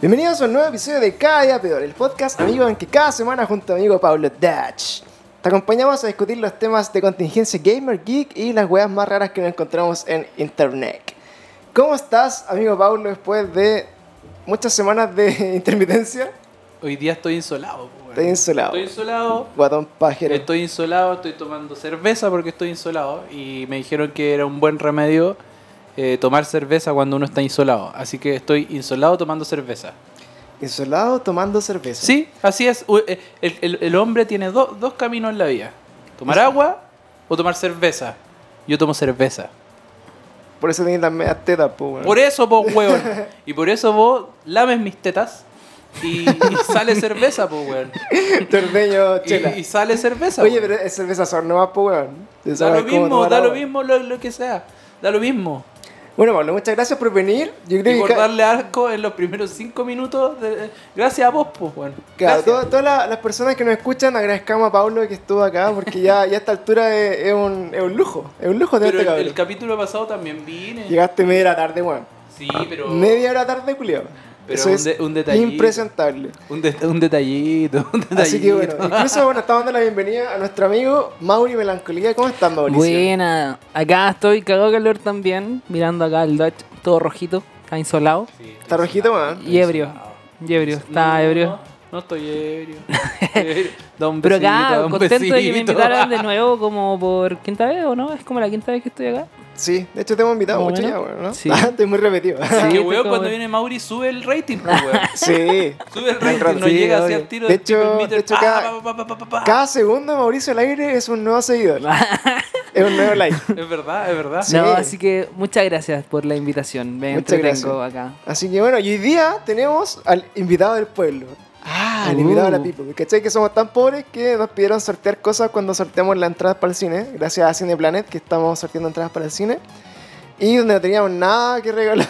Bienvenidos a un nuevo episodio de Cada Día Peor, el podcast amigo en que cada semana junto a mi amigo Pablo Dutch te acompañamos a discutir los temas de contingencia gamer, geek y las weas más raras que nos encontramos en internet. ¿Cómo estás, amigo Pablo, después de muchas semanas de intermitencia? Hoy día estoy insolado. po, weón. Estás insolado. Estoy insolado. Guatón pajero. Estoy insolado, estoy tomando cerveza porque estoy insolado. Y me dijeron que era un buen remedio eh, tomar cerveza cuando uno está insolado. Así que estoy insolado tomando cerveza. Insolado tomando cerveza. Sí, así es. U- eh, El, el- el hombre tiene do- dos caminos en la vida. Tomar agua o tomar cerveza. Yo tomo cerveza. Por eso tenés las medias tetas, po, weón. Por eso vos, weón. Y por eso vos lames mis tetas y, y sale cerveza, po, weón. Te ordeño Y, chela. y sale cerveza. Oye, weón. pero es cerveza sour nomás, po, weón. Te Da sabes lo cómo mismo, tomar da lo agua. mismo lo, lo que sea. Da lo mismo. Bueno, Pablo, muchas gracias por venir. Yo creo Y que por ca- darle asco en los primeros cinco minutos. de- gracias a vos, pues, bueno. Claro, Gracias. todas, todas la- las personas que nos escuchan, agradezcamos a Pablo que estuvo acá, porque ya, ya a esta altura es, es un, es un lujo, es un lujo pero tenerte el, cabrón. el capítulo pasado también vine. Llegaste media hora tarde, weón. Sí, pero. Media hora tarde, culiao. Pero Eso un es de- un detallito. impresentable. Un, de- un detallito, un detallito. Así que bueno, incluso bueno, estamos dando la bienvenida a nuestro amigo Mauri Melancolía. ¿Cómo estás, Mauricio? Buena, acá estoy cagado de calor también, mirando acá el Dutch todo rojito, está insolado Sí, estoy Está rojito, weón. y ebrio. insolado. Y ebrio, No, está ebrio. No, no estoy ebrio. Ebrio. Da un Pero besito, da acá, un contento de que me besito. invitaran de nuevo como por quinta vez o no, es como la quinta vez que estoy acá. Sí, de hecho te hemos invitado Más o mucho ya, menos. weón, ¿no? Sí. Estoy muy repetido. Es que, Sí, weón, estoy como- cuando viene Mauri sube el rating, pues, weón. sí. Sube el Entra- rating, no sí, llega así obvio. al tiro De del hecho- primer meter. de hecho, Pa, cada- pa, pa, pa, pa, pa. Cada segundo Mauricio al aire es un nuevo seguidor. es un nuevo like. Es verdad, es verdad. Sí. No, así que muchas gracias por la invitación, me Muchas entretengo gracias. acá. Así que bueno, y hoy día tenemos al invitado del pueblo. Ah, al invitado de la Uh. people. ¿Cachai? Que somos tan pobres que nos pidieron sortear cosas cuando sorteamos las entradas para el cine. Gracias a Cineplanet que estamos sorteando entradas para el cine. Y donde no teníamos nada que regalar,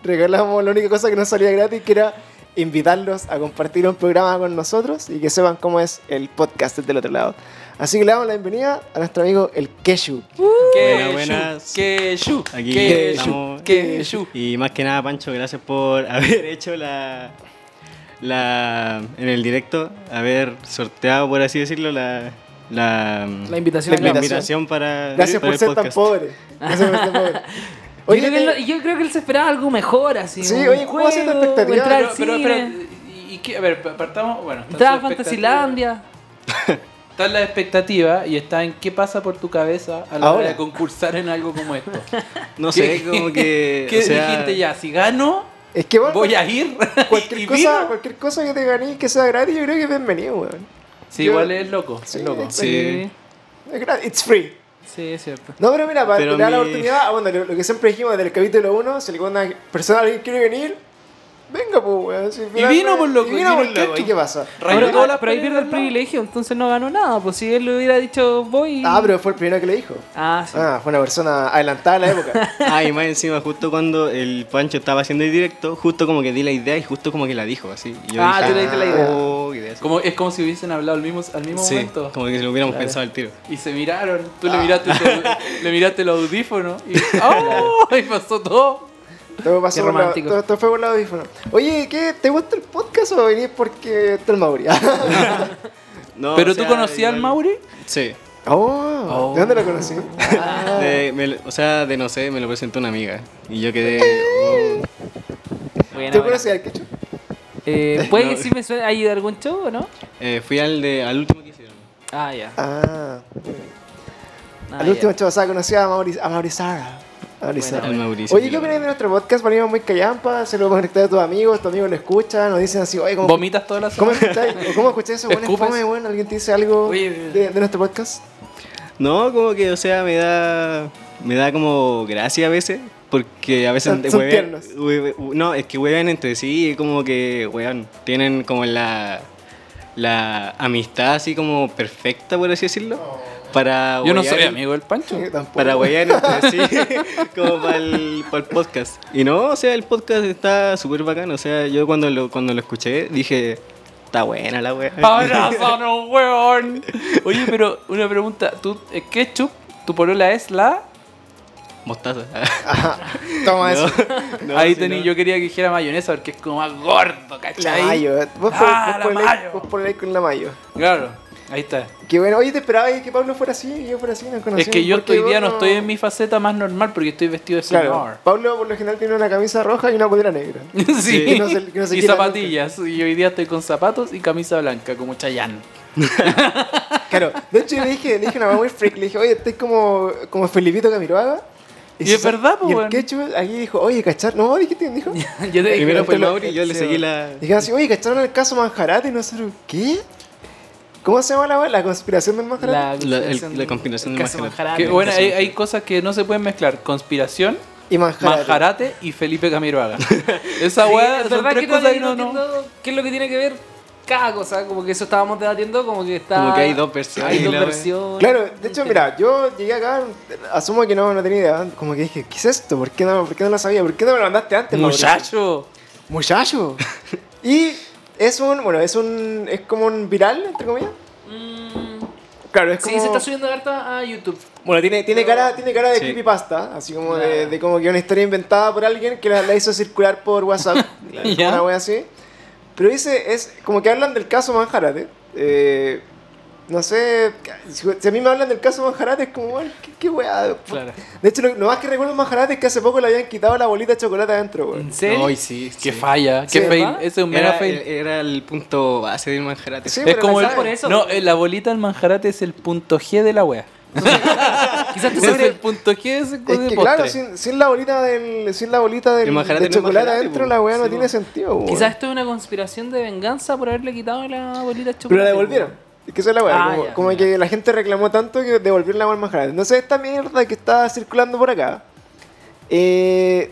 regalamos la única cosa que nos salía gratis, que era invitarlos a compartir un programa con nosotros y que sepan cómo es el podcast del otro lado. Así que le damos la bienvenida a nuestro amigo el Keshu. Que Buenas, buenas. Que shu, Aquí que shu, estamos. que shu. Y más que nada, Pancho, gracias por haber hecho la. la en el directo, haber sorteado, por así decirlo, la. La, La invitación. la La invitación para. Gracias para por el ser tan podcast. pobre. Gracias por ser tan pobre. Yo Oye, creo, que te- él, yo creo que él se esperaba algo mejor, así. Sí, un oye, ¿cómo va a ser tu juego, expectativa? entrar al Pero, pero, cine, pero, ¿y qué? A ver, pa- partamos. Bueno, está entrar a su expectativa. Fantasilandia. Está en la expectativa y está en qué pasa por tu cabeza a la Ahora. hora de concursar en algo como esto. No ¿Qué- sé, como que. ¿Qué Eh, o sea, dijiste ya? Si gano, Es que bueno, voy a ir. cualquier, y cosa, vino. cualquier cosa que te gané y que sea gratis, yo creo que es bienvenido, weón. Sí, yo- igual es loco. Sí, es loco. es- Sí. Es gratis, it's free. Sí, es cierto. No, pero mira, para Pero dar la mi- oportunidad, ah, bueno, lo, lo que siempre dijimos del capítulo 1, si alguna persona alguien quiere venir, venga, pues, weón. Si al final- vino, por loco, y vino vino por el loco. loco. ¿Y qué pasa? Rayó Ahora, todas las pero ahí paredes pierde el del lado. privilegio, entonces no ganó nada. Pues si él le hubiera dicho voy. Ah, pero fue el primero que le dijo. Ah, sí. Ah, fue una persona adelantada a la época. Ah, y más encima, justo cuando el Pancho estaba haciendo el directo, justo como que di la idea y justo como que la dijo, así. Y yo Ah, dije, tú le diste la idea. "Oh, qué idea". Como, es como si hubiesen hablado al mismo, al mismo Sí, momento. como que se lo hubiéramos pensado al tiro. Y se miraron. Tú le, miraste tu- le miraste el audífono y, ¡Oh! y pasó todo. Todo pasó Qué por la- romántico. todo, todo fue por el audífono. Oye, ¿qué? ¿Te gusta el podcast o venís porque está el Mauri? No, ¿Pero o sea, tú conocías al igual- Mauri? Sí. oh, Oh. ¿de dónde lo conocí? Ah. De- me lo- o sea, de no sé, me lo presentó una amiga. Y yo quedé. oh. Buena, ¿Tú buena. conocías al Quechu? Eh, Puede No. que sí me suene. ¿Hay algún show o no? Eh, fui al, de, al último que hicieron. Ah, ya. Ah, Ah, Al ya. último show pasado conocí a Mauri, a Mauri Sara. A Mauri Bueno, Sara. al Mauricio Oye, ¿qué Pilar. opinas de nuestro podcast? Venimos muy callampa, se lo hemos conectado a tus amigos, tus amigos lo escuchan, nos dicen así, oye, ¿cómo, Vomitas toda la ¿cómo semana. escucháis? ¿O ¿Cómo escucháis eso? Bueno, ¿Escupes? fome, bueno, ¿alguien te dice algo Oye, de, de nuestro podcast? No, como que, o sea, me da. Me da como gracia a veces. Porque a veces. Son- son huevean- tiernos. hueve- no, es que huevean entre sí. y Como que, weón, tienen como la. La amistad así como perfecta, por así decirlo. Para. Yo no huevear soy en- amigo del Pancho. Yo Eh, tampoco. Para huevear entre sí. como para el, para el podcast. Y no, o sea, el podcast está súper bacán. O sea, yo cuando lo, cuando lo escuché dije. Está buena la wea. ¡Abrázanos, weón! Oye, pero una pregunta. ¿Tú, eh, Ketchup, tu polola es la mostaza. Toma No, eso. no, Ahí si tení, no. yo quería que dijera mayonesa porque es como más gordo, La ¿cachai? mayo. eh. Vos, Ah, la por, vos poléis- mayo. vos poléis con la mayo. Claro, ahí está. Qué bueno. Oye, te esperaba que Pablo fuera así y yo fuera así. Nos Es conocimos que yo porque hoy vos día no no- estoy en mi faceta más normal porque estoy vestido de Claro. señor. Pablo por lo general tiene una camisa roja y una polera negra. Sí, Que no se- que no se y quiera zapatillas. Y hoy día estoy con zapatos y camisa blanca, como Chayanne. Claro. De hecho, yo le dije, le dije una mamá muy freak. Le dije, oye, estás como, como Felipito Camiroaga. Y se es sa- verdad, po, Y el weón. quechu aquí dijo, oye, cachar. No, dije, ¿quién dijo? Yo te dije, Primero fue te lo- Mauri y yo le sí, seguí bueno. la. Dijeron así, oye, ¿cacharon el caso Manjarate? Y nosotros, ¿qué? ¿Cómo se llama la wea? ¿La conspiración del Manjarate? La- el- la combinación el de caso Manjarate. que, Ah, Manjarate. bueno, hay, hay cosas que no se pueden mezclar. Conspiración, Y Manjarate. Manjarate y Felipe Camiroaga. Esa Sí, weá es son verdad tres que todavía cosas y no, no no. entiendo qué es lo que tiene que ver cada cosa, como que eso estábamos debatiendo, como que está... Como que hay dos versiones, Hay dos la wea. versiones. Claro, de hecho, mira, yo llegué acá, asumo que no, no tenía idea. Como que dije, ¿qué es esto? ¿Por qué no, por qué no lo sabía? ¿Por qué no me lo mandaste antes, Mauricio? Muchacho. Muchacho. y es un, bueno, es un, es como un viral, entre comillas. Mm, Claro, es como... Sí, se está subiendo harta a YouTube. Bueno, tiene, tiene, cara, tiene cara de Sí. creepypasta, así como de, Claro. de como que una historia inventada por alguien que la, la hizo circular por WhatsApp, como Ya. una wea así. Pero dice, es como que hablan del caso Manjarate. Eh, no sé, si, si a mí me hablan del caso Manjarate es como, bueno, qué, qué wea. Claro. De hecho, lo, lo más que recuerdo de Manjarate es que hace poco le habían quitado la bolita de chocolate adentro, weón. ¿En serio? Ay, sí, sí. Qué falla, Sí, qué fail. ¿verdad? Ese es un mega Era, fail. era el punto base del Manjarate. Sí, es pero como la el, saben. eso. No, eh, la bolita del manjarate es el punto G de la wea. Quizás tú Es el sobre... punto G de ese Es de que postre. claro, sin, sin la bolita del, sin la bolita del, El Manjarate de no es chocolate Manjarate, adentro, pues. la weá no Sí, tiene pues. sentido, weón. Quizás esto es una conspiración de venganza por haberle quitado la bolita de chocolate. Pero la devolvieron. Es que esa es la weá. Ah, como ya, como ya. que la gente reclamó tanto que devolvieron la weá al manjar. Entonces, esta mierda que está circulando por acá. eh,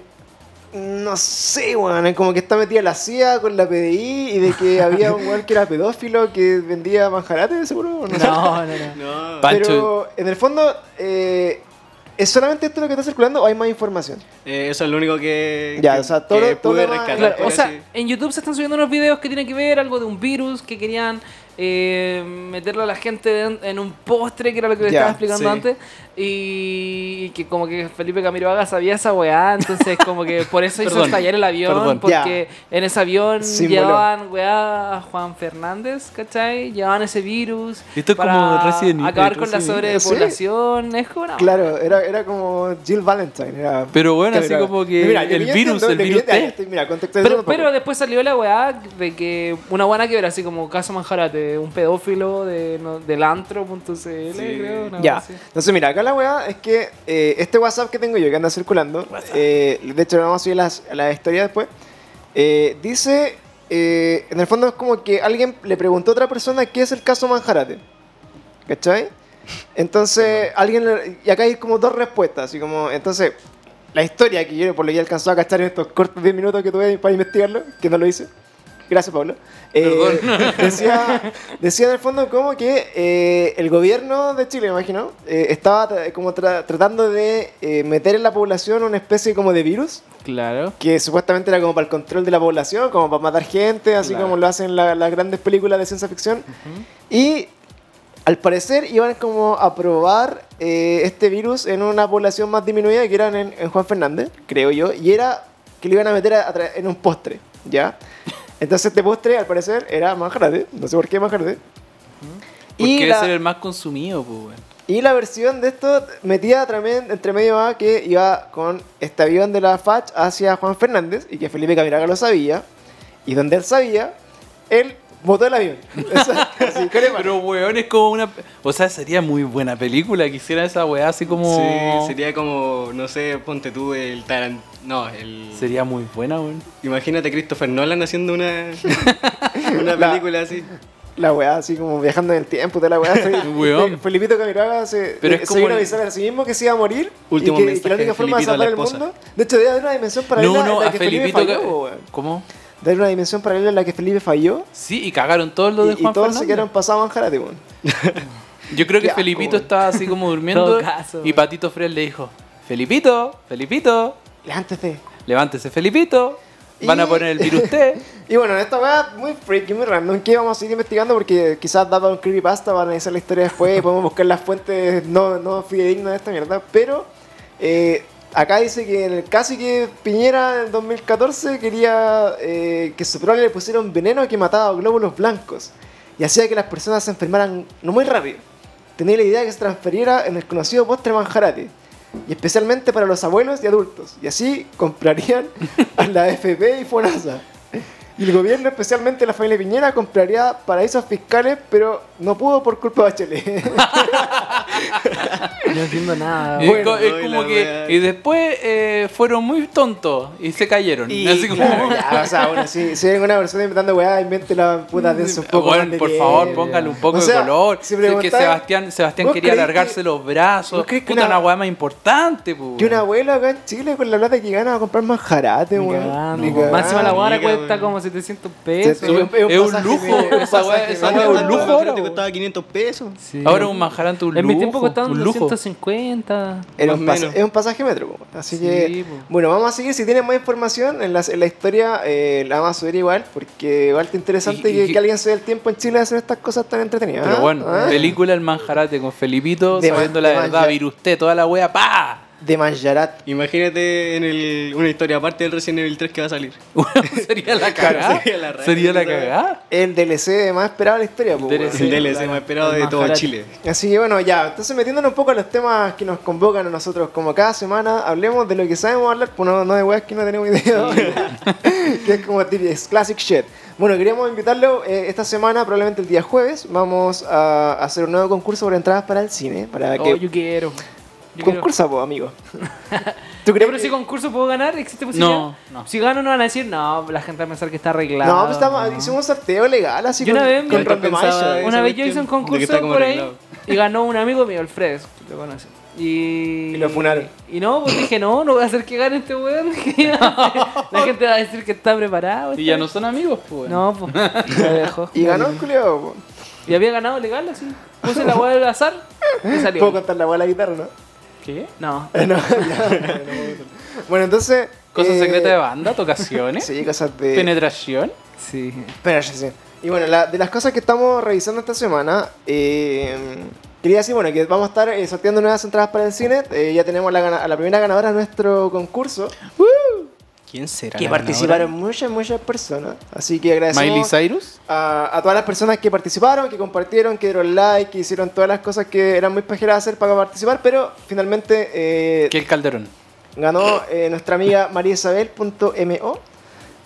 no sé, weón. es Como que está metida la CIA con la PDI y de que había un weón que era pedófilo que vendía manjarate, seguro. No, sé. No, no, no. No. Pancho. Pero en el fondo, eh, ¿es solamente esto lo que está circulando o hay más información? Eh, eso es lo único que, Ya, que- o sea, todo- que todo pude lo demás- rescatar. Claro, por o sea, así. en YouTube se están subiendo unos videos que tienen que ver algo de un virus que querían eh, meterle a la gente en, en un postre, que era lo que le Ya, estaba explicando sí. antes, y, y que como que Felipe Camiroaga sabía esa weá, entonces como que por eso hizo Perdón, estallar el avión, perdón. porque en ese avión Símbolo. llevaban weá a Juan Fernández, ¿cachai? Llevaban ese virus Esto es como para Resident Evil, acabar con la Resident Evil. sobrepoblación, es como una Claro, era, era como Jill Valentine. Era Pero bueno, así Cabrera. como que yo- el yo virus, el lo que virus yo- ahí T. estoy, Mira, Pero, contextualizando un pero poco. después salió la weá de que una buena que era así como caso manjarate, un pedófilo de, no- del antro.cl, creo. una weá Ya. así. Entonces, mira, acá la weá es que eh, este WhatsApp que tengo yo, que anda circulando, eh, de hecho, lo vamos a subir las- a la historia después, eh, dice, eh, en el fondo es como que alguien le preguntó a otra persona qué es el caso Manjarate. ¿Cachai? Entonces, alguien, le- y acá hay como dos respuestas, así como, entonces, la historia que yo por lo que he alcanzado a cachar en estos cortos 10 minutos que tuve para investigarlo, que no lo hice. Gracias, Pablo. Eh, decía, decía en el fondo como que eh, el gobierno de Chile, me imagino, eh, estaba tra- como tra- tratando de eh, meter en la población una especie como de virus, Claro. que supuestamente era como para el control de la población, como para matar gente, así Claro. como lo hacen la- las grandes películas de ciencia ficción. Y al parecer iban como a probar eh, este virus en una población más disminuida que eran en, en Juan Fernández, creo yo, y era que lo iban a meter a- a tra- en un postre, ¿ya? Entonces este postre al parecer era manjarate, no sé por qué manjarate. Porque debe la- ser el más consumido, pues, weón. y la versión de esto metía también entre medio a que iba con este avión de la FACH hacia Juan Fernández y que Felipe Camiroaga lo sabía. Y donde él sabía, él botó el avión. Exacto, así, ¿qué le pasa? Pero, weón, es como una. O sea, sería muy buena película que hiciera esa weá así como. Sí, sería como, no sé, ponte tú el Tarant... No, el... Sería muy buena, weón. Imagínate a Christopher Nolan haciendo una, una La- película así. La weá, así como viajando en el tiempo, toda la weá. Fe- Weón. Fe- Felipito Camiroaga se, Pero se es como vino a el- avisar a sí mismo que se iba a morir. Último y que- que, mensaje la única de forma de Felipito a salvar la el esposa. mundo. De hecho, debe haber una dimensión paralela No, no, en la a que Felipe Felipito. falló, ca- weón. ¿Cómo? Debe haber una dimensión paralela en la que Felipe falló. Sí, y cagaron todos los Y, de y Juan todos se quedaron Fernández. pasados a Manjarate, weón. Yo creo que Qué asco, Felipito weón. estaba así como durmiendo. Todo caso, y weón. Patito Fred le dijo: Felipito, Felipito, Levántate. levántese, Felipito. Van Y- a poner el virus T. Y bueno, esta weá muy freaky, muy random, que vamos a seguir investigando porque quizás daba un creepypasta para analizar la historia después, podemos buscar las fuentes no, no fidedignas de esta mierda, pero eh, Acá dice que en el caso que Piñera en 2014 quería eh, que su prole le pusiera un veneno que mataba glóbulos blancos y hacía que las personas se enfermaran no muy rápido. Tenía la idea que se transferiera en el conocido postre manjarate y especialmente para los abuelos y adultos y así comprarían a la FP y FONASA. Y el gobierno, especialmente la familia Piñera, compraría paraísos fiscales, pero no pudo por culpa de Bachelet. No entiendo nada. Y es Bueno, co- es doy como la que. wea. Y después eh, fueron muy tontos y se cayeron. Y Así como. Claro, ya, o sea, bueno, si, si hay alguna persona inventando weá, invente la puta de un poco. Bueno, más de por hielo. favor, póngale un poco O sea, de color. si Sé que preguntáis, Sebastián, Sebastián ¿vos quería creéis alargarse que- los brazos. ¿vos creéis que Puta, una- una weá más importante, pues. Que un abuelo acá en Chile con la plata que gana va a comprar manjarate, Ni weón. cagando. Ni cagando. Máxima la guara Ni cagando. cuesta como 700 Se- pesos. un- es un pasaje lujo, medio- un esa weá- pasaje esa medio- weá es un lujo. ahora, te weón. costaba 500 pesos. Sí. Ahora un manjarante, un lujo. En mi tiempo costaban un lujo. 250. Era Más un pas- menos. es un pasaje metro, po. así Sí, que po. bueno, vamos a seguir. Si tienen más información en, las- en la historia, eh, la vamos a subir igual, porque igual está interesante Y- y- que, que alguien se dé el tiempo en Chile de hacer estas cosas tan entretenidas. Pero ¿ah? bueno, ¿ah? película El Manjarate con Felipito, De sabiendo más- la de más verdad, ya. virusté toda la wea, pa. de Manjarat. Imagínate en el, una historia aparte del Resident Evil 3 que va a salir. sería la cagada. sería la raja, Sería la puta. cagada. El DLC más esperado de la historia, po, DLC. weón. el DLC más esperado de Más todo barato. Chile. Así que bueno, ya, entonces metiéndonos un poco a los temas que nos convocan a nosotros, como cada semana hablemos de lo que sabemos hablar, pues no, no de weas que no tenemos idea, que es como tip- es classic shit. Bueno, queríamos invitarlo eh, esta semana, probablemente el día jueves, vamos a hacer un nuevo concurso por entradas para el cine, para Oh, que... yo quiero. Yo quiero. concursa, pues, amigo. ¿Tú Ya, crees pero que- si concurso puedo ganar, ¿existe posibilidad? No, no. Si gano, no van a decir, no, la gente va a pensar que está arreglado. No, pues estamos, No. hicimos un sorteo legal, así Yo una vez me- Yo randomizer. pensaba de- Una esa vez yo cuestión hice un de que concurso está como por ahí arreglado. y ganó un amigo mío, el Fres, lo conoce. Y, Y lo funaron. Y no, pues dije, no, no voy a hacer que gane este weón. la gente va a decir que está preparado. Y está ya no son amigos, pues. weón. No, pues. me dejó. Y ganó, Julio. po. Y había ganado legal así. Puse la hueá del azar y Puedo salió. contar la bola de la guitarra, ¿no? ¿Qué? No. Eh, no, ya, bueno, bueno, entonces. Cosas eh, secretas de banda, tocaciones, Sí, cosas de. penetración. Sí. penetración. Y bueno, la- de las cosas que estamos revisando esta semana, eh, quería decir, bueno, que vamos a estar eh, sorteando nuevas entradas para el cine. Eh, ya tenemos la, gana- a la primera ganadora de nuestro concurso, ¿Quién será? que la participaron ganadora? muchas, muchas personas. Así que Miley agradecemos Cyrus. a, a todas las personas que participaron, que compartieron, que dieron like, que hicieron todas las cosas que eran muy pajeras hacer para participar, pero finalmente eh, Que el Calderón. Ganó eh, nuestra amiga mariaisabel.mo.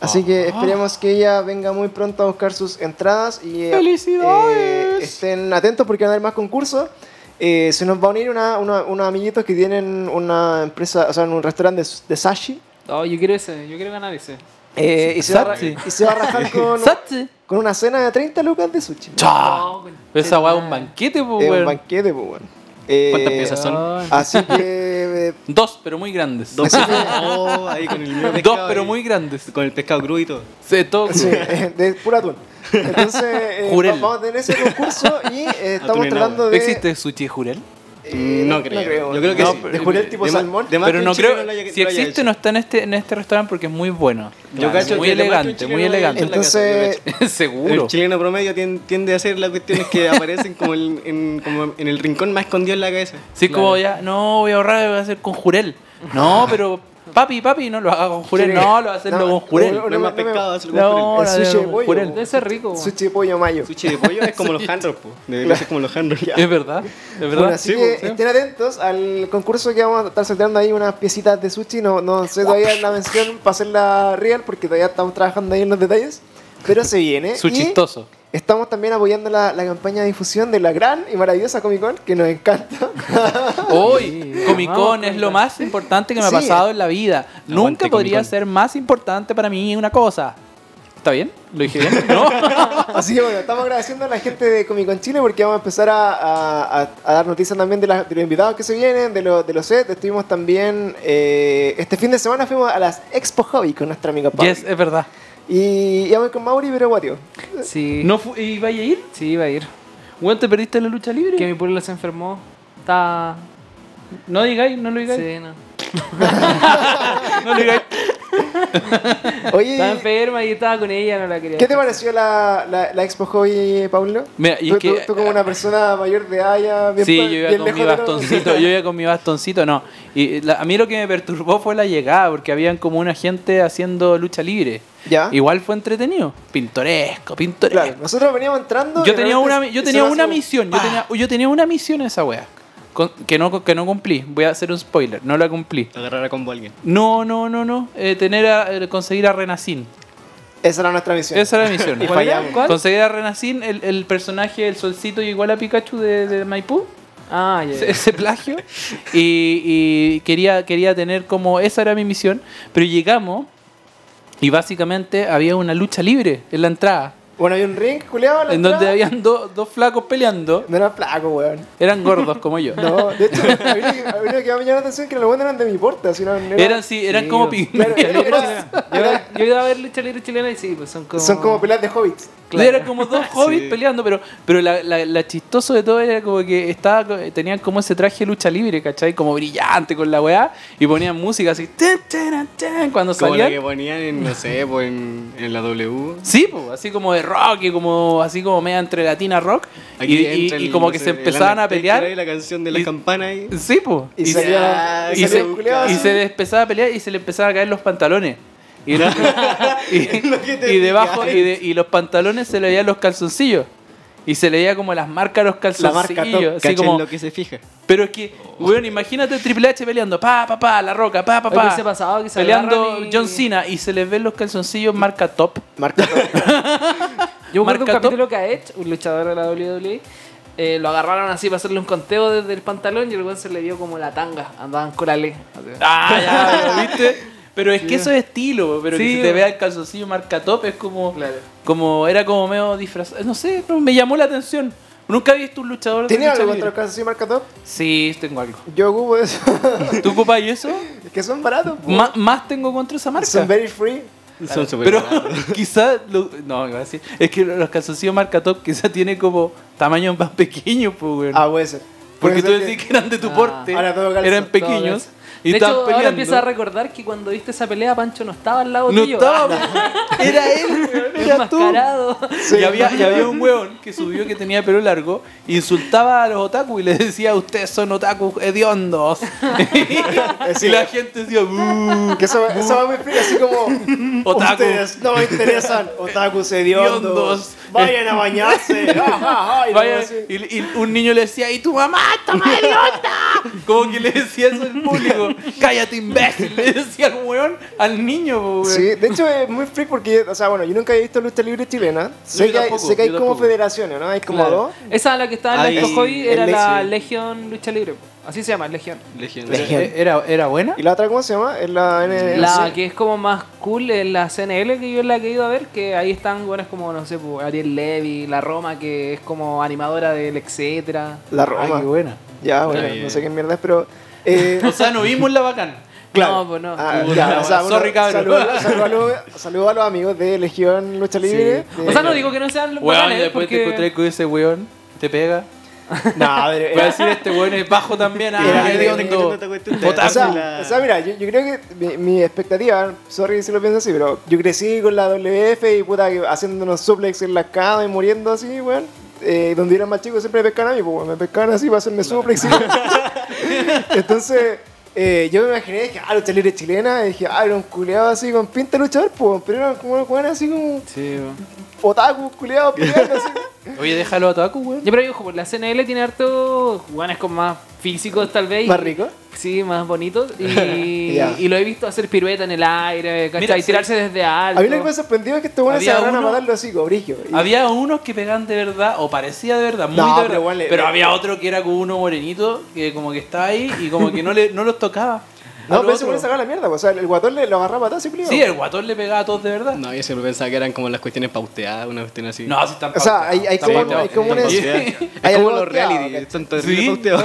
Así Ah. que esperemos que ella venga muy pronto a buscar sus entradas y eh, ¡Felicidades! eh, estén atentos porque van a haber más concursos. Eh, se nos va a unir una- una- unos amiguitos que tienen una empresa, o sea, en un restaurante de, de sashi. No, Oh, yo quiero ese, yo quiero ganar ese. Eh, y, se va a, ra- Sashi. y se va a rajar con, ¡Satse! con una cena de 30 lucas de sushi. Ah. ¡Cha! No, Pero esa weá es un banquete, pues, Es un weón. banquete, pues, bueno. Eh, ¿Cuántas piezas son? Así que eh, Dos, pero muy grandes. Dos, oh, ahí con el mismo Dos, pescado, pero ahí. muy grandes. Con el pescado crudo y todo. Se todo Sí, de pura atún. Entonces, eh, Jurel. va- vamos a tener ese concurso y eh, estamos Atún en tratando agua. de. ¿Existe sushi jurel? eh, No creo. Yo creo que No, sí. De jurel tipo De ma- salmón. de ma- Además Pero que no un chileno creo. lo haya- si lo haya existe, hecho. no está en este, en este restaurante porque es muy bueno. Yo Claro, cacho muy que lo más que un elegante, chileno muy lo haya elegante. hecho. Entonces, Seguro. El chileno promedio tien- tiende a hacer las cuestiones que aparecen como, en- en, como en el rincón más escondido en la cabeza. Sí, como ya, no, voy a ahorrar, voy a hacer con jurel. No, pero papi, papi, no lo haga con jurel. Sí. No, lo va a hacerlo No, con jurel. no, No es más me- no me- pescado, hacerlo No. con puré. el Ahora sushi de vemos, pollo. jurel. Debe ser rico. weón. Sushi de pollo mayo. Sushi de pollo es como los handros, po. Debería ser como los handros. Es verdad, es verdad. Bueno, así Sí, que pues, este, sí. estén atentos al concurso que vamos a estar sorteando ahí unas piecitas de sushi. No, no sé todavía la mención para hacerla real porque todavía estamos trabajando ahí en los detalles. Pero se viene. Su y chistoso. Estamos también apoyando la, la campaña de difusión de la gran y maravillosa Comic Con que nos encanta. Hoy, Comic Con vamos, es Comic lo Con. más importante que me ha Sí. pasado en la vida. Nunca Comic podría Con. ser más importante para mí una cosa. ¿Está bien? ¿Lo dije bien? No. Así que bueno, estamos agradeciendo a la gente de Comic Con Chile porque vamos a empezar a, a- a- a dar noticias también de, las- de los invitados que se vienen, de, los de los sets. Estuvimos también, eh, este fin de semana fuimos a las Expo Hobby con nuestra amiga Pau. Yes, es verdad. Y íbamos con Mauri, pero guatio. Sí. ¿No fu- ¿Y vaya a ir? Sí, iba a ir. Weón, ¿te perdiste la lucha Que libre? mi pueblo se enfermó. Está. No digáis, no lo digáis. Sí, no. No lo digáis. Estaba Oye, enferma y estaba con ella, no la quería. ¿qué te pareció la, la, la Expo Hobby, Pablo? Mira, y tú, es que- tú- tú como una persona mayor de haya, bien Sí, pa- yo iba bien con lejos mi de la- bastoncito, yo iba con mi bastoncito, no. Y la- a mí lo que me perturbó fue la llegada, porque habían como una gente haciendo lucha libre. ¿Ya? Igual fue entretenido, pintoresco, pintoresco. Claro, nosotros veníamos entrando. Yo y tenía realmente una, yo se tenía nos una hace un- misión, yo tenía, yo tenía una misión en esa wea, con- que, no, que no cumplí, voy a hacer un spoiler, no la cumplí. Agarrar a combo a alguien. No, no, no, no, eh, tener a- eh, conseguir a Renacín, Esa era nuestra misión. esa era la misión. Y ¿Cuál era? fallamos. ¿Cuál? Conseguir a Renacín, el, el personaje, el solcito igual a Pikachu de, de Maipú. Ah, ya. ese, ese plagio. Y, y quería, quería tener como. Esa era mi misión. Pero llegamos y básicamente había una lucha libre en la entrada. Bueno, había un ring, culeado. En donde habían do- dos flacos peleando. No era flaco, weón. Eran gordos como yo. No, de hecho, había había uno que me llamó la atención que los buenos eran de mi porta. Sino, Eran, sí, eran Sí, como bueno. Claro, pigmeos. era- era- Yo, yo he ido a ver lucha libre chilena y sí, pues son como. son como peleas de hobbits. claro. Eran como dos hobbits Sí. peleando, pero, pero la, la- la chistoso de todo era como que estaba, co- tenían como ese traje de lucha libre, ¿cachai? Como brillante con la weá, y ponían música así, tan, tan, tan, cuando Como la salían. que ponían en, no sé, pues en, en la W. Sí, po, así como de rock y como así como media entre latina rock Aquí y, y- entra el- y como no que sé, se el empezaban a Undertaker ahí, pelear. La canción de la Y- campana ahí. Sí, po. Y, Y, se, salía, y y se- salía un culeado y así. se empezaba a pelear y se le empezaban a caer los pantalones. Y, y- Lo que te y debajo digas. y, de- y los pantalones se le veían los calzoncillos. Y se le veía como las marcas a los La marca calzoncillos. así Cachen como, lo que se fija. Pero es que, weón, imagínate Triple H peleando, pa, pa, pa, la roca, pa, pa, Oye, pa. ¿qué se pasaba? Que se peleando agarran y- John Cena y se les ven los calzoncillos marca top. Marca todo. Yo me acuerdo que un Marca top. capítulo que a Edge, un luchador de la WWE, eh, lo agarraron así para hacerle un conteo desde el pantalón y el weón se le dio como la tanga. Andaban con la ley. Ah, ya, ¿viste? Pero es que eso es estilo, pero Sí, que se te bueno. vea el calzoncillo marca top es como. Claro. Como era como medio disfrazado. No sé, pero me llamó la atención. Nunca he visto un luchador de ¿Tiene lucha algo libre. contra el caso así, marca todo? Sí, tengo algo. Yo ocupo eso. ¿Tú ocupas eso? Es que son baratos. po. Ma- más tengo contra esa marca. Son very free. Son súper pero baratos. quizás. No, iba a decir. Es que los calzoncillos marca top quizás tiene como tamaños más pequeños, pues, güey. Ah, puede ser. Porque Puede tú ser decís que eran de tu Ah. porte. Ahora todo calzo, eran todo pequeños. Y de hecho, estaban ahora peleando. empiezas a recordar que cuando viste esa pelea, Pancho no estaba al lado no tuyo. estaba. Era él, güey, era tú. Enmascarado. Sí. Y, había, y había un hueón que subió que tenía pelo largo, insultaba a los otaku y les decía, ustedes son otaku hediondos. y la gente decía, "Bú, Que eso, eso va muy free, así como. Otaku. Ustedes no me interesan. Otakus hediondos. Hediondos. Vayan a bañarse. Ja, ja, ja. Y luego vaya". así. Y, y un niño le decía, y tu mamá está más hedionda. Como que le decía eso al público, cállate imbécil, le decía el hueón al niño. po, weón. Sí, de hecho es muy freak porque, o sea, bueno, yo nunca he visto lucha libre chilena. Sé, yo que, hay, tampoco, sé que hay yo como tampoco. federaciones, ¿no? Hay como Claro. dos. Esa es la que estaba en Ahí, la Expo Hobby, el era la Legion. Legion Lucha Libre. Así se llama, Legion. Legión. Legión. Eh, Era, ¿Era buena? ¿Y la otra cómo se llama? Es la N- La no sé. que es como más cool es la CNL que yo es la que he ido a ver, que ahí están buenas como, no sé, pues, Ariel Levy, La Roma, que es como animadora del etcétera. La Ah, Roma. qué buena. Ya, bueno, Ah, bien. no sé qué mierda es, pero. eh, O sea, no vimos la bacán. claro. No, pues no. Ah, Puta, ya, o sea, bueno, sorry, cabrón. Saludos saludos a, los- saludos a los amigos de Legión Lucha Libre. o sea, no digo que no sean los Weón, y bacanes, después te porque- encontré con ese weón, te pega. No, eh, pero Voy a era- decir este weón es bajo también. Era Ah, que te- hediondo. te- te- te- te- O Otaku. sea, la- o sea, mira, yo, yo creo que mi, mi expectativa, sorry si lo pienso así, pero yo crecí con la WF y puta, que haciendo unos suplex en la cama y muriendo así, weón. Eh, donde eran más chicos siempre me pescaban a mí, pues, weón, me pescaban así para hacerme suplex. y- Entonces, eh, yo me imaginé, dije, ah, lucha libre chilena, y dije, ah, era un culeado así con pinta de luchador, pues, weón, pero era como un weón así como Sí, weón. otaku, culeado, peleando así. Oye, déjalo a Taku, weón. Yo pero ojo, pues, la CNL tiene harto jugadores con más físicos tal vez. y- ¿Más rico? Sí, más bonitos. Y, Ya. y lo he visto hacer pirueta en el aire, ¿cachai? Mira, y tirarse desde alto. A mí lo que me sorprendió es que estos weones se Había agarraron uno- a matarlo así, cobrillo. Había unos que pegaban de verdad, o parecía de verdad, muy No, de pero verdad. Pero, igual le- le- había otro que era como uno morenito, que como que estaba ahí y como que no, le, no los tocaba. No, Al pero se otro. puede sacar la mierda, pues, o sea, el guatón le lo agarraba a patadas y culeado. Ah, Sí, el guatón le pegaba a todos de verdad. No, yo siempre pensaba que eran como las cuestiones pauteadas, una cuestión así. No, si están O sea, pautados, hay- hay están como- pautados. hay como un- Sí. Pauteadas. Hay Es como algo los pauteado, reality, ¿cachai? están tan Sí. pauteados.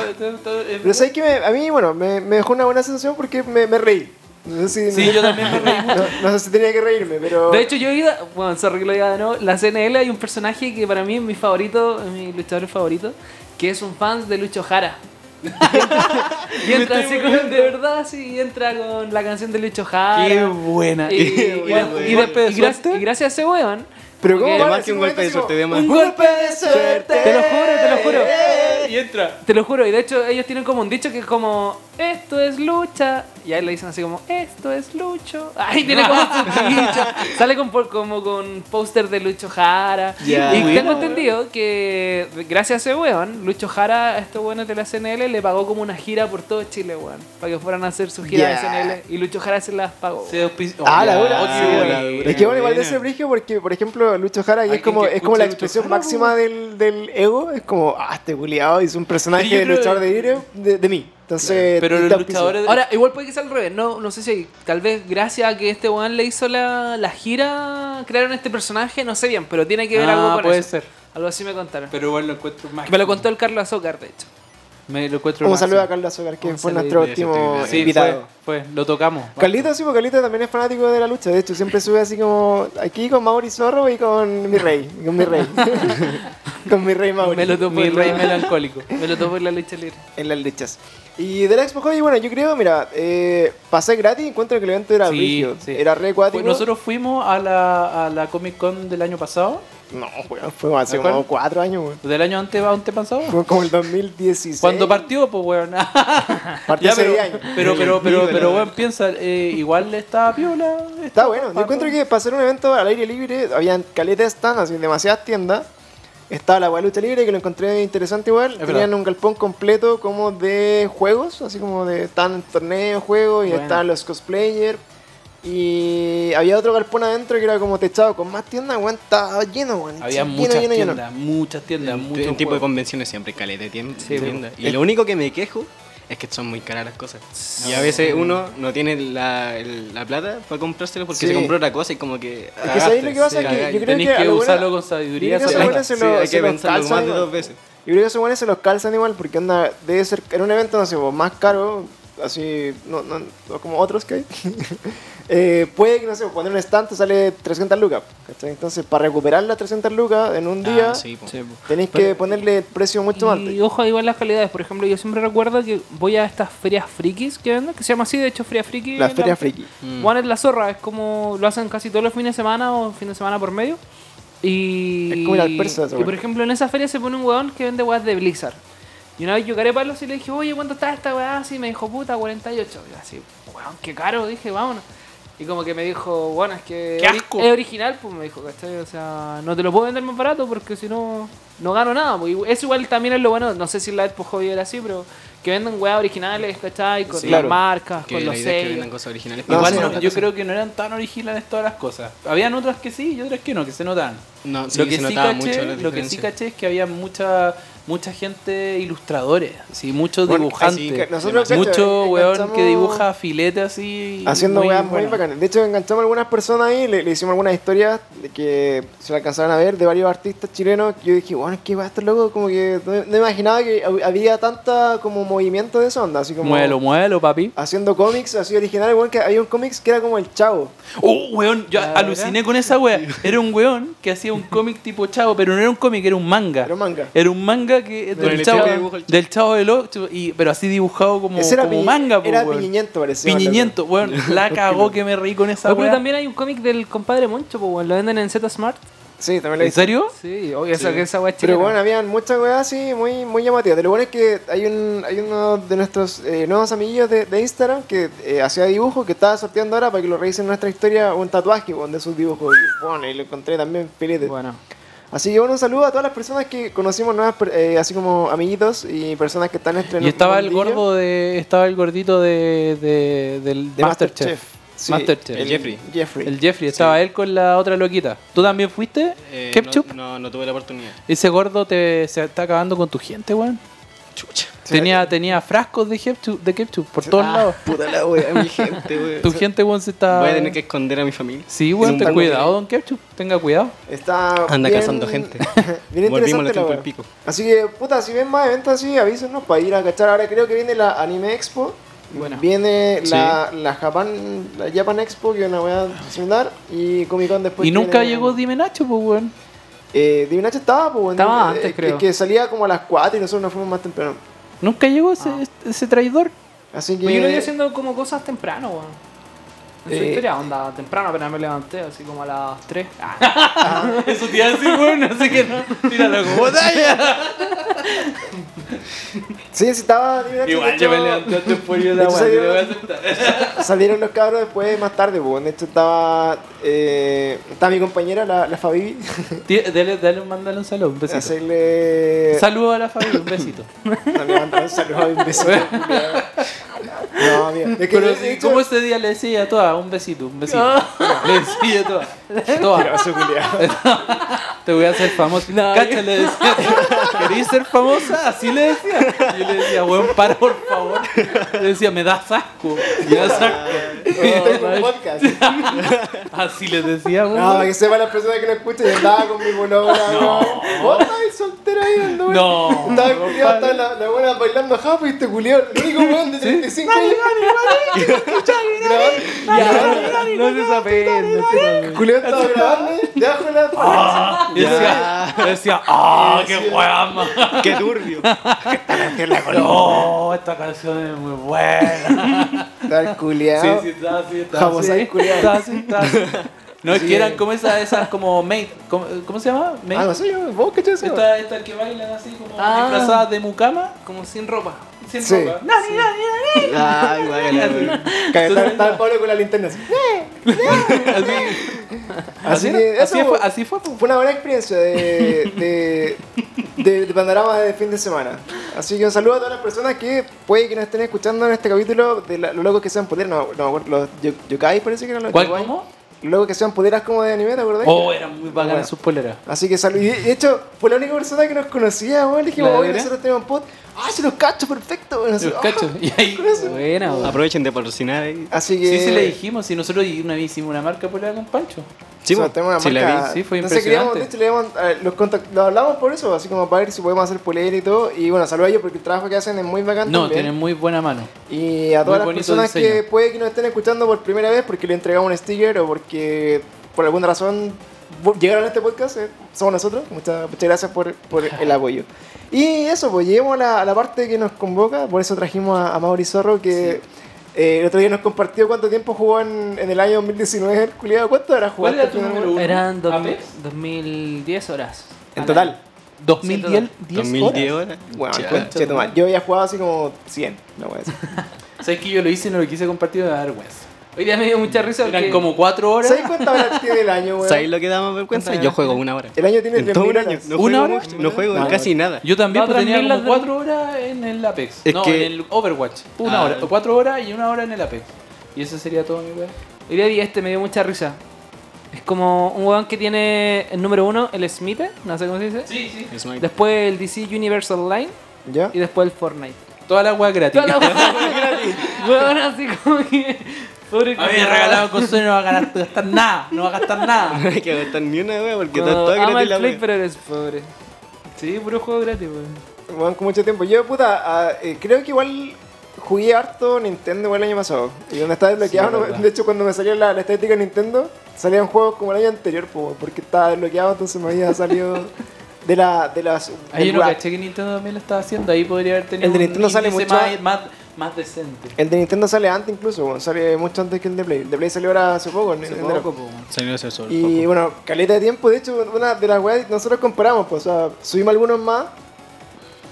Pero sabes que a mí, bueno, me, me dejó una buena sensación porque me, me reí. No sé si, Sí, yo también me reí. no, no sé si tenía que reírme, pero. De hecho, yo he ido. Bueno, sorry que lo diga de nuevo. La CNL hay un personaje que para mí es mi favorito, es mi luchador favorito, que es un fan de Lucho Jara. Y entra así con, de verdad, sí, y entra con la canción de Lucho Jara. Qué buena. Y, Qué y- buena. y- y- ¿Un golpe de y gra- suerte? y gracias a ese weón. Pero Ok. ¿cómo De va más que un golpe de suerte, de más. Un golpe de suerte. Te lo juro, te lo juro. Y entra. Te lo juro, y de hecho ellos tienen como un dicho que es como, esto es lucha. Y ahí le dicen así como, esto es lucho. Ay, tiene como su dicho. Sale con, por- como con póster de Lucho Jara. Ya. Y Buena, tengo entendido que gracias a ese weón, Lucho Jara a estos weones de la CNL le pagó como una gira por todo Chile, weón. Para que fueran a hacer su gira Ya. de CNL. Y Lucho Jara se las pagó. Se auspici- Ah, Oh, la ya, dura. oh, qué sí, buena. la dura. Es que bueno, igual de Buena. ese brillo, porque por ejemplo, Lucho Jara que Hay es como, quien que es como la escucha a Lucho expresión Jara, máxima del, del ego. Es como, ah, este culiado hizo un personaje de creo- luchador de, libre de, de mí. Entonces, Pero te- los te auspicio. luchadores- Ahora, igual puede que sea al revés, no, no sé si tal vez gracias a que este weón le hizo la, la gira, crearon este personaje, no sé bien, pero tiene que ver Ah, algo con puede eso. ser. Algo así me contaron. Pero igual lo encuentro más. Que me lo contó el Carlos Azócar, de hecho. Me lo encuentro Un más. saludo a Carlos Azócar, que Un fue saludo. nuestro Sí, último sí, Sí, invitado. Fue, fue, lo tocamos. Carlito, sí, porque Carlito también es fanático de la lucha. De hecho, siempre sube así como aquí con Mauri Zorro y con mi rey. y Con mi rey. con mi rey Mauri. Me lo topo Mi en rey la, melancólico. me lo topo en la lucha libre. En las luchas. Y de la Expo Hobby, bueno, yo creo, mira, eh, pasé gratis y encuentro que el evento era Sí, brígido. sí. Era re acuático. Pues nosotros fuimos a la, a la Comic Con del año pasado, No, weón, fue hace ¿De acuerdo? como cuatro años, weón. del año ante- antepasado. Fue como el 2016. Cuando partió, pues weón. Partió Ya, hace pero, 10 años. pero, pero, pero, pero, weón, piensa, eh, igual está piola. Está bueno. Yo encuentro que para hacer un evento al aire libre, habían caleta de stands, así, demasiadas tiendas. Estaba la weá de lucha libre, que lo encontré interesante igual. verdad. Tenían un galpón completo como de juegos, así como de estaban torneos, juegos, y Bueno. estaban los cosplayers. Y había otro galpón adentro que era como techado con más tiendas, weón, estaba lleno, weón. Había lleno, muchas, lleno, lleno. tiendas, muchas tiendas, En- muchos en tipo de juegos. convenciones siempre caleta de tienda. Sí, tienda. bueno. Y lo único que me quejo es que son muy caras las cosas. Y a veces uno no tiene la, el- la plata para comprárselo porque Sí. se compró otra cosa y como que. Es que ¿sabes lo que pasa? cagaste, que sí, yo creo Tenéis que a que lo buena- usarlo con sabiduría. yo creo que a esa lo plata. buena- se Sí, lo- hay se que lo pensarlo calzan más de igual. dos veces. Yo creo que esos buenos se los calzan igual porque onda, debe ser, en un evento, no sé, pues, más caro, así, no, no, no como otros que hay, eh, puede que, no sé, poner un stand te sale 300 lucas, ¿cachai? Entonces, para recuperar las 300 lucas en un día, Ah, sí, po. tenéis que ponerle precio mucho más Y alto. ojo igual las calidades, por ejemplo, yo siempre recuerdo que voy a estas ferias frikis que venden, que se llama así, de hecho, Feria Friki. La feria la- friki. Mm. Juan es la zorra, es como lo hacen casi todos los fines de semana o fin de semana por medio. Y, Es como ir al persa, esa y weá. por ejemplo, en esa feria se pone un weón que vende weas de Blizzard. Y una vez yo caré palos y le dije, oye, ¿cuánto está esta weá? Así me dijo, puta, 48. Y así, weón, qué caro, dije, vámonos. Y como que me dijo, bueno, es que ¡Qué ori- asco! es original, pues me dijo, ¿cachai? O sea, no te lo puedo vender más barato porque si no, no gano nada. pues. Y Eso igual también es lo bueno, no sé si en la Expo Hobby era así, pero que venden weas originales, ¿cachai? Con Sí, las claro. marcas, Que con la los idea es que vendan sellos. cosas originales. No, Igual sí, no, no. yo creo que no eran tan originales todas las cosas. Habían otras que sí y otras que no, que se notaban. No, sí, lo que se Ah, sí notaba caché, mucho la lo que sí diferencia. caché es que había mucha mucha gente ilustradores, sí, muchos Bueno, dibujantes, así que nosotros, cacho, mucho weón enganchamos- que dibuja filetes así Haciendo weas muy bueno. bacanas. De hecho, enganchamos a algunas personas ahí, le, le hicimos algunas historias de que se la alcanzaron a ver de varios artistas chilenos. que Yo dije, bueno, es que va a estar loco, como que no, no imaginaba que hab- había tanta como movimiento de esa onda, así como Muévelo, muévelo, papi. haciendo cómics así originales, weón, que había un cómics que era como el chavo. Oh, weón, yo La aluciné con esa wea. Era un weón que hacía un cómic tipo chavo, pero no era un cómic, era un manga. Era un manga. Era un manga que Con del el chavo, estilo que dibuja el Chavo. del chavo del Ocho, y pero así dibujado como, Ese era, como Pi- manga, po, era weón. Piñiñento, parecía. Piñiñento, weón, la cagó que me reí con esa Oye, pero wea. también hay un cómic del compadre Moncho, pues, lo venden en Z Smart. Sí, también lo ¿En hice. serio? Sí, obvio, esa, esa weá es Pero chilena. bueno, habían muchas weas así muy, muy llamativas. De lo bueno es que hay, un, hay uno de nuestros eh, nuevos amiguillos de, de Instagram que eh, hacía dibujos que estaba sorteando ahora para que lo revisen en nuestra historia un tatuaje weón, de sus dibujos. Y, bueno, y lo encontré también filete. Bueno. Así que bueno, un saludo a todas las personas que conocimos nuevas, per- eh, así como amiguitos y personas que están estrenando. Y estaba el gordo de. Estaba el gordito de. de del de Masterchef. Masterchef. Sí, Masterchef. el Jeffrey. Jeffrey. El Jeffrey, estaba él con la otra loquita. ¿Tú también fuiste? Eh, Ketchup. no, no, no tuve la oportunidad. Ese gordo te, se está acabando con tu gente, weón. Chucha. Tenía, tenía frascos de ketchup, de ketchup por todos Ah, lados. Puta la wea. Mi gente, weón. Tu gente, weón, se Ah. está. Voy a tener que esconder a mi familia. Sí, En weón, un ten banco. cuidado, don Ketchup. Tenga cuidado. Está Anda bien- cazando gente. bien Volvimos a interesante los la tiempos wea. del pico. Así que, puta, si ven más eventos así, avísenos para ir a cachar. Ahora creo que viene la Anime Expo. Viene la, la Japan la Japan Expo, que es una weá similar. Y Comic Con después. y nunca viene- llegó Dime Nacho, pues, weón. Eh, Divinacho estaba, pues. bueno, eh, Estaba antes, que- creo. Que salía como a las 4 y nosotros nos fuimos más temprano. Nunca llegó ese, Ah. ese traidor. Así que. Pues yo lo vi haciendo como cosas temprano, weón. En su Eh. historia, onda, temprano apenas me levanté, así como a las 3. Ah, Eso te iba a decir, bueno, así que no. Tíralo como botalla. Sí, sí, estaba. divertido, de Igual hecho, yo me levanté después de de la hecho, guay, salió- te lo voy a aceptar. Salieron los cabros después, más tarde, pues. De hecho, estaba. eh, estaba mi compañera, la, la Fabi. Tí- Dale, dale, mándale un saludo, un besito. Hacerle. Saludo a la familia, un besito. No, le mandaba un saludo a mi vecino, culiao. No, amigo. Es que Pero de sí, hecho- como ese día le decía a todas, un besito, un besito. Ah. Le decía a todas. Todas, Asqueroso, culiao. te voy a hacer famosa. No, Cacha, yo- le decía. ¿Queréis ser famosa? Así le decía. Yo le decía, weón, para, por favor. Le decía, me das asco. Me das asco. Este es un podcast. Así le decía, weón. No, para que sepan las personas que lo escuchan, yo andaba con mi bolona. No. Vos estabas soltera ahí, anduve. No. Estaba el culiao, estaba la, la buena bailando japo y este culiao, el único weón de 35 años. Grabando. no se sabe, no se sabe. El culiao estaba grabando debajo de la Y decía, decía, ¡ah, qué weón! man". Qué turbio. No, esta canción es muy buena. Estaba el culiao. Sí, sí, estaba así, estaba Vamos así. ahí, culiao. Estaba así, estaba así. No, es Sí. que eran como esas, esas como maid, ¿cómo, cómo se llama? Maid. Ah, no sé, yo, vos cachás eso. Estas estas que bailan así como Ah. disfrazadas de mucama, Como sin ropa. sin Sí. ropa. Nani, nani, Ah, Ay, guácala. Estaba estaba el Pablo con la linterna. así. nani. Así, Así así, que era, así eso- fue, así fue. pues. po. Fue una buena experiencia de, de, de, de panorama de fin de semana. Así que un saludo a todas las personas que puede que nos estén escuchando en este capítulo de la- los locos que sean poderes. No, no, me acuerdo, los yo- yokai parece que eran los ¿Cuál, yokai. cómo? Los locos que sean poderas como de anime, ¿te acordás? Oh, eran muy Bueno. bacanas sus poleras. Así que salud. Y de hecho, fue la única persona que nos conocía, weón. Le dijimos, ¿La oye, Dora? nosotros tenemos pod. Ah, se los cacho, perfecto. weón. Así, Los "Ah". cachos. Y ahí, Buena, weón. Aprovechen de patrocinar ahí. Así que. sí, sí le dijimos, si nosotros una vez hicimos una marca polera con Pancho. Sí, o sea, po. tenemos una Sí, la marca- vi, sí, fue Entonces queríamos, de impresionante. hecho, le íbamos a- los, contact- los hablamos por eso, así como para ver si podemos hacer polera y todo. Y bueno, saludos a ellos porque el trabajo que hacen es muy bacán No, también. tienen muy buena mano. Y a todas las bonito personas diseño. que puede que nos estén escuchando por primera vez porque le entregamos un sticker o porque por alguna razón vo- llegaron a este podcast, eh, somos nosotros. Muchas, muchas gracias por, por el apoyo. Y eso, pues lleguemos a la, a la parte que nos convoca, por eso trajimos a, a Mauri Zorro que... eh, el otro día nos compartió cuánto tiempo jugó en, en el año 2019 el culiado. ¿Cuánto habrá jugado? ¿Cuál era hasta tu el final, número weón? uno? Eran dos- ¿Apex? 2010 horas. En Al total. año. 2010 10 horas. 2010 horas. Bueno, Ya. conche tu madre. Yo había jugado así como 100, no voy a decir. ¿Sabes que yo lo hice y no lo quise compartir? Me da vergüenza. Hoy día me dio mucha risa porque Eran como 4 horas. ¿Sabes cuántas horas tiene el año, weón? ¿Sabéis lo que da más vergüenza? Yo juego una hora. El año tiene En 3.000 todo un año. horas. No ¿Una juego hora? mucho, No juego No. casi nada. Yo también No, pues, tenía transmil como las 4 horas en el Apex. Es no, que- en el Overwatch. Una Ah. hora. 4 horas y una hora en el Apex. Y eso sería todo, mi weón. Hoy día vi este, me dio mucha risa. Es como un weón que tiene el número uno, el Smith, no sé cómo se dice. Sí, sí. Es muy- Después el DC Universe Online ¿Ya? y después el Fortnite. Toda la weá gratis. Toda la Weón, así como que. Pobre A mí me regalaron consola y no va a ganar- gastar nada. No va a gastar nada. No hay que gastar ni una wea porque está No, todo ama gratis el la Play, wea. pero eres pobre. Sí, puro juego gratis, weón. Weón, con mucho tiempo. Yo, puta, ah, eh, creo que igual jugué harto Nintendo igual el año pasado. Y donde estaba desbloqueado, Sí, no- verdad. de hecho, cuando me salió la, la estética de Nintendo, salían juegos como el año anterior, po, porque estaba desbloqueado, entonces me había salido de, la, de las. Ahí yo del no rack. caché que Nintendo también lo estaba haciendo. Ahí podría haber tenido El de un Nintendo sale índice mucho- más, más, más decente. el de Nintendo sale antes incluso, weón, sale mucho antes que el de Play. El de Play salió ahora hace poco, en Hace en enero. poco, po, weón. Salió ese sol. Y bueno, caleta de tiempo, de hecho, una de las weas nosotros comparamos, pues, o sea, subimos algunos más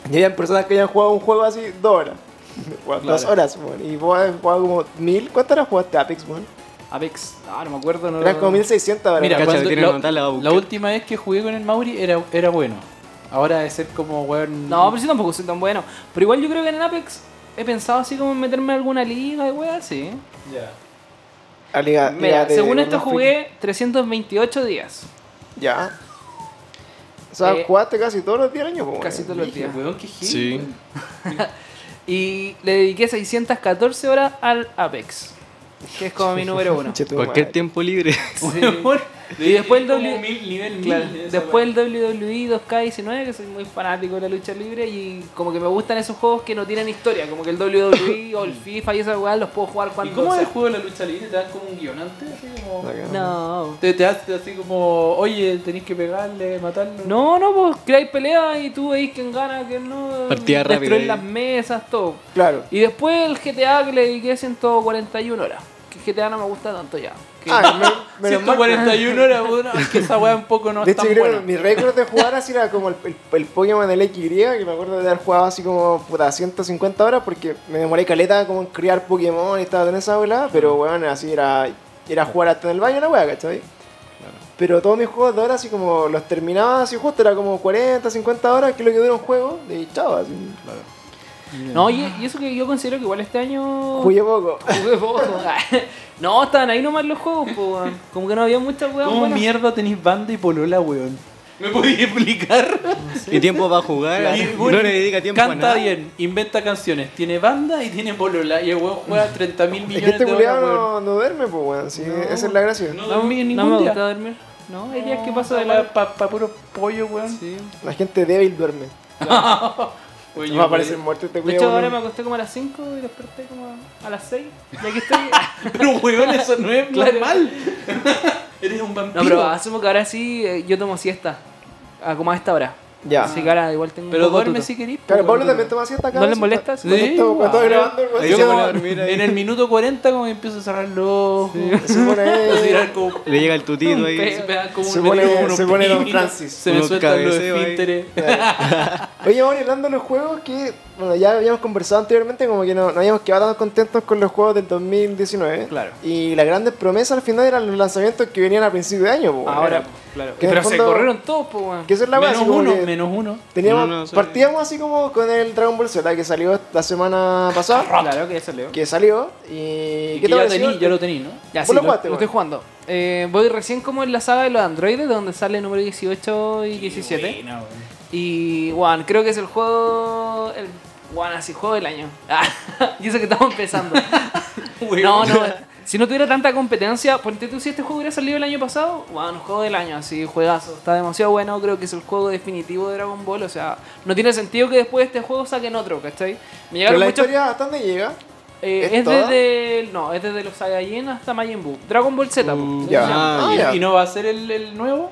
y habían personas que habían jugado un juego así dos horas. Weón, Dos Claro. horas, weón. Y vos has jugado como mil. ¿Cuántas horas jugaste Apex, weón? Apex, ah, no me acuerdo, no Eran como 1600 horas. Mira, Cacha, cuando- tiene la, anotada, la va a la buscar. última vez que jugué con el Mauri era, era bueno. Ahora de ser como weón. No, pero sí tampoco soy tan bueno. Pero igual yo creo que en el Apex he pensado así como en meterme en alguna liga de weón así. Ya. Ah, liga- liga Mira, de- según esto de- jugué 328 días. Ya. O sea, Eh, jugaste casi todos los días del año, pues, weón. Casi todos los días. Weón, qué gil, Sí. weón. Y le dediqué 614 horas al Apex. Que es como mi número uno. Che, tu Cualquier madre. tiempo libre. Sí. Weón, Y después el Como W- mil- nivel Claro, mil, esa Después el E, WWE 2K19, que soy muy fanático de la lucha libre y como que me gustan esos juegos que no tienen historia, como que el WWE o el FIFA y esas weas los puedo jugar weá. ¿Y cuando cómo es sea. el juego de la lucha libre? ¿Te dan como un guionante? Así como... No. Te, te hace así como, oye, tenéis que pegarle, matarlo. No, no, pues creáis peleas y tú veis quién gana, quién no. Partida rápida, Destruir eh. las mesas, todo. Claro. Y después el GTA que le dediqué 141 horas. Que GTA no me gusta tanto ya. Que- Ah, me- menos mal. 141 horas, bueno, es que esa weá un poco no de es hecho, tan creo buena. que mi récord de jugar así era como el, el, el Pokémon del XY, que me acuerdo de haber jugado así como puta 150 horas porque me demoré caleta como en criar Pokémon y estaba en esa ola, pero weón, así era, era jugar hasta en el baño la weá, ¿cachai? Pero todos mis juegos de ahora así como los terminaba así justo, era como 40, 50 horas, que es lo que dura un juego, y chao, así. No, y, y eso que yo considero que igual este año... Jugué poco. Jugué poco. no, estaban ahí nomás los juegos, po, weón. como que no había muchas weas ¿Cómo buenas. mierda tenéis banda y polola, weón? ¿Me podéis explicar? Y tiempo para jugar. Y, y no weón, le dedica tiempo a Canta nada. bien, inventa canciones, tiene banda y tiene polola. Y el weón juega 30 mil Es que millones este de culiado dólares, weón. no, no duerme, pues weón, sí, esa es la gracia. No No, dormí en no ningún me día. gusta dormir. No, hay días que paso de Para Ah, la... pa, pa puro pollo, weón. La gente débil duerme. Oye, Va a parecer weón. muerto este De hecho, culiao, ahora weón. me acosté como a las 5 y desperté como a las 6. Ya que estoy... Pero weón, eso no es Claro. normal. Eres un vampiro. No, pero asumo que ahora sí eh, yo tomo siesta. Ah, como a esta hora. Ya. Así que ahora igual tengo un Pero poco duerme tuto. si querís. po, Claro, Pablo weón. también toma siesta acá. ¿No le así, molestas? cuando- Sí, Cuando estaba weón. grabando pues, el Ahí se weón. pone a dormir ahí. En el minuto 40 como que empiezo a cerrar los ojos. Se Empiezo a pone tirar como- Le llega el tutito ahí. Pero- me da como Se un- pone- me da como se unos pone Don pininos, Francis. Se me Unos sueltan los cabeceos ahí. esfínteres. Oye, ahora hablando de los juegos que, bueno, ya habíamos conversado anteriormente, como que no, no habíamos quedado tan contentos con los juegos del 2019. Claro. Y la grandes promesa al final eran los lanzamientos que venían a principio de año, po, weón. Ahora, Era- claro. que en Pero el se fondo- corrieron todos, po, weón. Que eso es la weá, Menos así como uno, que menos uno. Teníamos, No, no, soy- partíamos así como con el Dragon Ball Z que salió la semana pasada. Claro que ya salió. que salió. ¿Y, Y qué que te ya, pareció? tení, ya lo tení, ¿no? Ya, Vos sí, lo lo, jugaste, lo weón. estoy jugando. Eh, voy recién como en la saga de los androides, donde sale el número 18 y 17. Buena, weón. Y, Juan, creo que es el juego. El, Juan, así, juego del año. Ah, y eso que estamos empezando. no, no. Si no tuviera tanta competencia, ponte tú si este juego hubiera salido el año pasado, Juan, juego del año, así, juegazo. Está demasiado bueno, creo que es el juego definitivo de Dragon Ball. O sea, no tiene sentido que después de este juego saquen otro, ¿cachai? Me Pero llegaron la muchos. historia hasta dónde llega. eh, ¿es es toda? desde. el- No, es desde los Saiyajin hasta Majin Buu. Dragon Ball Z, po. Ya. Ah, Ah, ¿Y- ya. ¿Y no va a ser el, el nuevo?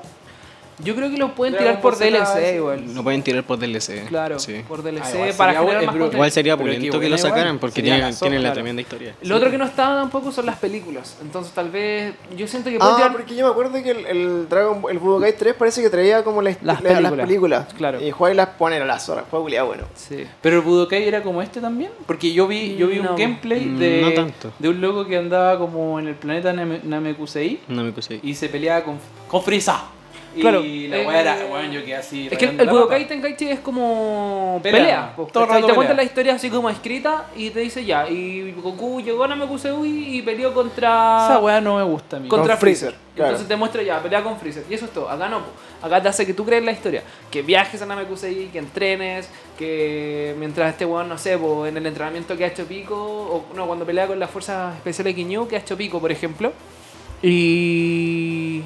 Yo creo que lo pueden Dragon tirar por Ball Z, DLC sí. igual. Lo pueden tirar por DLC. Claro, Sí. por Ah, DLC igual para sería generar bueno, más pero- contenido. Igual sería Pero qué pulento que buena lo sacaran igual. porque Sería tienen, la sopa, tienen la claro. tremenda historia. Lo otro que no estaba tampoco son las películas. Entonces tal vez yo siento que pueden Ah, tirar... porque yo me acuerdo que el, el Dragon el Budokai 3 parece que traía como la- Las la- películas. películas. Claro. Y Juan las pone a las horas. Fue culiado bueno. Sí. Pero el Budokai era como este también. Porque yo vi, yo vi No. un gameplay Mm, de, no tanto. de un loco que andaba como en el planeta Name- Namekusei No me puse ahí. y se peleaba con, con Frieza. Claro, Y la eh, weá era, weón, yo quedé así. Es que el rayando la Budokai pata. Tenkaichi es como Pelea, pelea. todo el ¿cachai? rato te cuenta pelea. la historia así como escrita y te dice ya. Y Goku llegó a Namekusei y peleó contra... Esa weá no me gusta a mí. contra Con Freezer, Freezer. claro. Entonces te muestra ya, pelea con Freezer. Y eso es todo. Acá no. po. Acá te hace que tú creas la historia. Que viajes a Namekusei, que entrenes, que mientras este weón, no sé, po, en el entrenamiento que ha hecho pico, o no, cuando pelea con las fuerzas especiales de Ginyu, que ha hecho pico, por ejemplo. Y.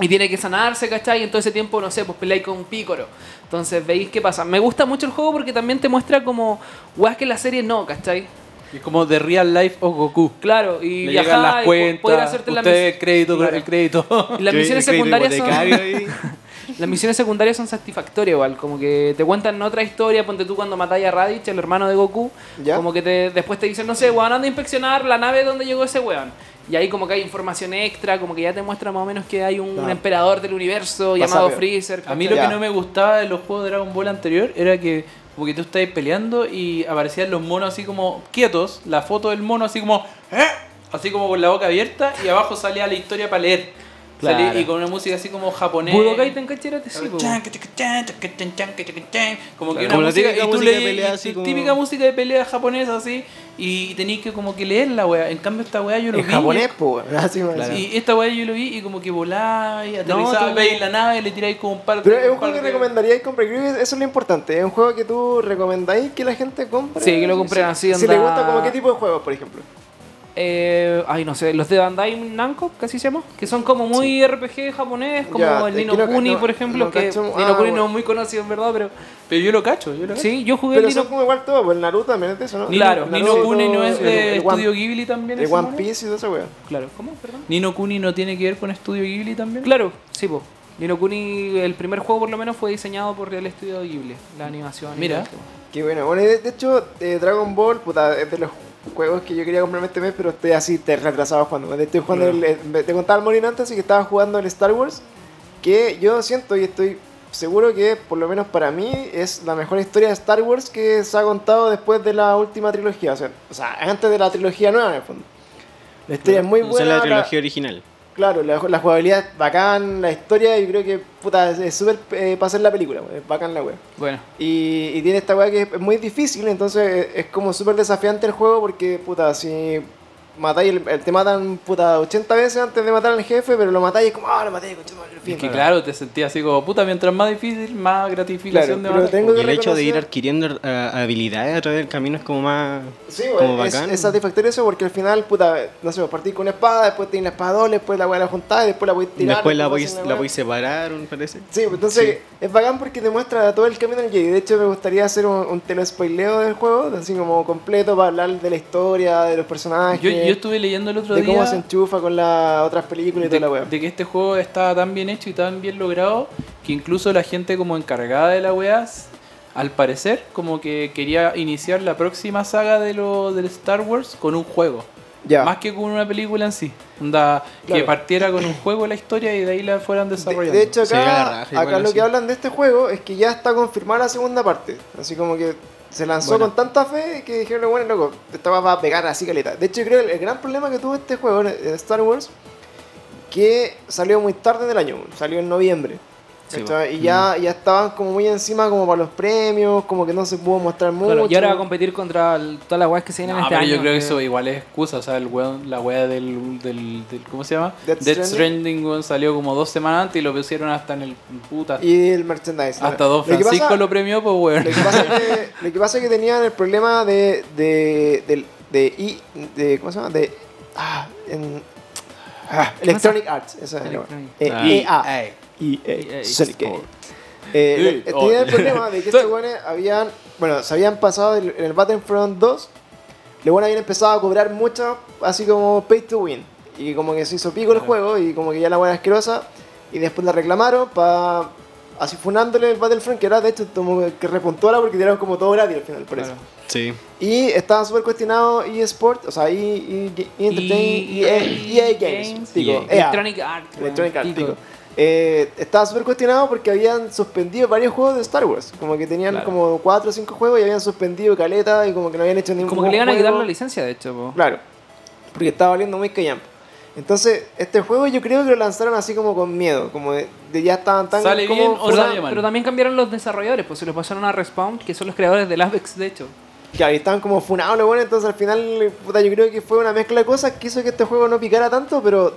Y tiene que sanarse, ¿cachai? Y en todo ese tiempo, no sé, pues peleáis con Pícoro. Entonces veis qué pasa. Me gusta mucho el juego porque también te muestra como weas que en la serie no, ¿cachai? Es como The Real Life of Goku. Claro, y Le viajar llegan las y po- poder cuentas, hacerte la usted mis- crédito, Claro. el crédito. Y las misiones secundarias son... son... Las misiones secundarias son satisfactorias igual, como que te cuentan otra historia, ponte tú cuando matáis a Raditz, el hermano de Goku, ¿Ya? como que te, después te dicen, no sé, weón, anda a inspeccionar la nave donde llegó ese weón. Y ahí como que hay información extra, como que ya te muestra más o menos que hay un Claro. emperador del universo Pasa llamado peor. Freezer. A mí lo Ya. que no me gustaba de los juegos de Dragon Ball anterior era que como que tú estabas peleando y aparecían los monos así como quietos, la foto del mono así como "¿Eh?", así como con la boca abierta y abajo salía la historia para leer. Claro. Salía- y con una música así como japonés. Budokai Tenkaichi era sí, po. Chan, que chica, chan, chaca, chan, chan, que chica, chan. Como que Claro. una Como la música, típica y tú música de leí- pelea, y así tu- como- típica música de pelea japonesa así y tenías que como que leer la wea. En cambio esta wea yo lo En vi. japonés, pues. weón. Así me decía. Y esta wea yo lo vi y como que volaba y aterrizaba, tú- veis la nave, le tiráis como un par de. Pero es un un par juego que de- recomendaríais comprar. Creo que eso es lo importante. Es un juego que tú recomendáis que la gente compre. Sí, que lo compren así, Si onda- le gusta, como qué tipo de juegos, por ejemplo. eh, ay, no sé, los de Bandai Namco, casi se llama, que son como muy RPG japonés, como Ya, el es Nino que no ca- Kuni, no- por ejemplo, no que cacho- Nino ah, Kuni no bueno. es muy conocido en verdad, pero Pero yo lo cacho, yo lo cacho. sí, yo jugué el Pero Nino son como igual todo, pues el Naruto también es de eso, ¿no? Claro, Nino Naruto, Kuni no es el- de el One- Estudio Ghibli también. El ese One mono? Piece y todo eso, weón. Claro, ¿cómo? Perdón. Nino Kuni no tiene que ver con Estudio Ghibli también. Claro, sí, po. Nino Kuni, el primer juego por lo menos fue diseñado por el estudio Ghibli, la animación. y Mira. todo el tema. Qué bueno. Bueno, y de, de hecho, eh, Dragon Ball, puta, es de los juegos que yo quería comprarme este mes, pero estoy así te retrasado jugando. Estoy jugando el- eh, te contaba al Molino antes, así que estaba jugando el Star Wars, que yo siento y estoy seguro que, por lo menos para mí, es la mejor historia de Star Wars que se ha contado después de la última trilogía. O sea, o sea, antes de la trilogía nueva, en el fondo. La historia es muy O sea, buena. la la- trilogía original. Claro, la, la jugabilidad es bacán, la historia, y creo que puta, es súper eh, para hacer la película, es bacán la wea. Bueno, Y, y tiene esta weá que es muy difícil, entonces es como súper desafiante el juego porque, puta, si matáis, el- el- te matan, puta, 80 veces antes de matar al jefe, pero lo matáis y es como, ah, lo matáis, conchetumare, en Es fin. que claro, te sentías así como, puta, mientras más difícil, más gratificación Claro, de pero matar. tengo Y que el hecho de ir reconocer- adquiriendo eh, habilidades a través del camino es como más. Sí, como weón, es, bacán. es satisfactorio eso porque al final, puta, no sé, pues, partís con una espada, después tenés la espada doble, después la weá la juntáis, después la voy a tirar. Después la voy, hacer una la weá. voy a separar, me parece. Sí, pues, entonces es bacán porque te muestra todo el camino en Jedi. De hecho, me gustaría hacer un, un telespoileo del juego, así como completo, para hablar de la historia, de los personajes, Yo, yo estuve leyendo el otro de día cómo se enchufa con las otras películas y de, toda la wea. de que este juego estaba tan bien hecho y tan bien logrado que incluso la gente como encargada de la weá, s- al parecer, como que quería iniciar la próxima saga de lo del Star Wars con un juego. Ya. Más que con una película en sí. Onda, Que Claro. partiera con un juego la historia y de ahí la fueran de, desarrollando. de hecho, Sería la acá, raja acá igual lo que así. hablan de este juego es que ya está confirmada la segunda parte. Así como que se lanzó con Bueno. tanta fe que dijeron, bueno, loco, esta wea va a pegar así caleta. De hecho, yo creo que el, el gran problema que tuvo este juego, eh, Star Wars, que salió muy tarde del año, salió en noviembre. Sí, ¿cachai? y ya, ya estaban como muy encima como para los premios, como que no se pudo mostrar mucho. claro, y ahora va a competir contra el- todas las weas que se vienen No, este pero año. yo creo que eso igual es excusa. O sea, el weón, la wea del, del, del- ¿Cómo se llama? Death Death Stranding. Stranding weón, salió como dos semanas antes y lo pusieron hasta en el. Puta. Y el merchandise. hasta Don Lo que Francisco pasa- lo premió, pues weón. Lo que pasa es que, lo que, pasa es que tenían el problema de. de. de. de, I- de- ¿Cómo se llama? De. Ah, en- ah, Electronic Arts. Esa es la- Electronic. eh, E Ah. EA. EA EA. Sonic Game. Sport. Eh, Eh, lo- tenían oh. el problema de que estos weones habían. Bueno, se habían pasado del- en el Battlefront 2. Los buenos habían empezado a cobrar mucho, así como pay to win. Y como que se hizo pico el juego y como que ya la buena asquerosa. Y después la reclamaron para. Así funándole el Battlefront, que era de hecho como que repuntó ahora porque dieron como todo gratis al final, por eso. Claro. Sí. Y estaba súper cuestionado eSport, o sea, EA Entertainment, EA, E, Games, digo, EA. EA. Electronic Arts. weón, Electronic Arts, pico. pico. Eh, estaba súper cuestionado porque habían suspendido varios juegos de Star Wars. Como que tenían Claro. como 4 o 5 juegos y habían suspendido caleta y como que no habían hecho ningún Como que le van a juego. quitar la licencia, de hecho. po. Claro, porque estaba valiendo muy callampa. Entonces, este juego yo creo que lo lanzaron así como con miedo, como de, de ya estaban tan ¿Sale como bien o funa- sale mal? Pero también cambiaron los desarrolladores, pues se los pasaron a Respawn, que son los creadores del Apex, de hecho. Claro, y estaban como funados los buenos, entonces al final, puta, yo creo que fue una mezcla de cosas que hizo que este juego no picara tanto, pero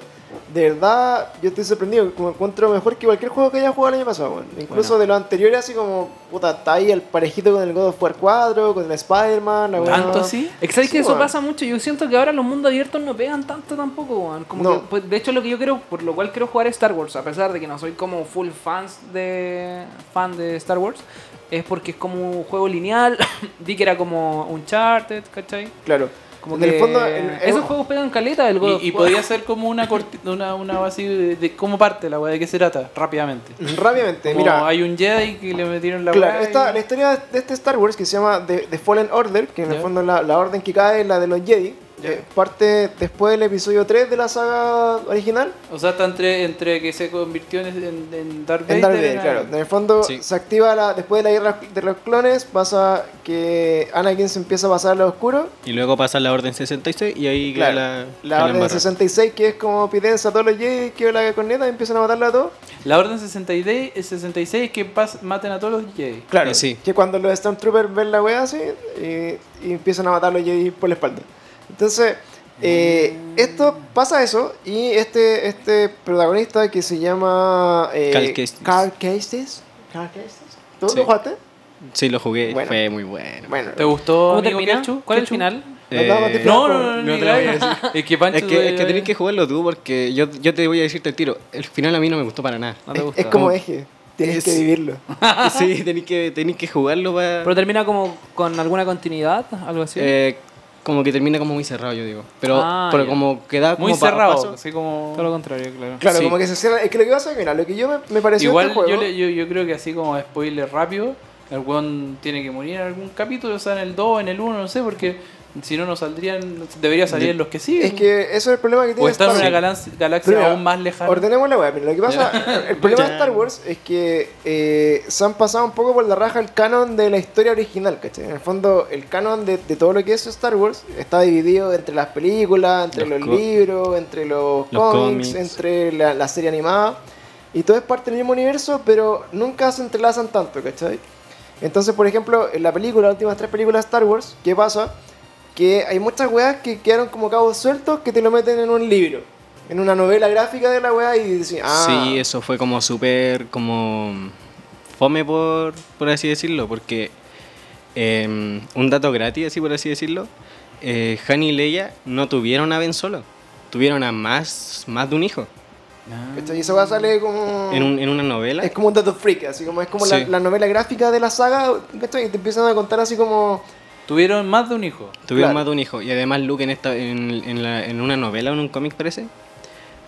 de verdad yo estoy sorprendido, como encuentro mejor que cualquier juego que haya jugado el año pasado, weón. Incluso de los anteriores, así como, puta, está ahí el parejito con el God of War 4, con el Spider-Man, la weá. ¿Tanto así? Exacto, Sí, que eso weón. pasa mucho. Yo siento que ahora los mundos abiertos no pegan tanto tampoco, weón. Como No. que, pues, de hecho, lo que yo quiero, por lo cual quiero jugar es Star Wars, a pesar de que no soy como full fans de, fan de Star Wars, es porque es como un juego lineal. Vi que era como un charted, ¿cachai? Claro. Como en que el fondo, en- eh, en- esos juegos pegan caleta del God Y, y of War. podía ser como una corti- una, una así de, de cómo parte la weá, de qué se trata, rápidamente. rápidamente, Eh, Como mira. hay un Jedi que le metieron la Claro, weá esta, y- la historia de este Star Wars que se llama The, The Fallen Order, que en Ya. el fondo la, la orden que cae es la de los Jedi, eh, parte después del episodio 3 de la saga original. O sea, está entre, entre que se convirtió en, en, en Darth Vader. En Darth Vader, en- claro. En el fondo Sí. se activa la, después de la guerra de los clones, pasa que Anakin se empieza a pasar a lo oscuro. Y luego pasa la Orden 66 y ahí queda Claro. La, la, queda la orden embarrada. 66 que es como pidensa a todos los Jedi que la corneta y empiezan a matarla a todos. La Orden 66 es 66 que pas- maten a todos los Jedi. Claro. Eh, Sí. Eh, Que cuando los Stormtroopers ven la wea así eh, y empiezan a matar a los Jedi por la espalda. Entonces, eh, esto pasa eso y este, este protagonista que se llama eh, Cal Kestis. Cal Kestis. Cal Kestis. ¿Tú Sí. lo jugaste? Sí, lo jugué, Bueno. fue muy bueno. Bueno, ¿Te gustó? ¿Cómo amigo termina? Ketchu? ¿Cuál es el Ketchu? final? Nos damos de No, no, no, no, No ni te lo voy a cagando. decir. Es que Pancho. es que, es eh, que tenés que jugarlo tú porque yo, yo te voy a decirte el tiro. El final a mí no me gustó para nada. No te Es- gusta. Es como eje. Tienes Es- que vivirlo. sí, tenés que, tenés que jugarlo para... Pero termina como con alguna continuidad, algo así. Eh, como que termina como muy cerrado, yo digo. Pero, Ah, pero ya. como queda como Muy pa- cerrado. paso. Así como. Todo lo contrario, claro. Claro, Sí. como que se cierra. Es que lo que pasa es que, mira, lo que yo me, me pareció Igual este juego. yo, le- yo, yo creo que así como spoiler rápido, el weón tiene que morir en algún capítulo, o sea, en el 2, en el 1, no sé, porque si no, no saldrían, debería salir en los que siguen. Es que eso es el problema que tiene o estar en Star una Wars. galaxia, galaxia Primero, aún más lejana. Ordenemos la weá. Mira, lo que pasa. el problema de Ya. Star Wars es que eh, se han pasado un poco por la raja el canon de la historia original, ¿cachai? En el fondo, el canon de, de todo lo que es Star Wars está dividido entre las películas, entre Los los, co- libros, entre los, los cómics, cómics. entre la, la serie animada. Y todo es parte del mismo universo, pero nunca se entrelazan tanto, ¿cachai? Entonces, por ejemplo, en la película, las últimas tres películas de Star Wars, ¿qué pasa? que hay muchas weas que quedaron como cabos sueltos que te lo meten en un libro, en una novela gráfica de la wea y dices, ah, Sí, eso fue como súper como fome por, por así decirlo, porque eh, un dato gratis, así por así decirlo, eh, Han y Leia no tuvieron a Ben solo, tuvieron a más, más de un hijo ¿cachai? Y esa wea sale como... en, un- en una novela. Mm. Es como un dato freak, así como es como la, Sí. la novela gráfica de la saga, ¿cachai? Y te empiezan a contar así como... Tuvieron más de un hijo. Tuvieron Claro. más de un hijo. Y además Luke en, esta, en, en la- en una novela o en un cómic parece,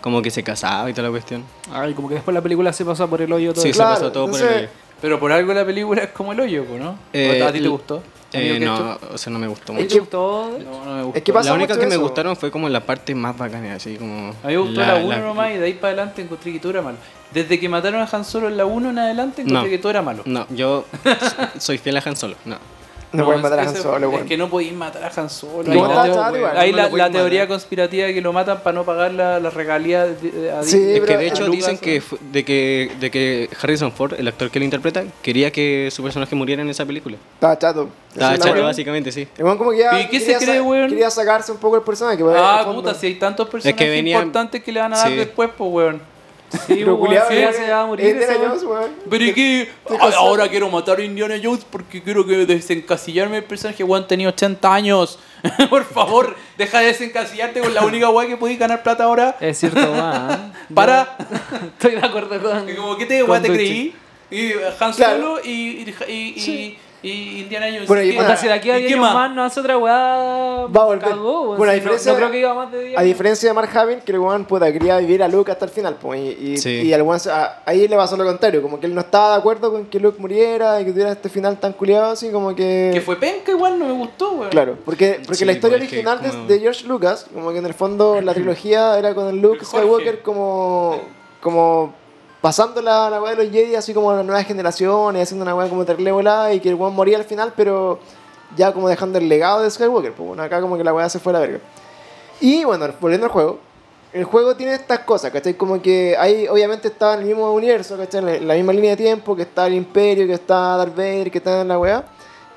como que se casaba y toda la cuestión. Ay, como que después la película se pasa por el hoyo todo. Sí, el- se Claro, pasó todo por el entonces- hoyo. Pero por algo la película es como el hoyo, po, ¿no? Eh, ¿A ti te l- gustó? Eh, Amigo no, o sea, no me gustó ¿Te mucho. gustó? Ketchup? No, no me gustó. Es que pasa La única mucho que me eso. gustaron fue como la parte más bacana, así como... A mí me gustó la 1 la- nomás y de ahí para adelante encontré que todo era malo. Desde que mataron a Han Solo en la 1 en adelante encontré No. que todo era malo. No, yo soy fiel a Han Solo. No. No, pueden es matar a que Han ese- Solo, Es weón. que no podéis matar a Han Solo. No, Ahí está la- chato igual, Ahí no la, lo podéis la teoría matar. conspirativa de que lo matan para no pagar la- las regalías de- a Sí, Disney. Es que pero de a hecho Lucas, dicen que, fu- de que de que Harrison Ford, el actor que lo interpreta, quería que su personaje muriera en esa película. Estaba chato. Esa Estaba es la chato, wea. básicamente, sí. El weón como que ya ¿Y qué se quería cree, sa- weón? Quería sacarse un poco el personaje. que va Ah, al fondo. puta, si hay tantos personajes venían- importantes que le van a dar sí. después, pues, weón. Sí, Pero weón, culiao, eh, sí, weón, se va a morir. Indiana ese weón. Jones, weón. Pero ¿y qué? Ah, Ahora quiero matar a Indiana Jones porque quiero que desencasillarme el personaje. Weón, tenía 80 años. Por favor, deja de desencasillarte con la única weá que podéis ganar plata ahora. Es cierto, weón. Para. Estoy de acuerdo con. Y como que te, con weá, te Duchi. creí. Y eh, Han Claro. Solo y, y, y- y- y Indiana Jones. Bueno, y ¿Qué para- Onda, más? si de aquí a ¿Y 10 qué años más? más no hace otra weá. Va a volver. Cagó, weón. Bueno, a Sí, no- diferencia- No, creo que iba más de 10 A diferencia de Mark Hamill, que el weón puta, quería vivir a Luke hasta el final, po, y, y, Sí. y al weón se- a- ahí le pasó lo contrario, como que él no estaba de acuerdo con que Luke muriera y que tuviera este final tan culiado, así como que... Que fue penca, igual no me gustó, weón. Claro, porque, porque Sí, la historia pues, es que original de- como- de, George Lucas, como que en el fondo la trilogía era con el Luke El Jorge. Skywalker como, como pasando la, la weá de los Jedi así como a las nuevas generaciones, haciendo una weá como terrible volada y que el weón moría al final, pero ya como dejando el legado de Skywalker. Pues bueno, acá como que la weá se fue a la verga. Y bueno, volviendo al juego. El juego tiene estas cosas, ¿cachai? Como que ahí obviamente está en el mismo universo, ¿cachai? En la- En la misma línea de tiempo, que está el Imperio, que está Darth Vader, que está en la weá.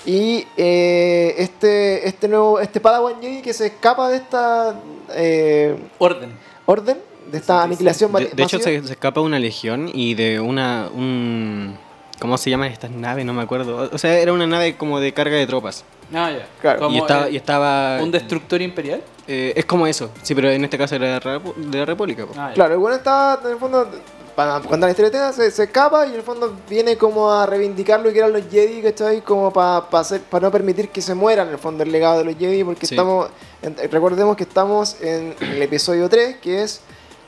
Y eh, este, este nuevo, este Padawan Jedi que se escapa de esta eh, Orden. orden, de esta aniquilación De, ma- de hecho, masiva. se, se escapa una legión y de una... Un, ¿Cómo se llaman estas naves? No me acuerdo. O- O sea, era una nave como de carga de tropas. Ah, ya. Claro. Como, Y estaba... eh, y estaba ¿Un destructor imperial? eh, es como eso. Sí, pero en este caso era de la, Repu- de la República. Oh. po. Ah, ya. Claro, el bueno está en el fondo, para contar la historia entera, se, se escapa y en el fondo viene como a reivindicar lo que eran los Jedi, ¿cachai? Como para para no permitir que se muera en el fondo el legado de los Jedi, porque Sí. estamos, en- recordemos que estamos en el episodio 3, que es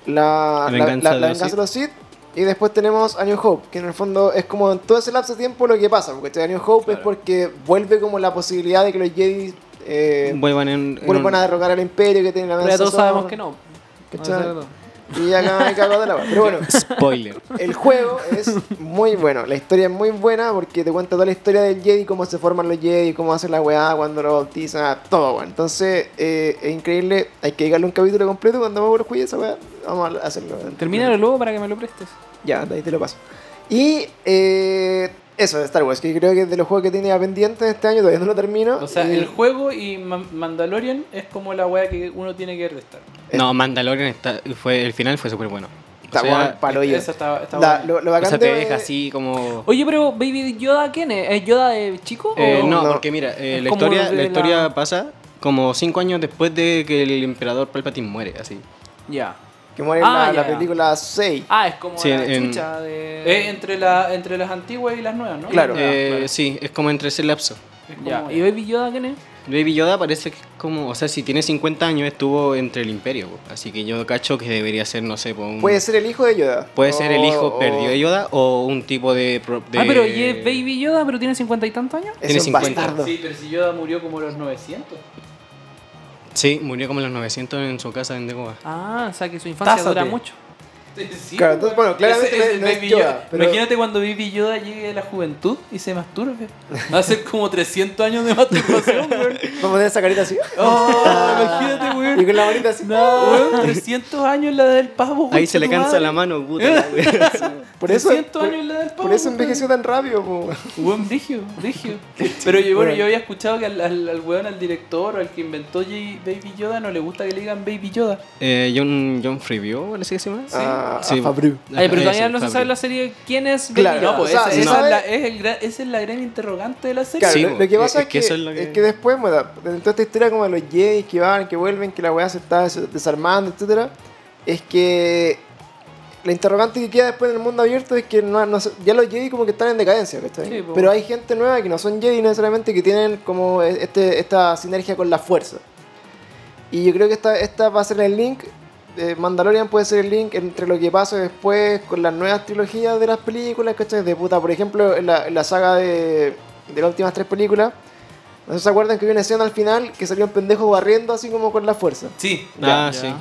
la, la- La venganza la- de la los venganza de los Sith. Y después tenemos A New Hope, que en el fondo es como en todo ese lapso de tiempo lo que pasa, porque A New Hope Claro. es porque vuelve como la posibilidad de que los Jedi eh, Vuelvan en... en vuelvan un- a derrocar al imperio que tiene la Pero ya venganza todos sabemos que Sith, no. ¿cachai? No, eso Y acá me cago de la Pero bueno, Spoiler. el juego es muy bueno, la historia es muy buena porque te cuenta toda la historia del Jedi, cómo se forman los Jedi, cómo hacen la weá, cuando lo bautizan, todo, weón. Entonces, eh, es increíble, hay que dedicarle un capítulo completo cuando vamos por el juicio, esa weá, vamos a hacerlo. weón. Termínalo luego para que me lo prestes. Ya, de ahí te lo paso. Y eh, eso de Star Wars, que creo que es de los juegos que tenía pendiente este año, todavía no lo termino. O sea, Y el juego y Ma- Mandalorian es como la weá que uno tiene que ver de estar. No, Mandalorian está- fue, el final fue súper bueno. O está sea, weón, palo yo. Esa está, está La- buena. Lo, lo o bacán sea, te de- deja así como... eh, Oye, pero Baby Yoda, ¿quién es? ¿Es Yoda de chico? Eh, o- no, No. porque mira, eh, Es la como historia, de la la- historia pasa como cinco años después de que el emperador Palpatine muere, así. Ya. Que muere en Ah, la, la ya. película 6. Ah, es como Sí, la en- chucha de. Eh, Es entre, la, entre las antiguas y las nuevas, ¿no? Claro. Ya, Eh, Sí, es como entre ese lapso. Es como- Ya. ¿Y Baby Yoda quién es? Baby Yoda parece que es como, o sea, si tiene 50 años estuvo entre el imperio, po. así que yo cacho que debería ser, no sé, po, un- Puede ser el hijo de Yoda. Oh, puede ser el hijo O- perdido de Yoda o un tipo de... pro- de- Oh, Ah, eh, pero ¿y es Baby Yoda, pero tiene cincuenta y tantos años? Es Tiene un 50. bastardo. Sí, pero si Yoda murió como a los 900. Sí, murió como en los 900 en su casa en Dagobah. Ah, o sea que su infancia Tásate. dura mucho. Sí, Claro, entonces, bueno, claramente ese es el no es Baby Yoda, Yoda. pero- Imagínate cuando Baby Yoda llegue a la juventud y se masturbe. Va a ser como 300 años de masturbación, weón. Vamos a poner esa carita así. Oh, imagínate, Y weón. con la manita así. No, weón, 300 años la del pavo, weón, Ahí se le tu cansa madre. la mano, puta. la wea. Por eso, 300 por, años la del pavo. por eso weón. envejeció tan rápido. po. Weón, brigio, brigio. Pero yo, bueno, Weón. yo había escuchado que al, al, al weón, al director o al que inventó J- Baby Yoda, no le gusta que le digan Baby Yoda. Eh, John, John Frivio, parece que se llama. Ah, Sí. a Fabru. Ay, pero Ajá, todavía ese, no se Fabri. sabe la serie quién es Baby Claro, Yoda. No, pues o sea, esa, se esa sabe- es la, es el gran, esa es la gran interrogante de la serie. Claro, Sí, lo, po, lo que es- pasa es es que, que eso es lo es que- que después, bueno, en toda esta historia como de los Jedi que van, que vuelven, que la weá se está des- desarmando, etcétera, es que la interrogante que queda después en el mundo abierto es que no, no sé, ya los Jedi como que están en decadencia, ¿cachai? Sí, po. Pero hay gente nueva que no son Jedi necesariamente que tienen como este, esta sinergia con la fuerza. Y yo creo que esta, esta va a ser el link. eh, Mandalorian puede ser el link entre lo que pasa después con las nuevas trilogías de las películas, ¿cachai? De puta, por ejemplo, en la, en la saga de, de las últimas tres películas, no sé si se acuerdan que hubo una escena al final que salió un pendejo barriendo así como con la fuerza. Sí, Ah, Ya, sí.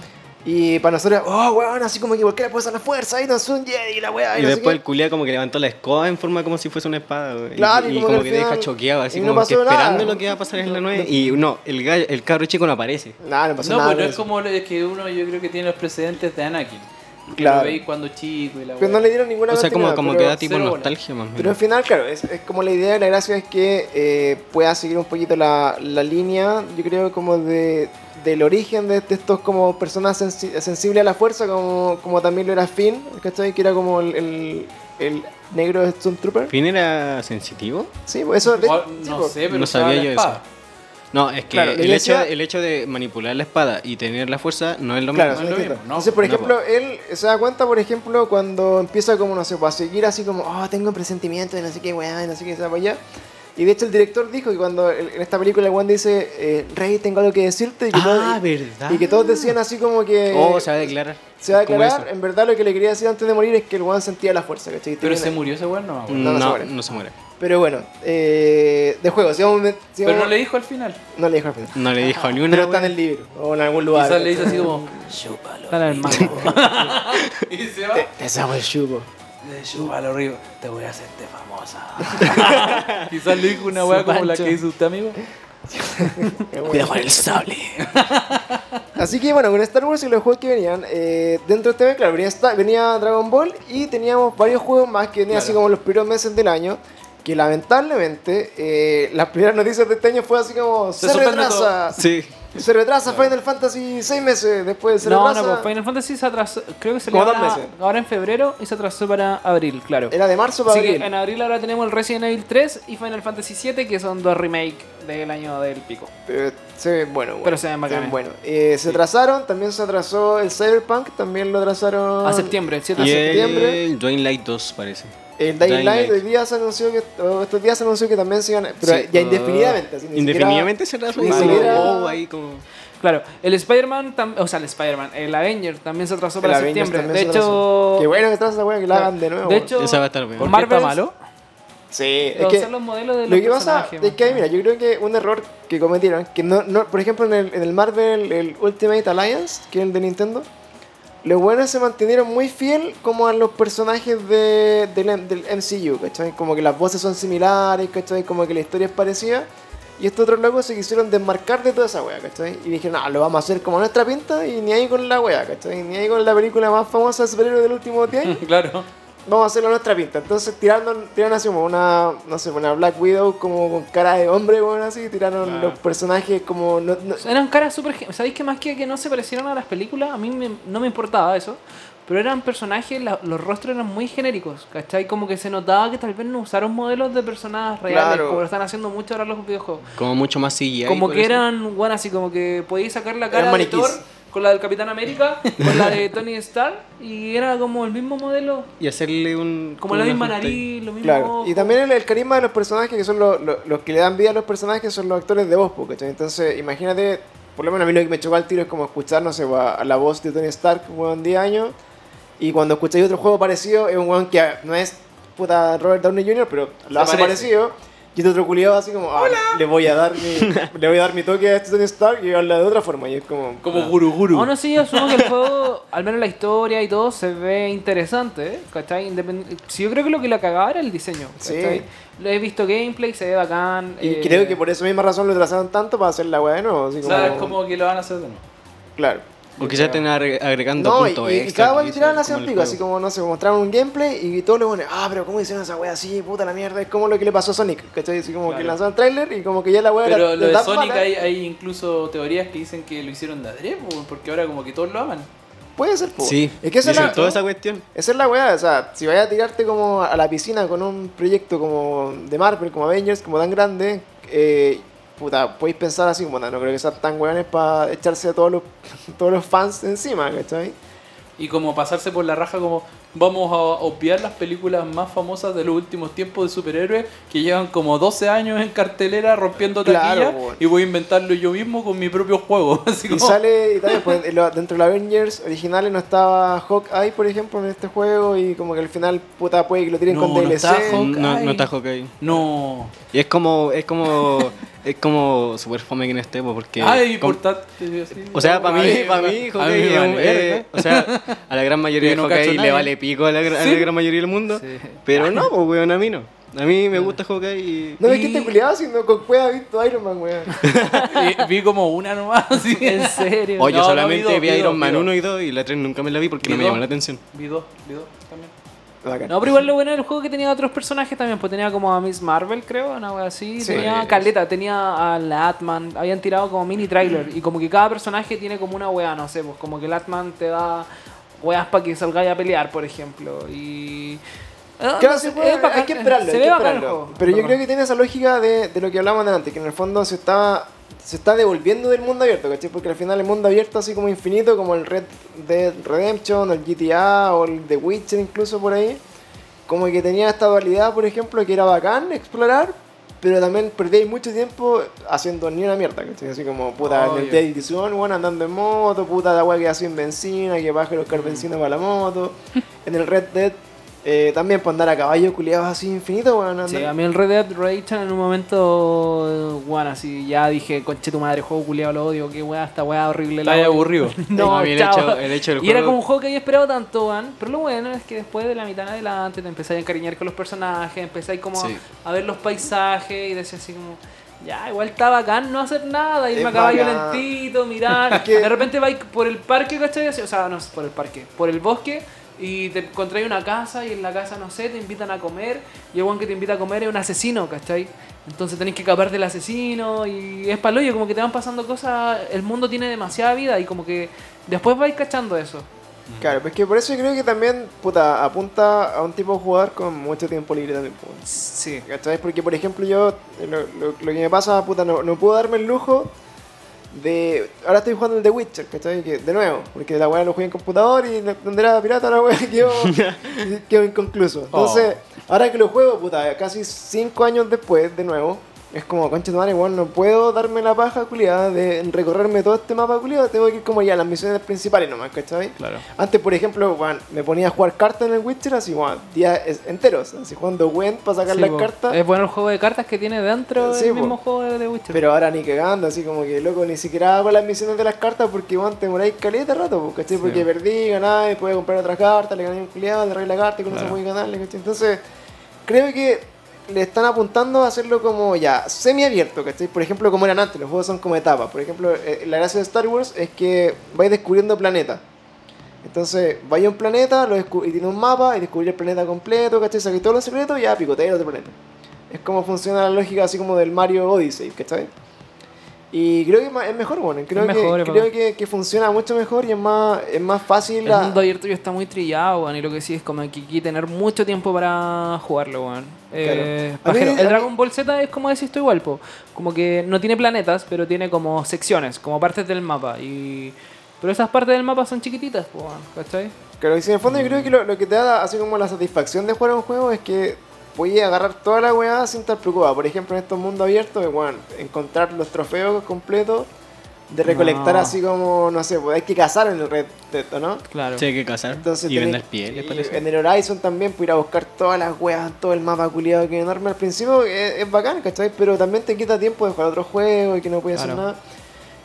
Y para nosotros, oh, weón, así como que cualquiera puede usar la fuerza, y no es un Jedi, la weá, y, Y Ah, no sé después qué. el culiá como que levantó la escoba en forma como si fuese una espada. güey. Claro, y, y y como como, que al que final- deja choqueado, así y no como que pasó nada. esperando lo que iba a pasar en la 9. Y no, el, gallo- el cabro chico no aparece. Nah, no pasó No, nada. pues no con es eso. como es que uno yo creo que tiene los precedentes de Anakin. Que Claro. Lo veis cuando chico y la Pero wea. no le dieron ninguna O sea, como, continuidad, como pero- que da tipo cero bola. nostalgia más o Pero al menos. final, claro, es, es como la idea, la gracia es que eh, pueda seguir un poquito la, la línea, yo creo, como de, del origen de, de estos como personas sensi- sensibles a la fuerza, como, como también lo era Finn, ¿cachai? Que era como el, el, el negro Stormtrooper. ¿Fin era sensitivo? Sí, pues eso... de- O- sí, no pues. sé, pero No usaba sabía la yo espada. No, es que Claro, el, le hecho, decía- el hecho de manipular la espada y tener la fuerza no es lo Claro, son mismo. es lo distintos. mismo, no, pues. Entonces, por no, ejemplo, él se da cuenta, por ejemplo, cuando empieza como, no sé, pues, a seguir así como, oh, tengo un presentimiento de no sé qué, weá, de no sé qué, se va para allá. Y de hecho el director dijo que cuando el- en esta película el weón dice, eh, Rey, tengo algo que decirte. Y que, Ah, todos, y- verdad. y que todos decían así como que... Oh, se va a declarar. se va a Como declarar. eso. En verdad lo que le quería decir antes de morir es que el weón sentía la fuerza, ¿cachai? Y Pero tenía- se murió ese weón, no me acuerdo. No, no se No, muere. no se muere. Pero bueno, eh, de juego, si vamos... si Pero vamos- no le dijo al final. no le dijo al final. No le dijo ni una. Pero está en güey. el libro, o en algún lugar. Quizás le dice así como. Está la hermana. Y se va. Esa fue el chupo. De Chúpalo, Río. Te voy a hacerte famosa. Quizás le dijo una wea Su como la pancho. que hizo usted, amigo. Cuidado con el sable. Así que bueno, con Star Wars y los juegos que venían, eh, dentro de este mes, claro, venía, Sta- venía Dragon Ball y teníamos varios juegos más que venían así como los primeros meses del año. Que lamentablemente, eh, las primeras noticias de este año fue así como: Se se, suspende retrasa. Sí. Se retrasa Final Fantasy seis meses después. Se No, no, retrasa. pues Final Fantasy se atrasó. Creo que se Como dos ahora, meses. ahora en febrero y se atrasó para abril, claro. Era de marzo para Así que abril. en abril ahora tenemos el Resident Evil 3 y Final Fantasy VII, que son dos remake del año del pico. Pero Eh, se ven bueno, bueno. Pero se ven bacanes. bueno. Eh, Se atrasaron, también se atrasó el Cyberpunk, también lo atrasaron. A septiembre, ¿cierto? Y Hace septiembre. el Dwayne Light 2 parece. El Eh, Dying Light Dying Light. hoy día se anunció que, o estos días se anunció que también se iban a- pero Sí. pues, ya indefinidamente. así, ni Indefinidamente será ni siquiera- Oh, ahí como. Claro, el Spider-Man, tam- o sea, el Spider-Man, el Avenger también se atrasó siquiera- para el Avengers septiembre. también De se atrasó. hecho, Qué bueno que estás esa weá que la hagan de nuevo. de weón. hecho, Esa va a estar bien. ¿Por qué Marvel está malo? sí, es Los- que son los modelos de los lo que pasa personajes, es que, man. mira, yo creo que un error que cometieron, que no, no por ejemplo en el, en el Marvel, el Ultimate Alliance, que es el de Nintendo, los buenos se mantuvieron muy fiel como a los personajes de, del, M- del MCU, ¿cachai? Como que las voces son similares, ¿cachai? Como que la historia es parecida. Y estos otros locos se quisieron desmarcar de toda esa wea, ¿cachai? Y dijeron, ah, lo vamos a hacer como nuestra pinta y ni ahí con la wea, ¿cachai? Ni ahí con la película más famosa de superhéroes del último 10 años Claro. vamos a hacerlo a nuestra pinta. Entonces tiraron, tiraron así como una, no sé, una Black Widow como con cara de hombre, bueno, así, tiraron los personajes como... No, no- eran caras súper... gen- ¿Sabéis que más que que no se parecieron a las películas? A mí me- no me importaba eso. Pero eran personajes, la- los rostros eran muy genéricos, ¿cachai? Como que se notaba que tal vez no usaron modelos de personas reales, Claro. como lo están haciendo mucho ahora los videojuegos. Como mucho más CGI. como por que eso. eran, bueno, así como que podíais sacar la Eran cara de Thor maniquís. con la del Capitán América, con la de Tony Stark, y era como el mismo modelo, Y hacerle un... como la una misma junta ahí. nariz, lo mismo. Claro, y ojo. también el, el carisma de los personajes, que son los, los- los que le dan vida a los personajes, son los actores de voz, po, ¿cachai? Entonces, imagínate, por lo menos a mí lo que me chocó al tiro es como escuchar, no sé, a, a la voz de Tony Stark, weón, 10 años, y cuando escucháis otro juego parecido, es un weón que ah, no es puta Robert Downey Jr., pero lo hace parece. parecido, y este otro culiado así como, ah, le voy a dar mi, le voy a dar mi toque a este Tony Stark y habla de otra forma, y es como... Como guru guru. Aún así, yo asumo que el juego, al menos la historia y todo, se ve interesante, ¿eh? ¿cachai? Independ- Sí, yo creo que lo que la cagaba era el diseño, Sí. ¿cachai? Lo he visto gameplay, se ve bacán. Y eh, creo que por esa misma razón lo trazaron tanto para hacer la weá de nuevo, así o como... sea, es como que lo van a hacer de nuevo. Claro. O quizás estén agre- agregando No, y, puntos y- y extra, cada weá que quizás, tiraban así como el antiguo, juego. así como, no sé, mostraron un gameplay y todos le ponen, ah, pero ¿cómo hicieron esa weá así? Puta la mierda, es como lo que le pasó a Sonic, ¿cachai? Así como Claro. que lanzaron trailer y como que ya la weá Pero era lo de tan Sonic mala. hay, hay incluso teorías que dicen que lo hicieron de adrede, po, porque ahora como que todos lo aman. Puede ser, po. Sí, Es que esa es, dicen la, toda esa cuestión. esa es la weá, o sea, si vayas a tirarte como a la piscina con un proyecto como de Marvel, como Avengers, como tan grande, eh, puta, podéis pensar así, como, "No, no creo que sean tan weones para echarse a todos los, todos los fans encima, ¿cachai? Y como pasarse por la raja como vamos a obviar las películas más famosas de los últimos tiempos de superhéroes que llevan como 12 años en cartelera rompiendo taquilla Claro, po. y voy a inventarlo yo mismo con mi propio juego. Así Y como, sale, y también, pues, en lo- dentro de los Avengers originales no estaba Hawkeye, por ejemplo, en este juego, y como que al final, puta, puede que lo tiren No, con no DLC. estaba Hawkeye. No, no está Hawkeye. No. Y es como... Es como... es como super fome que no esté, po, porque... Ay, com- Ah, importante. así. O sea, para mí, Ay, para va- mí, a mí Hawkeye me es vale un- verga. eh, o sea, a la gran mayoría Yo de no cacho Hawkeye le nada. vale pico a la, gra- a la Sí. gran mayoría del mundo. Sí. Pero no, pues, weón, a mí no. A mí me gusta Hawkeye y... No ves Y- que te peleaba sino con cueva visto Iron Man, weón. Eh, vi como una nomás. así. En serio. Oye, No, no, solamente vi dos, vi vi Iron dos, Man vi dos. 1 y 2 y la 3 nunca me la vi porque Vi no me dos. llamó la atención. Vi dos, vi dos también. Bacán. No, pero igual lo bueno del juego que tenía otros personajes también, pues tenía como a Miss Marvel, creo, una wea así, Sí. tenía Sí. a Caleta, tenía a la Atman, habían tirado como mini trailer, y como que cada personaje tiene como una wea, no sé, pues como que el Atman te da weas para que salgáis a pelear, por ejemplo, y... Ah, Claro, no sé, se puede- es bacán, hay que esperarlo, se hay ve que bacán el esperarlo. juego. Pero yo Perdón. creo que tiene esa lógica de, de lo que hablábamos antes, que en el fondo se está, se está devolviendo del mundo abierto, ¿cachai? Porque al final el mundo abierto así como infinito, como el Red Dead Redemption, o el GTA, o el The Witcher incluso por ahí, como que tenía esta dualidad, por ejemplo, que era bacán explorar, pero también perdíais mucho tiempo haciendo ni una mierda, ¿cachai? Así como, puta, en el Obvio. Dead Zone, bueno, andando en moto, puta, la weá que sin benzina, que baje a buscar Mm. benzina para la moto. en el Red Dead eh, también, por andar a caballo, culiados así infinito, weón. andar- Sí, a mí el Red Dead Redemption en un momento, bueno, así ya dije, conche tu madre, juego culiado, lo odio, qué wea, esta wea horrible. la Está ahí odio". aburrido. No, A mí el chao. hecho- el hecho del Y era juego- como un juego que había esperado tanto, weón. Pero lo bueno es que después de la mitad en adelante te empezáis a encariñar con los personajes, empezáis como Sí. a ver los paisajes y decías así como, ya, igual está bacán no hacer nada, irme Es a caballo bacán. lentito, mirar. que- De repente vais por el parque, ¿cachai? O sea, no, por el parque, por el bosque. Y te encontráis una casa y en la casa, no sé, te invitan a comer. Y el weón que te invita a comer es un asesino, ¿cachai? Entonces tenés que escapar del asesino y es paloyo, como que te van pasando cosas. El mundo tiene demasiada vida y como que después vais cachando eso. Claro, pues que por eso yo creo que también, puta, apunta a un tipo de jugador con mucho tiempo libre también, po. Sí. ¿Cachai? Porque, por ejemplo, yo, eh, lo, lo- lo que me pasa, puta, no, no puedo darme el lujo de. Ahora estoy jugando el The Witcher, ¿cachai? Que, de nuevo, porque la weá lo jugué en computador y la era pirata la weá quedó, quedó inconcluso. Entonces, ahora que lo juego, puta, casi 5 años después, de nuevo. Es como, concha tu madre, weón, no puedo darme la paja culiada de recorrerme todo este mapa culiado. Tengo que ir como ya a las misiones principales nomás, ¿cachai? Claro. Antes, por ejemplo, weón, me ponía a jugar cartas en el Witcher así, weón, días es- enteros. Así jugando Wend para sacar Sí, las po. cartas. Es bueno el juego de cartas que tiene dentro Sí, el po. mismo juego de The Witcher. Pero ahora ni cagando, así como que loco, ni siquiera hago las misiones de las cartas porque weón, te demoráis caleta de rato, po, ¿cachai? Porque perdí, ganaba, y pude comprar otras cartas, le gané un culiado, le reí la carta y con eso Claro. pude ganarle, ¿cachai? Entonces, creo que le están apuntando a hacerlo como ya semiabierto, ¿cachai? Por ejemplo, como eran antes, los juegos son como etapas. Por ejemplo, eh, la gracia de Star Wars es que vais descubriendo planetas. Entonces, vaya a un planeta, lo descu- y tiene un mapa, y descubrir el planeta completo, ¿cachai? Saqué todos los secretos y ya picoteé el otro planeta. Es como funciona la lógica así como del Mario Odyssey, ¿cachai? Y creo que es ma- es mejor, bueno. Creo, Es mejor, es que, creo mejor. que, que funciona mucho mejor y es más, es más fácil. El a- mundo abierto ya está muy trillado, weón. Y lo que sí es como que hay que tener mucho tiempo para jugarlo, weón. Eh, Claro. A mí- pajero. a mí- el Dragon Ball Z es como decís tú igual, po. Como que no tiene planetas, pero tiene como secciones, como partes del mapa. Y... Pero esas partes del mapa son chiquititas, po, weón. ¿Cachai? Claro, y sí, en el fondo yo creo que lo, lo que te da así como la satisfacción de jugar un juego es que puedes agarrar toda la weá sin estar preocupado. Por ejemplo, en estos mundos abiertos, eh, weón, encontrar los trofeos completos, de recolectar No. así como, no sé, pues hay que cazar en el red Dead, ¿o ¿no? Claro. Sí, hay que cazar Entonces y tenés- vender pieles, y parece. En el Horizon también, pues ir a buscar todas las weas, todo el mapa culiado que es enorme. Al principio es, es bacán, ¿cachai? Pero también te quita tiempo de jugar otro juego y que no puedes hacer Claro. nada.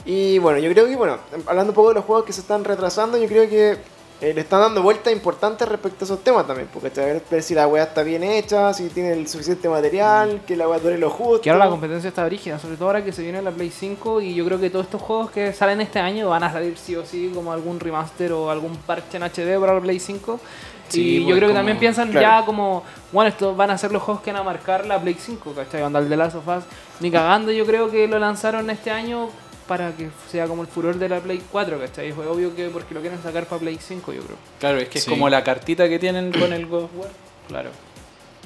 Y bueno, yo creo que, bueno, hablando un poco de los juegos que se están retrasando, yo creo que eh, le están dando vueltas importantes respecto a esos temas también. Porque ¿cachai? ver si la wea está bien hecha, si tiene el suficiente material, que la wea dure lo justo. Que ahora la competencia está brígida, sobre todo ahora que se viene la Play 5 y yo creo que todos estos juegos que salen este año van a salir sí o sí como algún remaster o algún parche en HD para la Play 5. Sí, y pues, yo creo que como- también piensan claro. ya como, bueno, estos van a ser los juegos que van a marcar la Play 5, ¿cachai? Onda el de Last of Us. Ni cagando, yo creo que lo lanzaron este año para que sea como el furor de la Play 4, ¿cachai? Fue obvio que porque lo quieren sacar para Play 5, yo creo. Claro, es que es Sí. como la cartita que tienen con el God of War. Claro.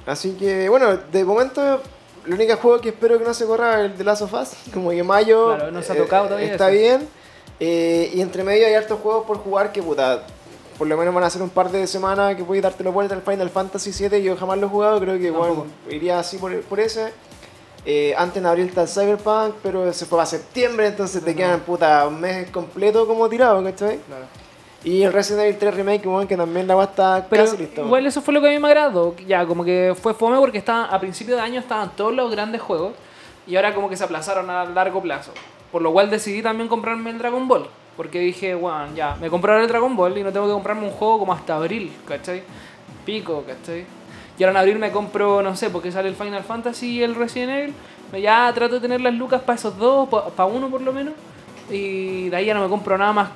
Así que, bueno, de momento, el único juego que espero que no se corra es el de Last of Us. Como que mayo Claro, no se ha tocado todavía está eso. bien. Eh, y entre medio hay hartos juegos por jugar que, puta, por lo menos van a ser un par de semanas que voy a darte la vuelta al Final Fantasy VII. Yo jamás lo he jugado, creo que bueno, iría así por, por ese. Eh, antes en abril está el Cyberpunk, pero se fue a septiembre, entonces te quedan, puta, un mes completo como tirado, ¿cachai? Claro. Y el Resident Evil 3 Remake, bueno, que también la va a estar Pero casi lista. igual eso fue lo que a mí me agradó. que Ya, como que fue fome porque estaba, a principio de año estaban todos los grandes juegos y ahora como que se aplazaron a largo plazo. Por lo cual decidí también comprarme el Dragon Ball. Porque dije, bueno, ya, me compraré el Dragon Ball y no tengo que comprarme un juego como hasta abril, ¿cachai? Pico, ¿cachai? Y ahora en abril me compro, no sé, porque sale el Final Fantasy y el Resident Evil. Ya trato de tener las lucas para esos dos, para uno por lo menos. Y de ahí ya no me compro nada más,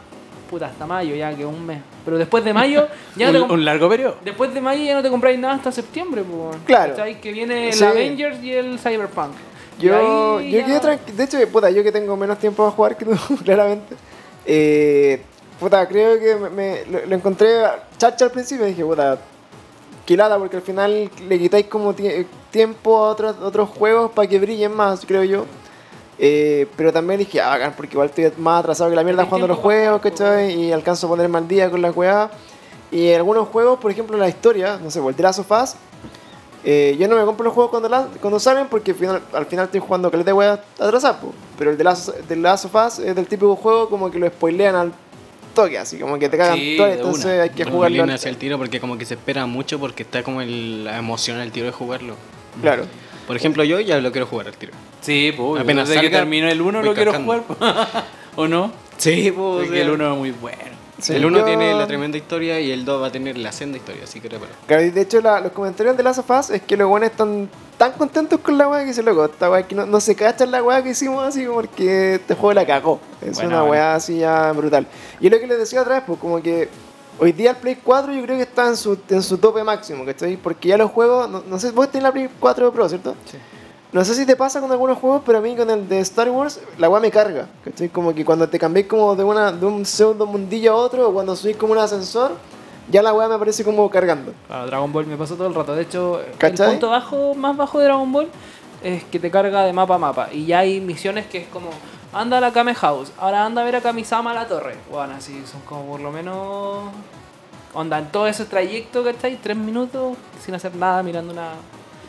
puta, hasta mayo ya, que un mes. Pero después de mayo ya un, te comp- un largo periodo. Después de mayo ya no te compráis nada hasta septiembre, po, weón. Claro. ¿Cachai? Que viene Sí. el Avengers y el Cyberpunk. Y Yo, ahí yo ya- quedé tranquilo. De hecho, eh, puta, yo que tengo menos tiempo para jugar que tú, claramente. Eh, puta, creo que me, me- lo, lo encontré chacha al principio y dije, puta, quilada, porque al final le quitáis como tie- eh, tiempo a otros, otros juegos para que brillen más, creo yo. Eh, pero también dije, ah, bacán, porque igual estoy más atrasado que la mierda Tenés jugando los tiempo juegos, para- ¿cachai? Y alcanzo a ponerme al día con las weas. Y algunos juegos, por ejemplo, la historia, no sé, Voltera Sofás. Eh, yo no me compro los juegos cuando, la- cuando salen porque al final, al final estoy jugando caleta de weas atrasado. po. Pero el de Last, de Last of Us es del típico juego como que lo spoilean al toque, así como que te cagan Sí, todo, de entonces una. hay que Bueno, jugarlo. Lina al- hacia el tiro porque como que se espera mucho porque está como el, la emoción al tiro de jugarlo. Claro. Por ejemplo, yo ya lo quiero jugar al tiro. Sí, pues. Apenas Apenas desde que salga, terminó el 1 lo voy quiero cachando. jugar. po. ¿O no? Sí, pues. Porque el 1 es muy bueno. Sí, el 1 yo- tiene la tremenda historia y el 2 va a tener la senda historia, así que reparo. Claro, y de hecho, la- los comentarios de Last of Us es que los buenos están tan contentos con la weá que se loco. Esta weá que no, no se cacha la weá que hicimos así porque este juego la cagó. Es Buena, una buena. weá así ya brutal. Y es lo que les decía atrás, pues como que hoy día el Play 4 yo creo que está en su, en su tope máximo, ¿cachai? Porque ya los juegos, no, no sé, vos tenés la Play 4 Pro, ¿cierto? Sí. No sé si te pasa con algunos juegos, pero a mí con el de Star Wars, la weá me carga. ¿Cachai? Como que cuando te cambié como de, una, de un pseudo mundillo a otro, o cuando subís como un ascensor, ya la weá me aparece como cargando. Claro, Ah, Dragon Ball me pasó todo el rato. De hecho, ¿Cachai? el punto bajo, más bajo de Dragon Ball es que te carga de mapa a mapa. Y ya hay misiones que es como, anda a la Kame House, ahora anda a ver a Kamisama a la torre. Bueno, así son como por lo menos... Onda, en todo ese trayecto, ¿cachai? Tres minutos sin hacer nada, mirando una...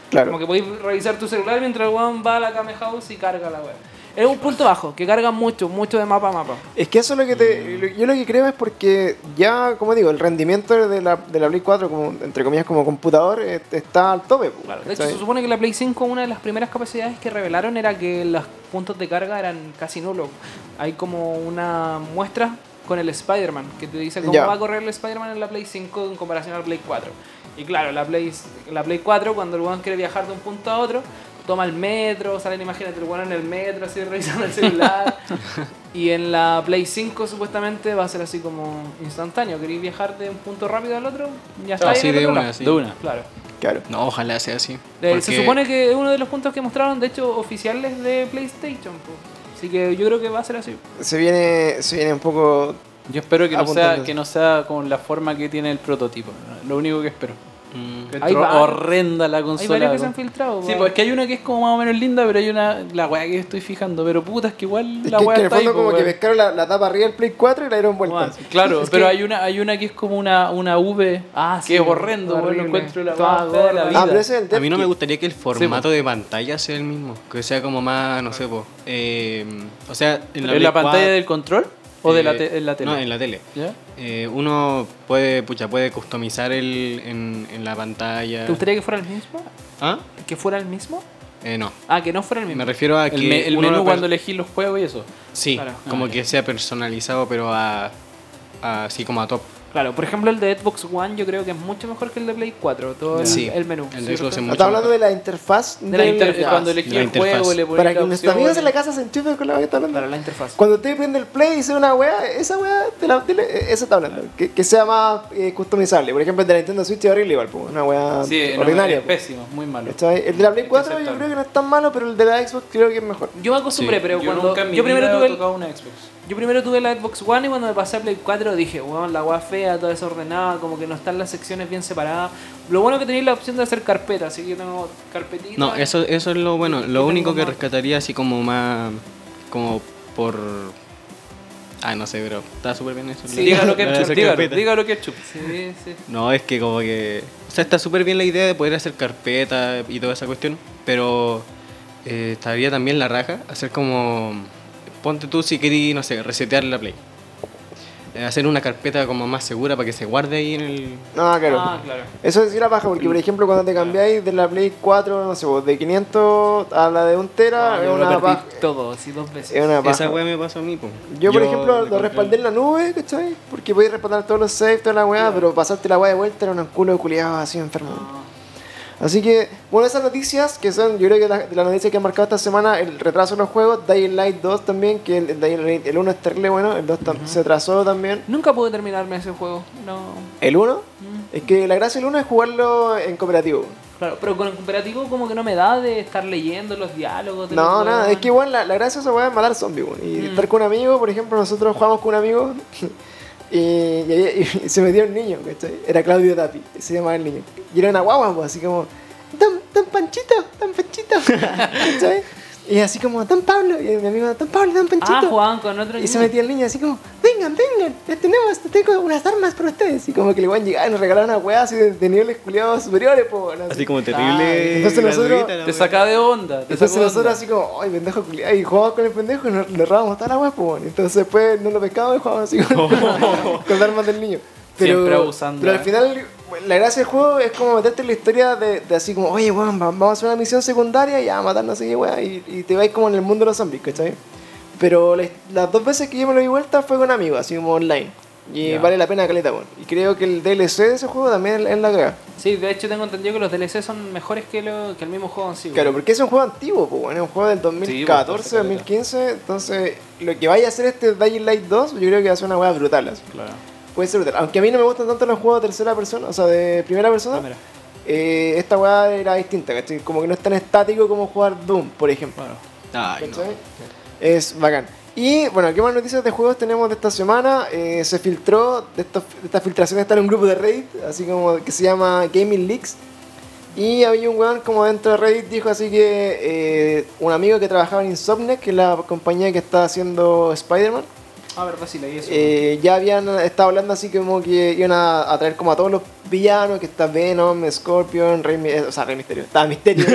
Claro. Como que podéis revisar tu celular mientras el weón va a la Kame House y carga la web. Es un punto bajo, que carga mucho, mucho de mapa a mapa. Es que eso es lo que te, lo- yo lo que creo es porque ya, como digo, el rendimiento de la, de la Play 4, como, entre comillas, como computador, eh, está al tope. pues, De hecho, ¿cachai? se supone que la Play 5 una de las primeras capacidades que revelaron era que los puntos de carga eran casi nulos. Hay como una muestra con el Spider-Man que te dice cómo Ya. va a correr el Spider-Man en la Play 5 en comparación al Play 4. Y claro, la Play, la Play 4 cuando el weón quiere viajar de un punto a otro, toma el metro, salen, imagínate, el weón en el metro, así revisando el celular. y en la Play 5 supuestamente va a ser así como instantáneo. Queréis viajar de un punto rápido al otro, ya está. ahí Así en el Ah, de otro una, lado. así. De una. Claro. Claro. No, ojalá sea así. Eh, Se porque- supone que es uno de los puntos que mostraron, de hecho, oficiales de PlayStation. po. Así que yo creo que va a ser así. Se viene, se viene un poco. Yo espero que no, sea, Apuntando. que no sea con la forma que tiene el prototipo. Lo único que espero. Mm. Que Hay tro- varios- horrenda la Hay consola. varios que se han weón. filtrado. Sí, weón. pues es que hay una que es como más o menos linda, pero hay una, la weá que estoy fijando. Pero puta, es que igual Es la que, weá que en el está ahí, fondo, po, como que weón. pescaron la, la tapa arriba del Play 4 y la dieron vuelta. Bueno, Claro, Es pero que- hay una hay una que es como una, una V Ah, sí, que es horrendo, weón, lo horrible. encuentro la Toda más fea de la gorda. vida. ah, pero ese es el A dev mí no me kit. gustaría que el formato de pantalla sea el mismo, que sea como más, no sé, po, eh, o sea, en la, ¿En la Play pantalla 4, del control o de la, eh, te- en la tele? No, en la tele. ¿Ya? Eh, uno puede, pucha, puede customizar el, en, en la pantalla. ¿Te gustaría que fuera el mismo? ¿Ah? ¿Que fuera el mismo? Eh, no. Ah, que no fuera el Me mismo. refiero a que El, me- el uno menú lo- cuando elegís los juegos y eso. Sí, Claro. como Ah, que sea personalizado, pero a, a- así como a top. Claro, por ejemplo, el de Xbox One yo creo que es mucho mejor que el de Play 4. Todo el, Sí. el menú. El de ¿cierto? Xbox es Ah, mucho Está hablando mejor. de la interfaz. De la del- Ah, interfaz. Inter- cuando La elegís el interfaz. juego, le pones Para la que nuestros opción, amigos en la weón. casa se enchufen con la weá que está hablando. Para la interfaz. Cuando usted prende el play y dice una weá, esa weá de la tele, eh, esa está hablando. Que, que sea más eh, customizable. Por ejemplo, el de la Nintendo Switch es horrible igual, po, una weá Sí, no, ordinaria. es po. pésimo, muy malo. ¿Cachai? El de la Play Es 4 yo inaceptable. creo que no es tan malo, pero el de la Xbox creo que es mejor. Yo me acostumbré, Sí. pero yo cuando. nunca en mi Yo primero, vida tuve he el, tocado una Xbox. yo primero tuve la Xbox One y cuando me pasé a Play 4 dije, weón, la weá fea, toda desordenada, como que no están las secciones bien separadas. Lo bueno que tenéis la opción de hacer carpeta, así que yo tengo carpetitas. No, eso, eso es lo bueno. Lo tengo único que más. rescataría así como más... Como por... Ah, no sé, pero está súper bien eso. Sí, Diga lo que Lo de es chup, hacer dígalo, carpeta. dígalo que es chup. Sí, sí. No, es que como que... O sea, está súper bien la idea de poder hacer carpeta y toda esa cuestión, pero eh, estaría también la raja hacer como... Ponte tú si querís, no sé, resetear la Play. Eh, Hacer una carpeta como más segura para que se guarde ahí en el... No, claro. Ah, claro. Eso es la paja, porque por ejemplo cuando te cambiáis de la Play 4, no sé, vos, de 500 a la de 1 tera, Ah, es, yo lo una perdí paja, todo, sí, dos veces. es una paja. Esa weá me pasó a mí, po. Yo, por ejemplo, le lo compré- respaldé en la nube, ¿cachai? Porque podéis respaldar todos los saves, toda la weá, pero pasarte la weá de vuelta era un culo culiado así enfermo. Así que, bueno, esas noticias que son, yo creo que las la noticias que han marcado esta semana, el retraso en los juegos, Dying Light 2 también, que el, el Dying Light- el 1 es terrible, bueno, el 2 tam- se atrasó también. Nunca pude terminarme ese juego. No. ¿El 1? Es que la gracia del 1 es jugarlo en cooperativo. Claro, pero con el cooperativo como que no me da de estar leyendo los diálogos. de No, los Mm. nada, weones. es que igual la, la gracia de esa weá es matar zombies, weón. Y estar con un amigo, por ejemplo, nosotros jugamos con un amigo y, y había- y se metió un niño, ¿cachai? Era Claudio Tapi, se llamaba el niño. Y era una guagua, pues, así como, tan, tan panchito, tan panchito, ¿cachai? Y así como, tan Pablo, y mi amigo, tan Pablo, tan panchito. Ah, jugaban con otro Y se niño. metía el niño así como, vengan, vengan, les tenemos, tengo unas armas para ustedes. Y como que le van a llegar y nos regalaron una weá así de, de niveles culiados superiores, pues. Así como terrible. Entonces nosotros- gratuita la Te weá. saca de onda. Te Entonces saca de nosotros onda. así como, ay, pendejo culiado, y jugábamos con el pendejo y nos le robábamos toda la weá, pues bueno. Entonces después no lo pescábamos y jugábamos así con, con las armas del niño. Pero, Oh. Siempre abusando, Pero ¿eh? al final, la gracia del juego es como meterte en la historia de, de así como, oye, weón, va- vamos a hacer una misión secundaria y a matarnos así, weá, y, y te vais como en el mundo de los zombies, ¿cachai? Pero la- las dos veces que yo me lo di vuelta fue con amigos, así como online. Y Ya. vale la pena caleta, weón. Y creo que el DLC de ese juego también es la cagada. Sí, de hecho tengo entendido que los DLC son mejores que, lo, que el mismo juego en sí. Claro, porque es un juego antiguo, pues, bueno, es un juego del Sí, 2014, pues, 2015. Entonces, lo que vaya a hacer este Dying Light 2, yo creo que va a ser una hueá brutal. así. Claro. Puede ser brutal. Aunque a mí no me gustan tanto los juegos de tercera persona, o sea, de primera persona, Primera. eh, esta hueá era distinta, ¿cachai? Como que no es tan estático como jugar Doom, por ejemplo. Bueno, Ay, no. ¿cachai? Es bacán. Y bueno, ¿qué más noticias de juegos tenemos de esta semana? Eh, se filtró, de, estos- de estas filtraciones está en un grupo de Reddit, así como que se llama Gaming Leaks. Y había un weón como dentro de Reddit dijo así que eh, un amigo que trabajaba en Insomniac, que es la compañía que está haciendo Spider-Man, Ah, verdad, sí, leí eso. eh, ya habían estado hablando así como que iban a, a traer como a todos los villanos, que está Venom, Scorpion, Rey, Mi- eh, o sea, Rey Misterio, estaba Misterio.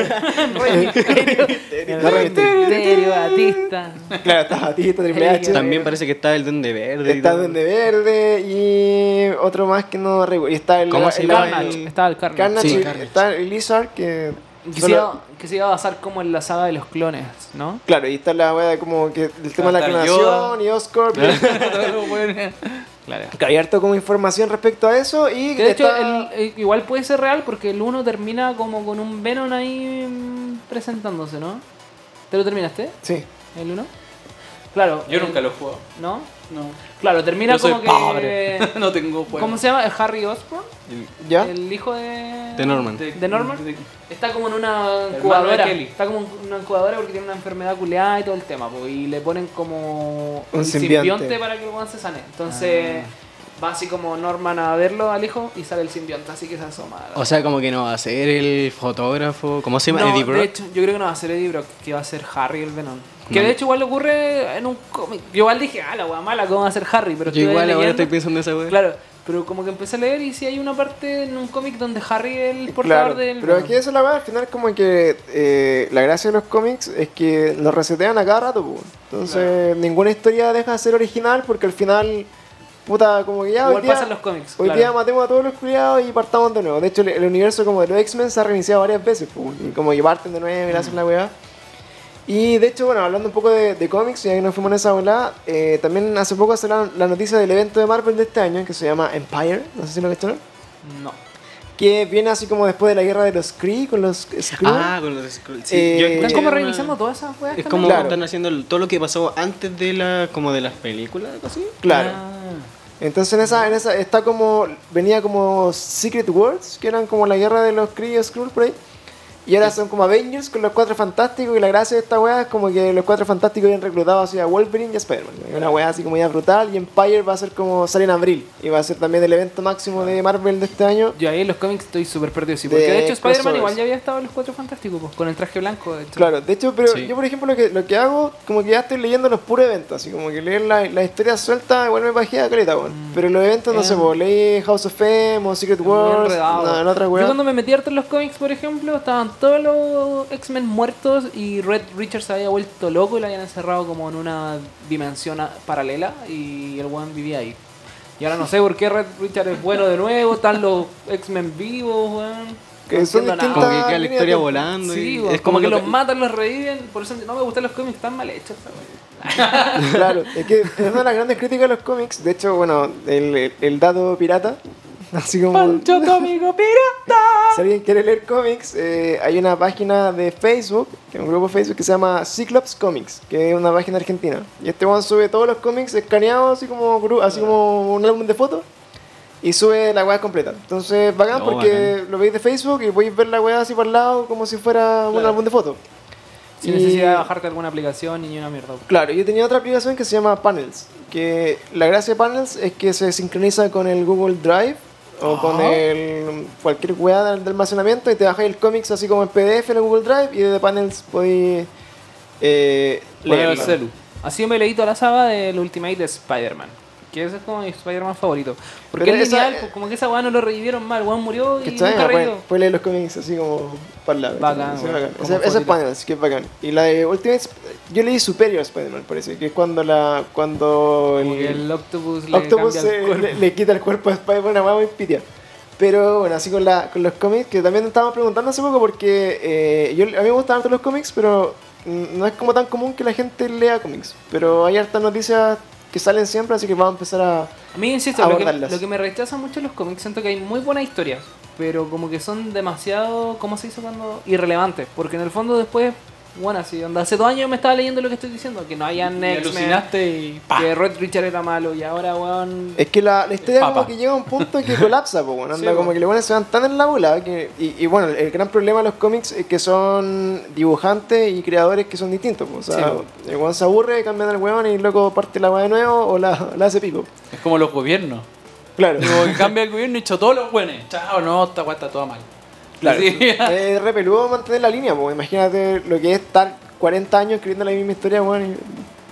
Rey Misterio. No, Rey Misterio. Misterio, Batista. Claro, estaba Batista, Triple Rey H. También parece que está el Duende Verde. y Está todo. Duende Verde y otro más que no recuerdo. Y está el. ¿Cómo se el- llama? el- Carnage, estaba el Carnage. Carnage, Sí, y- Carnage. Está el Lizard que. Que, se solo- iba, que se iba a basar como en la saga de los clones, ¿no? Claro, y está la wea de como que el tema de la Está clonación y Oscorp. Bueno, Claro. Que hay harto como información respecto a eso y. Que de hecho, está- el- eh, igual puede ser real porque el 1 termina como con un Venom ahí mm, presentándose, ¿no? ¿Te lo terminaste? Sí. ¿El 1? Claro. Yo el- nunca lo he jugado. ¿No? No. Claro, termina Yo soy como que. pobre. no tengo juego. ¿Cómo se llama? ¿El Harry Osborn? ¿Ya? El hijo de. De Norman. ¿De Norman? Está como en una de incubadora. Kelly. Está como en una incubadora porque tiene una enfermedad culeada y todo el tema. po, y le ponen como Un el simbionte. Ah. para que el weón se sane. Entonces va así como Norman a verlo al hijo y sale el simbionte. Así que se asoma. a la- O sea, como que no va a ser el fotógrafo. ¿Cómo se llama? No, Eddie De Brock. hecho, yo creo que no va a ser Eddie Brock, que va a ser Harry el Venom. Que No. de hecho igual ocurre en un cómic. Yo igual dije, ah, la wea mala, ¿cómo va a ser Harry? Pero Yo estuve igual ahora leyendo- estoy pensando en esa wea. Claro, pero como que empecé a leer y si hay una parte en un cómic donde Harry es el portador Claro, del pero Venom. aquí eso la verdad, al final como que eh, la gracia de los cómics es que los resetean a cada rato, po. entonces ninguna historia deja de ser original porque al final, puta, como que ya Igual hoy día, pasan los cómics, hoy claro. día matemos a todos los culiados y partamos de nuevo. De hecho, el, el universo como de los X-Men se ha reiniciado varias veces, po, y como que parten de nuevo y le hacen la weá. Y de hecho, bueno, hablando un poco de, de cómics, ya que nos fuimos en esa ola, eh, también hace poco se la, la noticia del evento de Marvel de este año que se llama Empire, no sé si lo cacharon No. que viene así como después de la guerra de los Kree con los Skrull. Ah, con los Skrull. Sí, Eh, yo Están escuché como una- revisando todas esas weas. Es también? como Claro. están haciendo todo lo que pasó antes de la como de las películas, algo así. claro. Ah. Entonces en esa, en esa está como venía como Secret Wars, que eran como la guerra de los Kree y Skrull por ahí. Y ahora son como Avengers con los Cuatro Fantásticos y la gracia de esta weá es como que los Cuatro Fantásticos habían reclutado así a Wolverine y a Spider-Man. Una weá así como ya brutal y Empire va a ser como sale en abril y va a ser también el evento máximo de Marvel de este año. Yo ahí en los cómics estoy súper perdido. Sí, porque De de, hecho Spider-Man crossovers. igual ya había estado en los Cuatro Fantásticos, pues, con el traje blanco. De hecho. Claro, de hecho, pero Sí. yo por ejemplo lo que, lo que hago, como que ya estoy leyendo los puros eventos, así como que leer la- las historias sueltas, igual me pajea caleta, weón. Pero los eventos, no Eh. sé, pues, leí House of Fame o Secret Muy Wars, enredado. no, en otra Yo weá. cuando me metí harto en los cómics, por ejemplo, estaban todos los X-Men muertos y Red Richards se había vuelto loco y lo habían encerrado como en una dimensión a- paralela y el weón vivía ahí. Y ahora no sé por qué Red Richards es bueno de nuevo, están los X-Men vivos, weón. Que No son entiendo nada. distintas- Como que Ah, queda la mira, historia tú- volando. y- Sí, weón, es como, que lo- los matan, los reviven, por eso no me gustan los cómics, están mal hechos. esa weá. Claro, es que es una de las grandes críticas de los cómics, de hecho, bueno, el, el- el dato pirata, así como... Pancho tu amigo pirata. Si alguien quiere leer cómics, eh, hay una página de Facebook, que es un grupo de Facebook que se llama Cyclops Comics, que es una página argentina. Y este one sube todos los cómics escaneados, así como, gru- así como un álbum de fotos, y sube la web completa. Entonces, bacán No, porque lo veis de Facebook y podéis ver la web así por el lado como si fuera un álbum de fotos. Sin Y- necesidad de bajarte alguna aplicación ni una mierda. Claro, yo tenía otra aplicación que se llama Panels, que la gracia de Panels es que se sincroniza con el Google Drive o Ah. con el cualquier weá del del almacenamiento y te bajáis el cómics así como en PDF en el Google Drive y desde Panels podéis eh, Leer el leerlo. celu. Así yo me leí toda la saga del Ultimate de Spider-Man. Que ese es como mi Spider-man favorito. Porque Pero es esa- lineal, pues, como que esa weá no lo revivieron mal. Weón murió y Que está bien, nunca Ah, puedes, revivió. puedes leer los cómics así como para la Bacán, sí, güey. bacán. Como Esa- Esa es fotito. Panels, que es bacán. Y la de Ultimate, Sp- yo leí Superior Spider-Man, parece, que es cuando la cuando Como que el Octopus le Octopus cambia el eh, cuerpo. le, le quita el cuerpo a Spider-Man, una hueá muy pitia. Pero bueno, así con, la, con los cómics, que también estábamos preguntando hace poco porque eh, yo, a mí me gustan harto los cómics, pero mm, no es como tan común que la gente lea cómics. Pero hay hartas noticias que salen siempre, así que vamos a empezar a... A mí, insisto, lo que, abordarlas. lo que me rechaza mucho los cómics, siento que hay muy buenas historias, pero como que son demasiado, ¿cómo se dice cuando? Irrelevantes, porque en el fondo después, bueno, así, onda, hace dos años me estaba leyendo lo que estoy diciendo, que no había Y X-Men, alucinaste y ¡pa! que Red Richard era malo y ahora, weón, Es que la, la historia Papa. como que llega a un punto que colapsa, po, bueno, Sí, anda, como po. que los buenos se van tan en la bola que... Y, y bueno, el gran problema de los cómics es que son dibujantes y creadores que son distintos, po, o sea, Sí, po. el weón se aburre, cambian el weón y luego parte la weá de nuevo o la, la hace pico. Es como los gobiernos. Claro. Como que cambia el gobierno y echó todos los buenos. Chao, no, esta weá está toda mal. Claro. Sí. Es re peludo mantener la línea, pues imagínate lo que es estar 40 años escribiendo la misma historia, weón. y-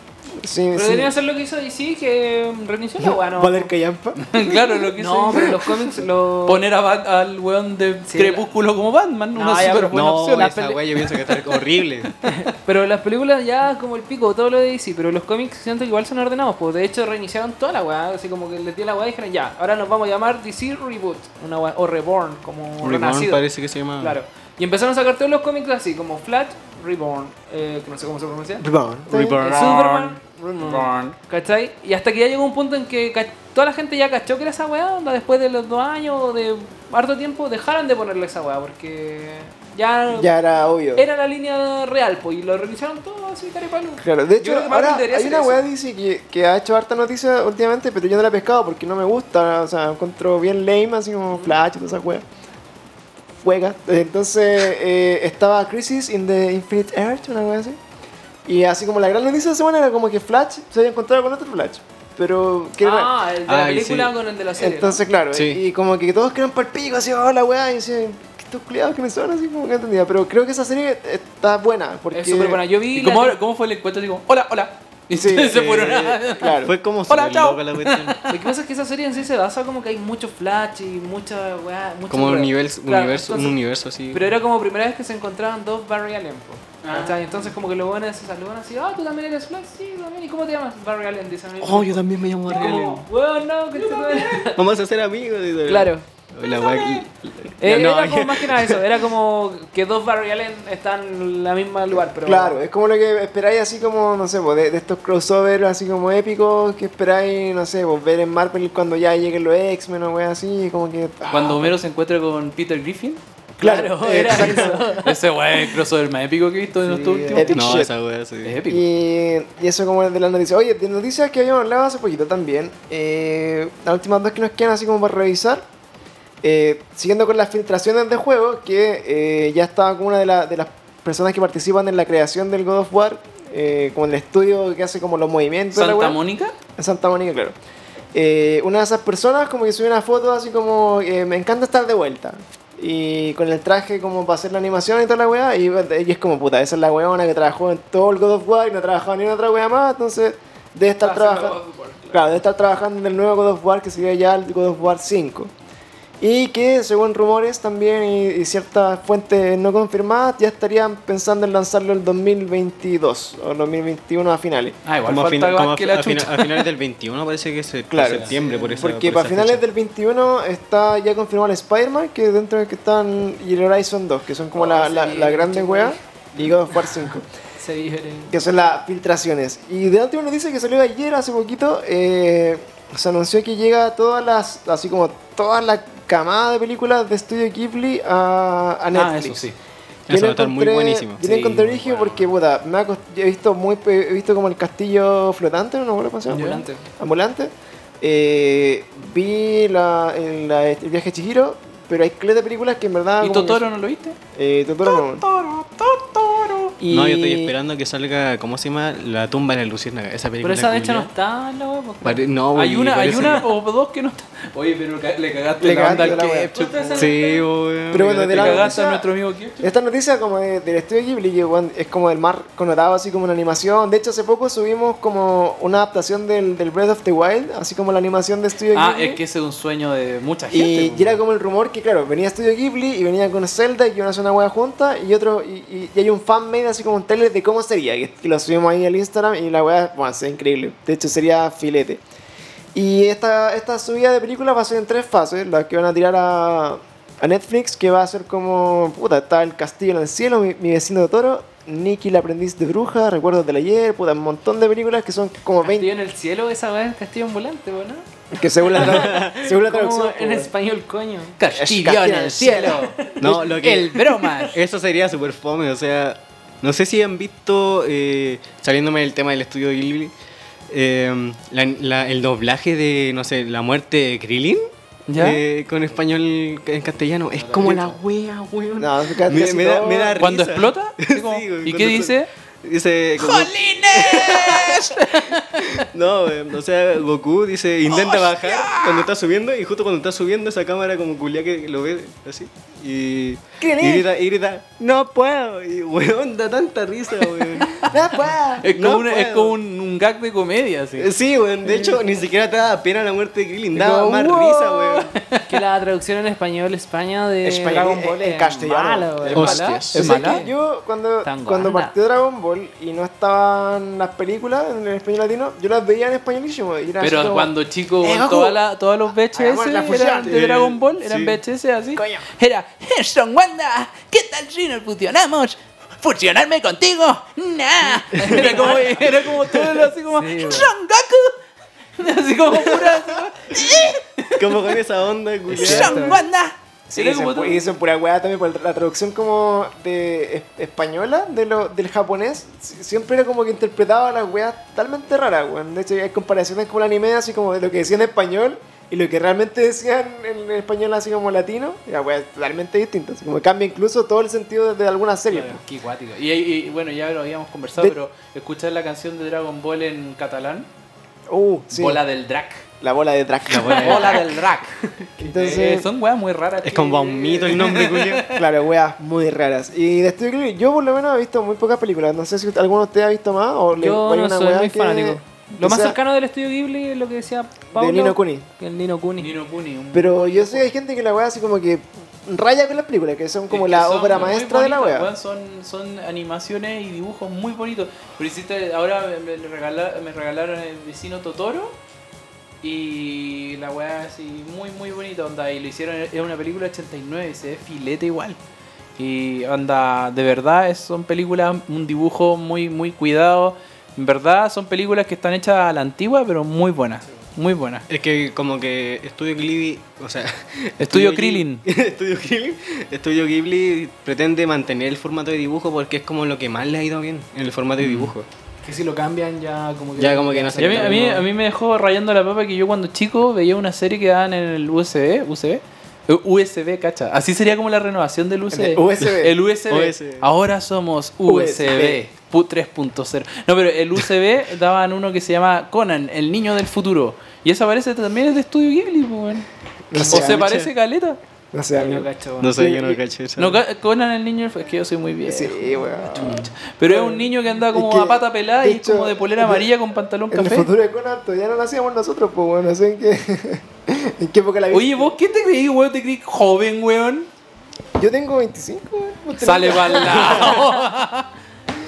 Sí, Pero sí. debería hacer lo que hizo DC, que mm, reinició la weá, ¿no? Valer Callampa. claro, lo que No, hizo pero los cómics lo... poner a Bat- al weón de Sí, Crepúsculo como Batman, No, una ya, super pero- buena no, opción. la esa pele- wea yo pienso que está horrible. Pero las películas ya como el pico, todo lo de DC, pero los cómics siento que igual son ordenados, pues de hecho reiniciaron toda la weá, así como que les dio la weá y dijeron ya, ahora nos vamos a llamar DC Reboot, una weá, o Reborn, como Reborn renacido. parece que se llama. Claro. Y empezaron a sacar todos los cómics así, como Flash, Reborn, eh, que no sé cómo se pronuncia. Perdón. Reborn. Eh, Superman, ¿Cachai? Y hasta que ya llegó un punto en que ca- toda la gente ya cachó que era esa weá, onda, después de los dos años o de harto tiempo dejaron de ponerle esa weá, porque ya, Ya era obvio. era la línea real, pues, y lo reiniciaron todo así, caripalo. Claro, de Yo hecho, creo que Marvel ahora debería hay hacer una eso. weá dice que, que ha hecho harta noticia últimamente, pero yo no la he pescado porque no me gusta, o sea, encuentro bien lame, así como Flash y toda esa weá. juega. Entonces eh, estaba Crisis in the Infinite Earth, una cosa así. Y así como la gran noticia de la semana era como que Flash se había encontrado con otro Flash. Pero que era- Ah, el de la Ay, película sí. con el de la serie. entonces, claro, Sí. y como que todos quedan para el pico, así, oh, la weá, y decían, "¿Qué estos culiados que me son, así como que no entendía. Pero creo que esa serie está buena, ¿no? porque. Es súper buena. Yo vi. ¿Y cómo, la- ahora- cómo fue el encuentro? Digo, hola, hola. Y Sí, se eh, fueron. claro. Fue como Hola, súper chao. loca la cuestión. Lo que pasa es que esa serie en sí se basa como que hay mucho flash y mucha weá. mucha Como un weá. nivel, Claro, universo, entonces- un universo así. Pero era como primera vez que se encontraban dos Barry Allen. po, Ah. ¿cachai? Entonces como que los buenos se saludan así, ah, tú también eres Flash, sí, también. ¿Y cómo te llamas? Barry Allen, dicen. Oh, yo también me llamo Barry Allen. Bueno, no, que te Vamos a ser amigos. dice. Claro. La wea- Eh, No, era como más que nada eso, era como que dos Barry Allen están en la misma lugar, pero... Claro, es como lo que esperáis así como, no sé, pues, de, de estos crossovers así como épicos que esperáis, no sé, pues, ver en Marvel cuando ya lleguen los X-Men o weá así, como que... ah, Cuando Homero se encuentra con Peter Griffin. claro, eh, Claro, era exacto. eso. Ese weón es el crossover más épico que he visto en Sí, estos últimos epic tiempos. No, shit. esa wea sí. Es épico. Y, y eso como de las noticias. Oye, de noticias que habíamos hablado hace poquito también. eh, las últimas dos que nos quedan así como para revisar. eh, siguiendo con las filtraciones de juegos, que eh, ya estaba como una de, la- de las personas que participan en la creación del God of War, eh, como el estudio que hace como los movimientos. de la Santa wea. Mónica. En Santa Mónica, claro. Eh, una de esas personas como que subió una foto así como, eh, me encanta estar de vuelta. Y con el traje como para hacer la animación y toda la weá. Y, y es como, puta, esa es la weona que trabajó en todo el God of War y no ha trabajado ni en otra weá más. Entonces, debe estar Ah, sí, trabajando... God of War, claro. Claro, debe estar trabajando en el nuevo God of War que sería ya el God of War 5. Y que, según rumores también y, y ciertas fuentes no confirmadas, ya estarían pensando en lanzarlo el 2022 o 2021 a finales. Ah, igual Como a, falta fina- como a- más que la a fina- chucha. a finales del 21 parece que es el- Claro. septiembre, por eso. Porque para finales del 21 está ya confirmado el Spider-Man, que dentro de que están. y el Horizon 2, que son como Oh, la, sí, la, la grande qué wea. Y God of War 5, Se vive que son las filtraciones. Y de última noticia que salió ayer, hace poquito, eh, se anunció que llega todas las. así como toda la camada de películas de Studio Ghibli a, a Ah, Netflix. eso sí. Yo lo Eso va a estar muy encontré- buenísimo. Yo lo Sí, encontré muy rígido bueno. porque, puta, me ha cost- yo he visto muy pe- he visto como el castillo flotante, ¿no? ¿Cómo se llama? Ambulante. Ambulante. Eh, vi la, el, la- el viaje de Chihiro, pero hay clés de películas que en verdad. ¿Y Ah, como que- Totoro no lo viste? Eh, Totoro no. Totoro, Totoro. Y- No, yo estoy esperando que salga, ¿cómo se llama? La tumba de la luciérnaga. Esa película. Pero esa de hecho no culiá. está en la web. Pare- no, Hay güey, una, hay parece- una o dos que no están. Oye, pero ca- le cagaste Le la banda cagaste al la wea. Ketchup. Sí, güey. Pero bueno, Le de la cagaste noticia- a nuestro amigo Ketchup. Esta noticia como de- del estudio Ghibli, que bueno, es como el mar connotado así como una animación. De hecho, hace poco subimos como una adaptación del, del Breath of the Wild, así como la animación de estudio Ah, Ghibli. es que ese es un sueño de mucha gente. Y, po. y era como el rumor que, claro, venía Studio Ghibli y venía con Zelda y iban a hacer una hueá junta y otro y, y- y hay un fan made así como un trailer de cómo sería, que, que lo subimos ahí al Instagram y la hueá, bueno, sería increíble. De hecho, sería filete. Y esta, esta subida de películas va a ser en tres fases, las que van a tirar a, a Netflix, que va a ser como, puta, está El Castillo en el Cielo, Mi, Mi Vecino de Toro, Nicky la Aprendiz de Bruja, Recuerdos del Ayer, puta, un montón de películas que son como 20, Castillo en el cielo, esa web es Castillo Ambulante, po, ¿no? que según la, tra- según la Como traducción... pues, en puta. español, coño. Castillo en el cielo. No, lo que. El broma. Eso sería súper fome, o sea, no sé si han visto, eh, saliéndome del tema del estudio Ghibli, eh, la- la- el doblaje de, no sé, la muerte de Krillin. ¿Ya? eh, con español en castellano. Es como la wea, weón. No, me, casi me da, todo- me da risa. Cuando explota, Sí, como, güey, ¿y cuando qué dice? explota. Dice como- No, eh, o sea, Goku dice, intenta bajar cuando está subiendo y justo cuando está subiendo esa cámara como culia que lo ve así. Y, ¿Qué y grita, y grita, no puedo. Y weón, da tanta risa, weón. No puedo. Es como, No un, es puedo. como un, un gag de comedia, así. Eh, Sí, weón, de hecho ni siquiera te da pena la muerte de Krillin, daba Como, más wow. risa, weón. Que la traducción en español España de Español, Dragon Ball eh, es en castellano. mala, wea. Es Hostias. ¿Es O sea mala? que Yo cuando, Tan cuando guanda. partió Dragon Ball y no estaban las películas en el español latino, yo las veía en españolísimo. Y era así Pero como, cuando chico, Eh, weón, Ah, Goku. toda la- todos los Hagamos VHS la fusión. eran de Eh, Dragon Ball, eran sí. VHS así. Coño. Era, Son Wanda, ¿qué tal si nos fusionamos? ¿Fusionarme contigo? ¡Nah! Era como, era como todo así como, Sí, weón. ¡Son Goku! Así como pura, así como, Como con esa onda, culia. ¡Son Wanda! Sí, Era dicen, como pu- y dicen pura weá también por la traducción como de es- española de lo, del japonés. si- Siempre era como que interpretaba las weas totalmente raras, weón. De hecho, hay comparaciones con el anime, así como de lo que decía en español Y lo que realmente decían en español así como latino, era wea totalmente distinta. Así como cambia incluso todo el sentido de pues. alguna serie. Claro, qué cuático. Y, y, bueno, ya lo habíamos conversado, De- pero escuchar la canción de Dragon Ball en catalán, Uh, sí. Bola del Drac. La bola de Drac. Bola del Drac. Entonces- Eh, son weas muy raras. Es que- como un mito el nombre, cuyo. Claro, weas muy raras. Y de Studio Ghibli, yo por lo menos he visto muy pocas películas. No sé si alguno de ustedes ha visto más o le o Yo hay no una soy wea muy que- fanático. que Lo más sea cercano del estudio Ghibli es lo que decía Pablo. De Nino Kuni. El Nino Kuni. Nino Kuni, un- Pero yo sé que hay gente que la wea así como que raya con las películas, que son como Es que la son obra muy maestra de la bonitas, wea. weón, Son, son animaciones y dibujos muy bonitos. Pero hiciste, ahora me, me regala- me regalaron el vecino Totoro y la weá así muy muy bonita onda y lo hicieron es una película 89 se ve filete igual y onda de verdad es- son películas un dibujo muy muy cuidado en verdad son películas que están hechas a la antigua pero muy buenas muy buenas Es que como que Estudio Ghibli, o sea, Estudio Ghibli- Krillin. Estudio Krillin, Estudio Ghibli pretende mantener el formato de dibujo porque es como lo que más le ha ido bien, el formato Mm. de dibujo. Que si lo cambian ya como que. Ya como que no se Y a mí, a, mí, a mí me dejó rayando la papa que yo cuando chico veía una serie que daban en el USB, USB, eh, USB, cacha. Así sería como la renovación del USB. El USB. El USB. USB. Ahora somos USB. USB. pu- 3.0. No, pero el USB daban uno que se llama Conan, el niño del futuro. Y esa parece también es de Estudio Ghibli, pues, weón. No O sé, se mucha- parece Caleta. No sé, Lo amigo. cacho, No sé, yo Sí, no y- caché eso. No, Ca- Conan, el niño del futuro. Es que yo soy muy viejo. Sí, weón. Pero es un niño que anda como Es que, a pata pelada de y es como hecho, de polera de- amarilla con pantalón En el café. futuro de Conan todavía no nacíamos nosotros, pues bueno, no sé en qué, en qué época la vi. Oye, ¿vos qué te creí, weón? ¿Te creí joven, weón? Yo tengo 25, weón. vos tenés- Sale balado.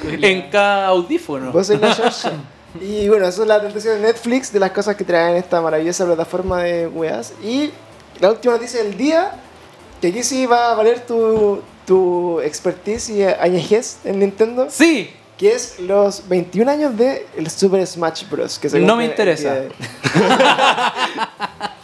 en cada audífono. Vos sois la Georgia. Y bueno, eso es la tendencia de Netflix, de las cosas que traen esta maravillosa plataforma de weas. Y la última noticia del día, que aquí sí va a valer tu, tu expertise y añejez en Nintendo, Sí, que es los 21 años de el Super Smash Bros. Que se No me cumple el interesa. día de-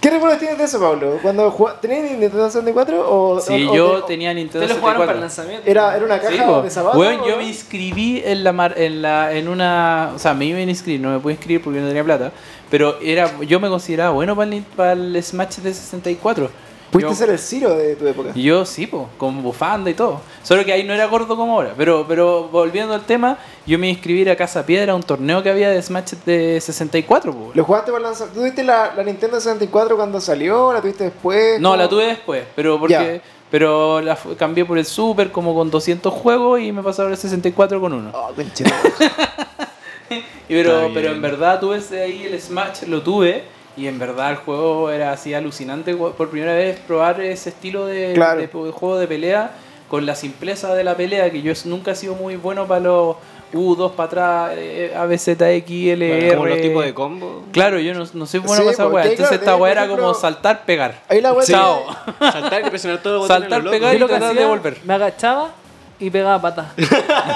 ¿Qué recuerdos tienes de eso, Pablo? ¿Cuando jugabas- tenías Nintendo 64 o...? sí, o- o yo te- tenía Nintendo Ustedes lo jugaron para el 64. lanzamiento. Era, era una caja Sí, de po. zapatos. Weón, yo ¿no? me inscribí en la, mar- en la en una, o sea, me iba a inscribir, no me pude inscribir porque no tenía plata, pero era yo me consideraba bueno para el, para el Smash de 64. Pudiste Yo- ser el Ciro de tu época. Y Yo sí, po, con bufanda y todo. Solo que ahí no era gordo como ahora. Pero, pero volviendo al tema, yo me inscribí a Casa Piedra a un torneo que había de Smash de 64, po. ¿Lo jugaste para lanzar? ¿Tú tuviste la, la Nintendo 64 cuando salió? ¿La tuviste después? No, ¿Cómo? la tuve después, pero porque Ya. pero la fu- cambié por el Super como con 200 juegos y me pasaron el 64 con uno. Oh, conchito. Y pero, Está pero bien. en verdad tuve ese ahí el Smash, lo tuve. Y en verdad el juego era así alucinante gu- por primera vez probar ese estilo de, Claro. de po- juego de pelea con la simpleza de la pelea, que yo es- nunca he sido muy bueno para los U2 para atrás, eh, ABZX, LR. Como los tipos de combo. Claro, yo no, no soy bueno Sí, para esa porque, weá. claro, Entonces esta tenés, weá por era ejemplo- como saltar, pegar. Ahí la wea Chao. Saltar y presionar todo el botón Saltar, a lo loco. pegar Yo lo que Y tratar hacía, de volver. me agachaba y pegaba patas.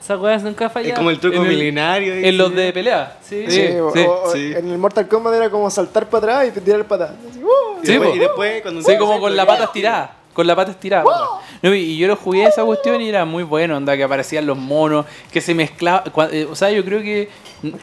Esas weas nunca fallaban. Es como el truco En el- milenario. En los de pelea. Sí. Sí, o- sí. o- sí. En el Mortal Kombat era como saltar para atrás y tirar para atrás. Así, ¡uh! Y Sí, después, po. y después cuando Sí, como con la pata estirada. Con la pata estirada. No, y- y yo lo jugué esa cuestión y era muy bueno, onda, que aparecían los monos, que se mezclaba. cua- eh, O sea, yo creo que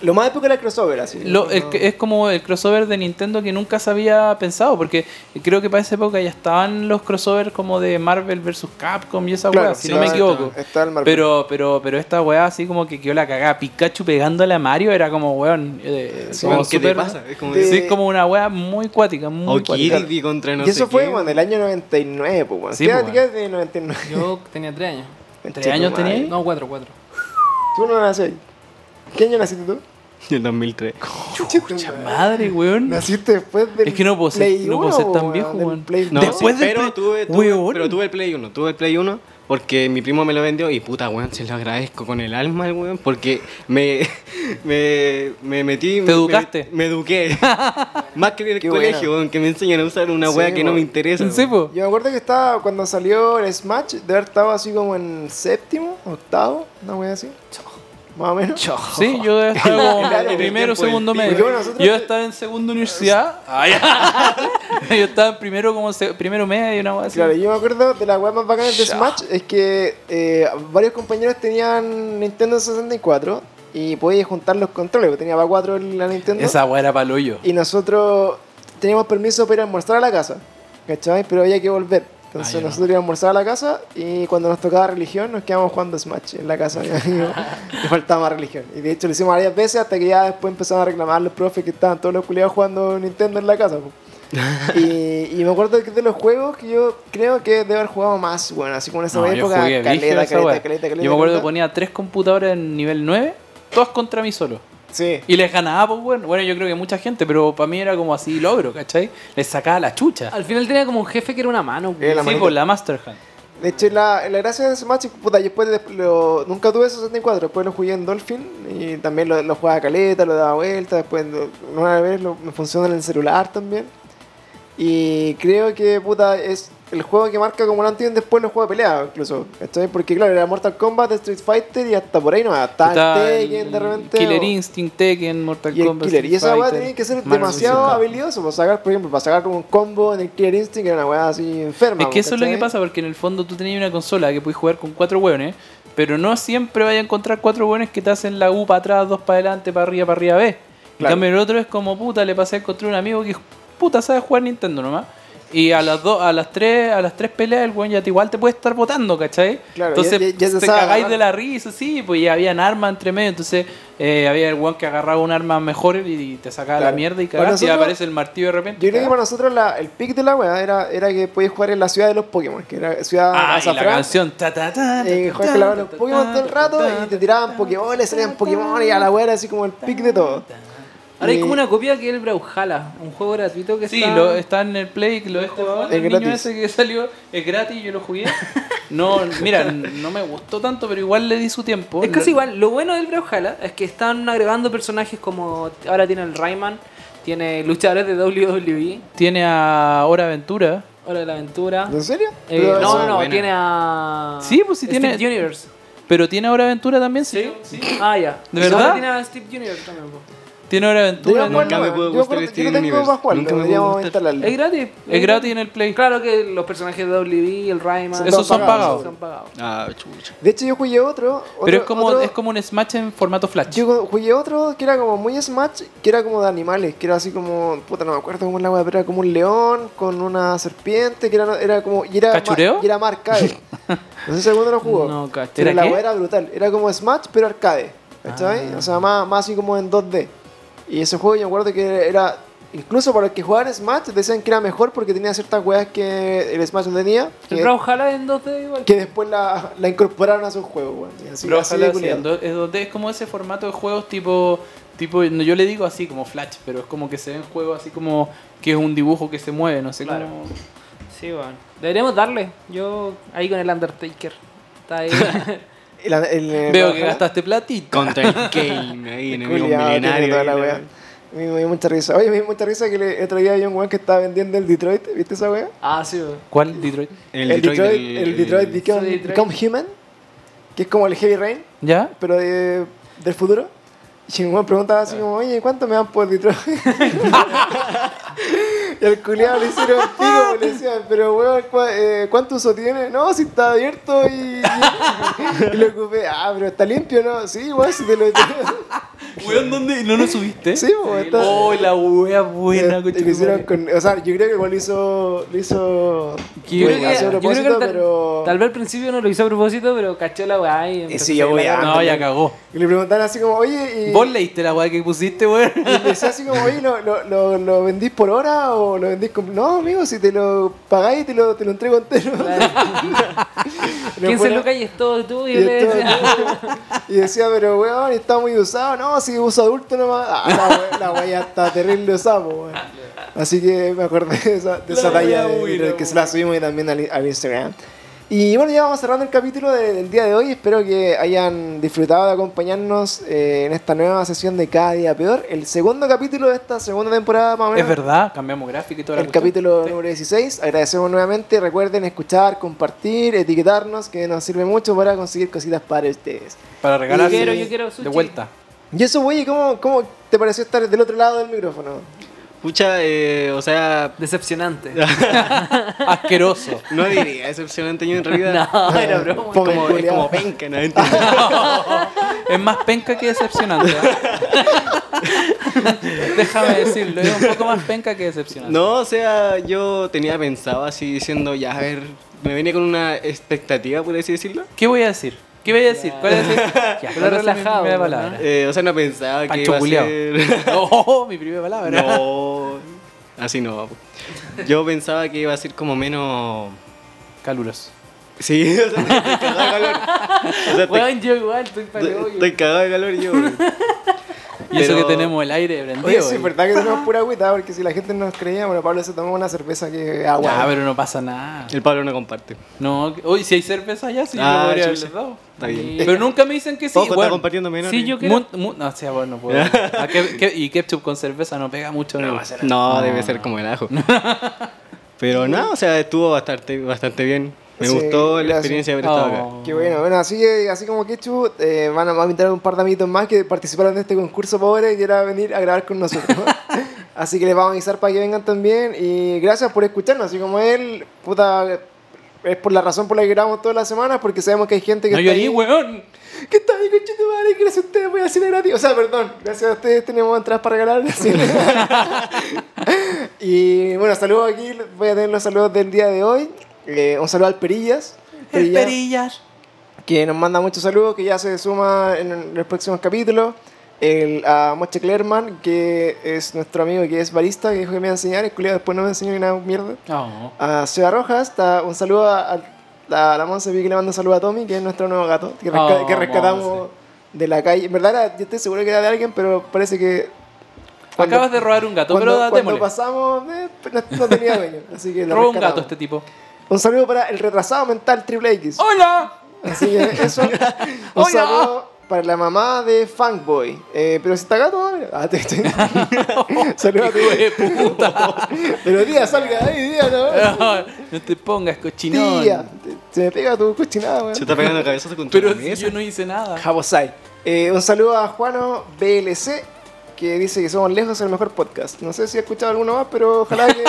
Lo más épico era el crossover, así. lo- el- es como el crossover de Nintendo que nunca se había pensado, porque creo que para esa época ya estaban los crossovers como de Marvel vs. Capcom y esa Claro, weá, si sí, no me está- equivoco. está el Marvel. Pero, pero, pero esta weá así como que quedó la cagada. Pikachu pegándole a Mario era como weón. eh, Sí, como Como ¿Qué te súper- pasa? Es como Sí. Sí, como una weá muy cuática, muy O cuática. Kirby contra no y eso sé fue, qué. bueno, el año 99, pues, bueno. Sí, ¿Qué pues, edad- qué edad tenía 99? Yo tenía 3 años. ¿Tres años Chetumare. tenía? No, 4, 4. Tú no nacías ahí. ¿Qué año naciste tú? En 2003. Chucha, Madre, weón. Naciste después del Es que no puedo ser- Play no puedo 1, ser tan pues, viejo, del weón. Play No, dos. Después sí, del pero, Play- tuve, tuve- Weón. pero tuve el Play 1, tuve el Play 1 porque mi primo me lo vendió y puta weón, se lo agradezco con el alma al weón porque me, me, me metí... me- educaste? Me, me eduqué. Más que en el Qué colegio, buena. weón, que me enseñan a usar una Sí, weá que no weón. me interesa. Sí, weón. po. Yo me acuerdo que estaba cuando salió el Smash, de haber estado así como en séptimo, octavo, una wea así. Más o menos. Sí, yo debo estar como Claro, en en primero, el tiempo segundo del pico. medio. Porque nosotros- Yo estaba en segunda universidad. Ay, yo estaba en primero como se- primero medio y una cosa así. Claro, yo me acuerdo de las weas más bacanas de Ya. Smash es que eh, varios compañeros tenían Nintendo 64 y podías juntar los controles, porque tenía para cuatro la Nintendo. Esa weá era palollo. Y nosotros teníamos permiso para ir a almorzar a la casa, ¿cachai? Pero había que volver. Entonces Ah, ya. nosotros íbamos a almorzar a la casa y cuando nos tocaba religión nos quedamos jugando Smash en la casa de mi amigo. y faltaba más religión. Y de hecho lo hicimos varias veces hasta que ya después empezaron a reclamar los profes que estaban todos los culiados jugando Nintendo en la casa. po. y, y me acuerdo que de los juegos que yo creo que debo haber jugado más, bueno, así como en esa No, yo época, jugué caleta, brígido caleta, esa caleta, weá. caleta, Yo me acuerdo que caleta. ponía tres computadoras en nivel 9, todas contra mí solo. Sí. Y les ganaba, pues bueno. Bueno, yo creo que mucha gente, pero para mí era como así logro, ¿cachai? Les sacaba la chucha. Al final tenía como un jefe que era una mano, güey. Era Ah, Eh, la sí, manita. por la Master Hand. De hecho, la, la gracia de Smash, puta, yo después de- lo- nunca tuve 64, después lo jugué en Dolphin y también lo, lo jugaba caleta, lo daba vuelta, después lo- una vez lo, me funciona en el celular también. Y creo que, puta, es el juego que marca como no entienden después los juegos de pelea, incluso. ¿cachai? Porque, claro, era Mortal Kombat, Street Fighter y hasta por ahí no, hasta Está el el Tekken de repente. Killer o- Instinct, Tekken, Mortal y el Kombat. Killer. Y esa Street weá Fighter, tenía que ser Marvel demasiado vs. habilidoso. Para sacar, por ejemplo, para sacar un combo en el Killer Instinct era una weá así enferma. Es que eso es lo que ¿cachai? pasa, porque en el fondo tú tenías una consola que puedes jugar con cuatro hueones, pero no siempre vas a encontrar cuatro hueones que te hacen la U para atrás, dos para adelante, para arriba, para arriba, B. En Claro. cambio, el otro es como puta, le pasé a encontrar un amigo que puta sabe jugar Nintendo nomás. Y a las dos, a las tres, a las tres peleas el weón ya te- igual te puede estar votando, ¿cachai? Claro, entonces ya- ya- ya se te sabe cagáis agarrar. de la risa, sí, pues ya habían armas entre medio, entonces eh, había el weón que agarraba un arma mejor y, y te sacaba la Claro. mierda y Para cagaste y nosotros- aparece el martillo de Yo repente. creo que cagaste. para nosotros la- el pick de la weá era, era que podías jugar en la ciudad de los Pokémon, que era ciudad Ah, y la azafrán, canción. Ta, ta, ta, ta, eh, jugar ta, con la weá de los ta, ta, Pokémon todo el ta, rato ta, y te tiraban Pokémon, le salían Pokémon y a la weá era así como el pick de todo. Ahora hay Y- como una copia que es el Brawlhalla, un juego gratuito que Sí, está... lo, está en el Play, lo este jugando Es el niño gratis. ese que salió, es gratis, yo lo jugué. No, mira, no me gustó tanto, pero igual le di su tiempo. Es casi Lo- igual. Lo bueno del Brawlhalla es que están agregando personajes como... Ahora tiene el Rayman, tiene luchadores de WWE, Tiene a Hora Aventura. Hora de la Aventura... ¿En serio? Eh, Pero no, eso- no, no, buena. tiene a... Sí, pues sí tiene- Steve Universe. Pero tiene Hora Aventura también, sí. Ah, ya. ¿De Y verdad? ahora tiene a Steve Universe también, po. Tiene Hora Aventura. Deberíamos Nunca jugarlo, me weón. pudo Yo gustar creo- Steven Yo no tengo Universe. para jugarlo, Nunca me pudo deberíamos gustar. instalarlo. Es gratis. Es gratis en el Play. Claro que los personajes de WWE, el Rayman... Esos son todos pagados. Son pagados. Ah, chucha. De hecho, yo jugué otro. pero otro- es como, otro- es como un Smash en formato Flash. Yo jugué otro que era como muy Smash, que era como de animales, que era así como, puta, no me acuerdo cómo es la weá, pero era como un león con una serpiente, que era, era como. Y era ma- ¿Cachureo? Y era más arcade. no sé si alguno lo jugó. No, cacho. Pero la ¿Era qué? weá era brutal. Era como Smash, pero arcade. ¿Cachai? Ah. O sea, más, más así como en 2D. Y ese juego yo me acuerdo que era. Incluso para los que jugaban Smash decían que era mejor porque tenía ciertas weas que el Smash no tenía. El Que, Brawlhalla en 2D igual. que después la, la incorporaron a sus juegos, weón. Y así- Pero así de ojalá sí, culiado. en do- es donde es como ese formato de juegos tipo tipo no, yo le digo así como Flash, pero es como que se ven juegos así como que es un dibujo que se mueve, no sé Claro. cómo. Sí, bueno. Deberíamos darle. Yo ahí con el Undertaker. Está ahí. El- el- eh, el- Veo que Brawlhalla. gastaste platito. Contra el Kane, ahí, enemigo Culeado, tiene milenario. toda ahí, la la wea. wea. A mí me dio mucha risa. Oye, me dio mucha risa que le, otro día había un weón que estaba vendiendo el Detroit. ¿Viste esa wea? ah, sí, weón. ¿Cuál Detroit? El, Detroit, del- el Detroit Become, Sí, Detroit. Become Human, que es como el Heavy Rain, ¿Ya? pero de- del futuro. Y un weón preguntaba así como, oye, ¿cuánto me dan por Detroit? y al culiado le hicieron pico, le decían, pero weón, ¿cu- eh, ¿cuánto uso tiene? No, si está abierto y, y, lo ocupé. Ah, pero está limpio, ¿no? Sí, weón, si te lo... Weón, ¿dónde? ¿No lo subiste? sí, weón, está... Oh, la wea buena, Eh, y lo hicieron con- o sea, yo creo que igual lo hizo. Lo hizo. Yo creo lo que, hizo a yo creo que propósito, tal, pero. tal vez al principio no lo hizo a propósito, pero cachó la weá y empezó sí, yo a voy sacar- a- No, ya cagó. Y le preguntaron así como, oye. Y, Vos leíste la weá que pusiste, weón. y le decía así como, oye, ¿lo, lo, lo, lo vendís por hora o lo vendís con.? No, amigo, si te lo pagáis, te lo, te lo entrego entero. Pero ¿Quién se fuera- lo calles todo tú? Y Y, yo le esto- decía, y decía, pero weón, está muy usado. No, si uso adulto nomás. Ah, la we- la weá ya está terrible usada, po, weón. Así que me acordé de esa, de esa La talla wea de- buena, de que se la subimos y también al, al Instagram. Y bueno, ya vamos cerrando el capítulo de- del día de hoy. Espero que hayan disfrutado de acompañarnos eh, en esta nueva sesión de Cada Día Peor. El segundo capítulo de esta segunda temporada, más o menos. Es verdad, cambiamos gráfico y toda la El cuestión. capítulo número 16. Agradecemos nuevamente. Recuerden escuchar, compartir, etiquetarnos, que nos sirve mucho para conseguir cositas para ustedes. Para regalar Yo quiero, yo quiero de sushi. vuelta. Y eso, güey, ¿cómo, ¿cómo te pareció estar del otro lado del micrófono? Pucha, eh, o sea, Decepcionante. Asqueroso. no diría excepcionante yo en realidad. no, era broma. Fome, Como, es culiao. como penca, ¿no? Entiendo. Es más penca que decepcionante. ¿eh? Déjame decirlo, es un poco más penca que decepcionante. No, o sea, yo tenía pensado así diciendo, ya, a ver, me venía con una expectativa, por así decirlo. ¿Qué voy a decir? ¿Qué voy a decir? ¿Cuál es el- Ya, Pero ¿cuál es la relajado, primera ¿no? palabra? Eh, o sea, no pensaba que Pancho iba a culiao. ser... No, mi primera palabra. No, así no. po. Yo pensaba que iba a ser como menos... Caluros. Sí, o sea, estoy cagado de calor. O sea, Weón, yo igual, estoy para estoy, el hoyo. estoy cagado de calor yo. weón. Y eso que Pero- tenemos el aire prendido. Oye, sí, y- es verdad que tenemos pura agüita, porque si la gente no nos creía, bueno, Pablo se tomó una cerveza que agua. Ya, pero no pasa nada. El Pablo no comparte. No, que- uy, si hay cerveza allá, sí, yo Ah, podría haberles chucha. dado. Está bien. Pero nunca me dicen que sí. Ojo, está weón. compartiendo menores. Sí, yo Mun- quiero. mun- no, o sea, bueno, puedo. Ah, que- que- y ketchup con cerveza no pega mucho. amigo. No, debe ser como el ajo. Pero no, o sea, estuvo bastante, bastante bien. Me Sí, gustó la gracias. experiencia de haber estado acá. Oh. Qué bueno, bueno, así, que- así como Ketchup, eh, van a van a invitar a un par de amiguitos más que participaron de este concurso pobre que era venir a grabar con nosotros. así que les vamos a avisar para que vengan también y gracias por escucharnos, así como él, puta, es por la razón por la que grabamos todas las semanas, porque sabemos que hay gente que No está llorí, ahí- weón. que está ahí, conchetumare, que gracias a ustedes voy a cine gratis. O sea, perdón, gracias a ustedes tenemos entradas para regalar al cine. y bueno, saludos aquí, voy a tener los saludos del día de hoy. Eh, un saludo al Perillas. El Perillas perillas. que nos manda muchos saludos, que ya se suma en los próximos capítulos. El, a Moche Clerman, que es nuestro amigo que es barista, que dijo que me iba a enseñar, y culiao, después no me enseñó ni una mierda. No. A Seba Rojas, ta- un saludo a, a- a la Monse, vi que le manda un saludo a Tommy, que es nuestro nuevo gato, que, resca- Oh, que rescatamos Monse. de la calle. En verdad, era- yo estoy seguro que era de alguien, pero parece que. cuando- Acabas de robar un gato, cuando, pero da- cuando démosle. pasamos, eh, no, no tenía dueño, así que lo Roba un rescatamos. gato este tipo. Un saludo para el retrasado mental Triple X. ¡Hola! Así que eso. Un Hola. saludo para la mamá de Funkboy. Eh, pero si está acá todavía. Ah, te, te. Saludo a tu Hijo de puta. Pero tía, salga de ahí, tía, Ah, ¿no? no te pongas cochinón. Tía, te- se me pega tu cochinada, Se weón. está pegando cabezazos con tu Pero si mesa. yo no hice nada. Jabosai. Eh, un saludo a Juano BLC, que dice que somos lejos el mejor podcast. No sé si ha escuchado alguno más, pero ojalá que.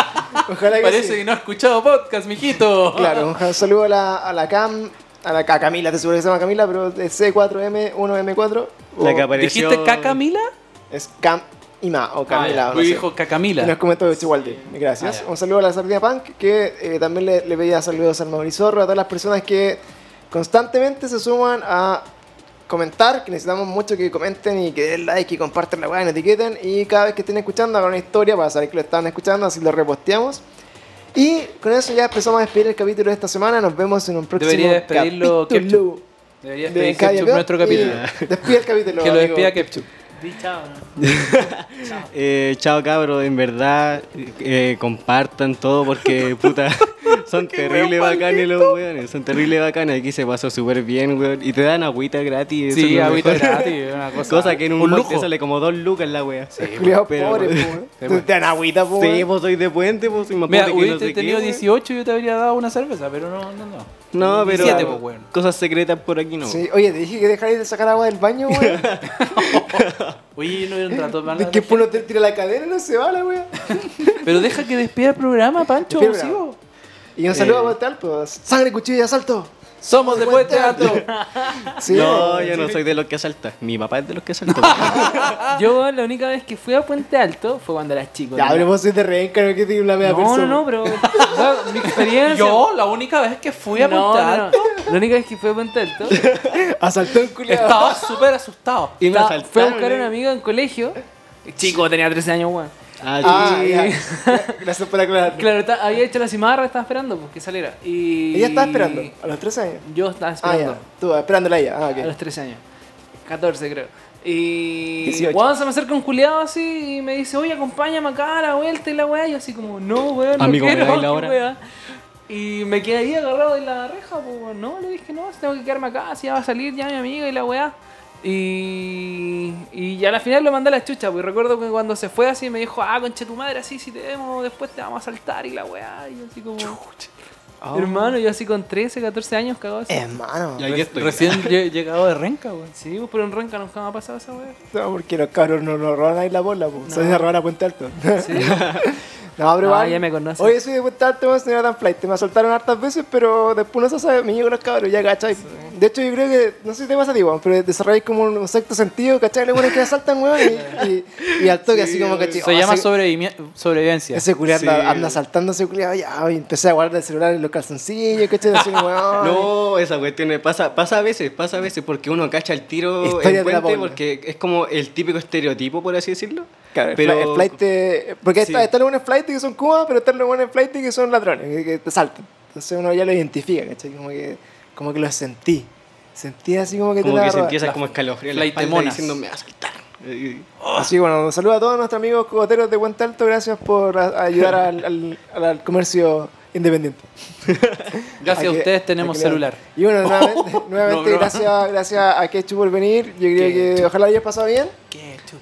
Ojalá que Parece sí. que no has escuchado podcast, mijito. Claro, un saludo a la, a la Cam, a la a Camila, te seguro que se llama Camila, pero es C4M1M4. La que o- apareció... ¿Dijiste cacamila? Es Cam Ima o Camila. Ah, o tú no sé. dijo Y nos cacamila. comentó Chihualde. Gracias. Ah, ya. Un saludo a la Sardina Punk, que eh, también le, le pedía saludos al Maurizorro, a todas las personas que constantemente se suman a comentar, que necesitamos mucho que comenten y que den like y compartan la weá y nos etiqueten. Y cada vez que estén escuchando, hagan una historia para saber que lo están escuchando, así lo reposteamos. Y con eso ya empezamos a despedir el capítulo de esta semana. Nos vemos en un próximo Debería despedirlo capítulo Deberías de pedir Calle ketchup Peor. nuestro Y capítulo. Despide el capítulo. Que lo amigo. despida Ketchup. Di chao, ¿no? Eh, chao cabros, en verdad eh, compartan todo porque puta son terribles bacanes los weones, son terribles bacanes, aquí se pasó súper bien weón y te dan agüita gratis, eso es Sí, lo agüita mejor. gratis, una cosa. cosa que en un, un mall lujo. te sale como dos lucas la wea. Sí, Culiao pero- pobre, Sí, po. Te dan agüita, po. Sí, vos soy de puente, vos soy más Mira, pobre que no hubiese sé tenido qué, weón. 18 yo te habría dado una cerveza, pero no, no, no. No, pero 17, pues, weón. cosas secretas por aquí no. Sí, oye, te dije que dejarais de sacar agua del baño, weón. Oye, no era un trato malo. De que por no te tira la cadena, no se va la weón. Pero deja que despida el programa, Pancho, Despide el abusivo. Y un saludo a Voltal, pues. Sangre, cuchillo y asalto. Somos de Puente Alto. Sí, no, weón. yo no soy de los que asalta. Mi papá es de los que asalta. Yo la única vez que fui a Puente Alto fue cuando era chico. Ya, ¿no? pero vos sois de reencarno, que tiene una media no, persona. no, no, pero no, mi experiencia. Yo, la única vez que fui a No, Puente no, no. Alto, La única vez que fui a Puente Alto Asaltó Ah, el culiado. estaba súper asustado. y me estaba- asaltaron. fue a buscar a un amigo en colegio. Chico, tenía 13 años, weón. Ah, Ah, sí. ya. Gracias por aclarar. Claro, ta- había hecho la cimarra, estaba esperando pues, que saliera. Y... Ella estaba esperando, a los 13 años. Yo estaba Ah, esperando. ya. Tú, esperándola a ella. Ah, A los ok. 13 años. 14 creo. Y 18. weón se me acerca un culiado así y me dice, oye, acompáñame acá a la vuelta y la weá. Y yo así como, no, weón, no Amigo, ¿me quiero, dais qué la hora?" weá". Y me quedé ahí agarrado de la reja, pues weón. no, le dije, no, si tengo que quedarme acá, si ya va a salir ya mi amiga y la weá. Y, y ya al final lo mandé a la chucha, pues y recuerdo que cuando se fue así me dijo, ah, conche tu madre, así si te vemos, después te vamos a saltar y la weá. Y yo así como, hermano, yo así con 13, 14 años cagado así. Hermano. Y aquí estoy. Recién lle- llegado de Renca, weón. Sí, pues, pero en Renca nunca me ha pasado esa weá. No, porque los cabros no nos roban ahí la bola, pues. Soy de robar a Puente Alto. No, pero No, vale. ya me conoce. Oye, soy de Puente Alto, weón, no era tan flight. Me asaltaron hartas veces, pero después no se sabe. Me llego los cabros, ya cachai. De hecho, yo creo que, no sé si te pasa a ti, weón, pero desarrolláis como un sexto sentido, ¿cachai? Los buenos que asaltan, weón, y, y, y al toque, así como, ¿cachai? Se oh, llama ese- sobrevivimi- sobrevivencia. Ese culiado Sí, anda, weón. anda asaltando ese culiado, ya, y empecé a guardar el celular en los calzoncillos, ¿cachai? Así como, weón. No, esa cuestión me pasa, pasa a veces, pasa a veces, porque uno cacha el tiro Historia en de la puente, pólvora. porque es como el típico estereotipo, por así decirlo. Claro, el pero fla- el flight. eh, porque está- sí. están los buenos flight que son cubas, pero están los buenos flight que son ladrones, que, que te saltan. Entonces uno ya lo identifica, ¿cachai? Como que, como que lo sentí. Sentí así como que como te que la roba- sentí esa como escalofrío en la flight espalda monas. diciendo, me va a saltar. Eh, Así que bueno, saludos a todos nuestros amigos cuboteros de Puente Alto. Gracias por a- ayudar al, al- al comercio independiente. Gracias a Hay que- ustedes tenemos hay que leer. celular. Y bueno, nuevamente, nuevamente broma. gracias, gracias a Ketchup por venir. Yo creo que ojalá hayas pasado bien.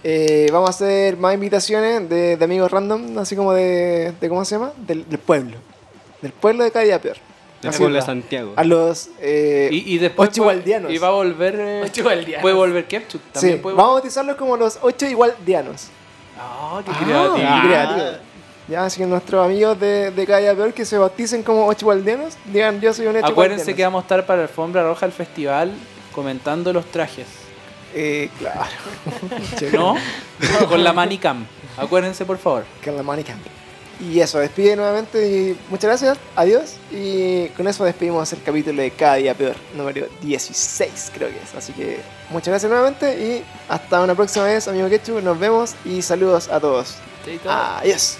Eh, vamos a hacer más invitaciones de, de amigos random, así como de, de ¿cómo se llama? Del, del pueblo. Del pueblo de Cadillapeor. Del Así pueblo de va. Santiago. A los... eh, Y, y después. ocho va- igualdianos. Y va a volver. eh, Ochoaldianos. Puede volver Kepchuk. sí, También puede vamos a bautizarlos como los ocho igualdianos. Ah, qué Ah, creativo. qué creativo. Ya, así que nuestros amigos de, de Calle Peor que se bauticen como ocho gualdianos, digan yo soy un ocho Ah, Acuérdense que gualdianos. vamos a estar para Alfombra Roja al festival comentando los trajes. Eh, claro. ¿No? Con la Manicam. Acuérdense, por favor. Con la manica. Y eso, despide nuevamente y muchas gracias, adiós. Y con eso despedimos el capítulo de Cada Día Peor, número 16 creo que es. Así que muchas gracias nuevamente y hasta una próxima vez, amigo Ketchup. Nos vemos y saludos a todos. Chaito. Adiós.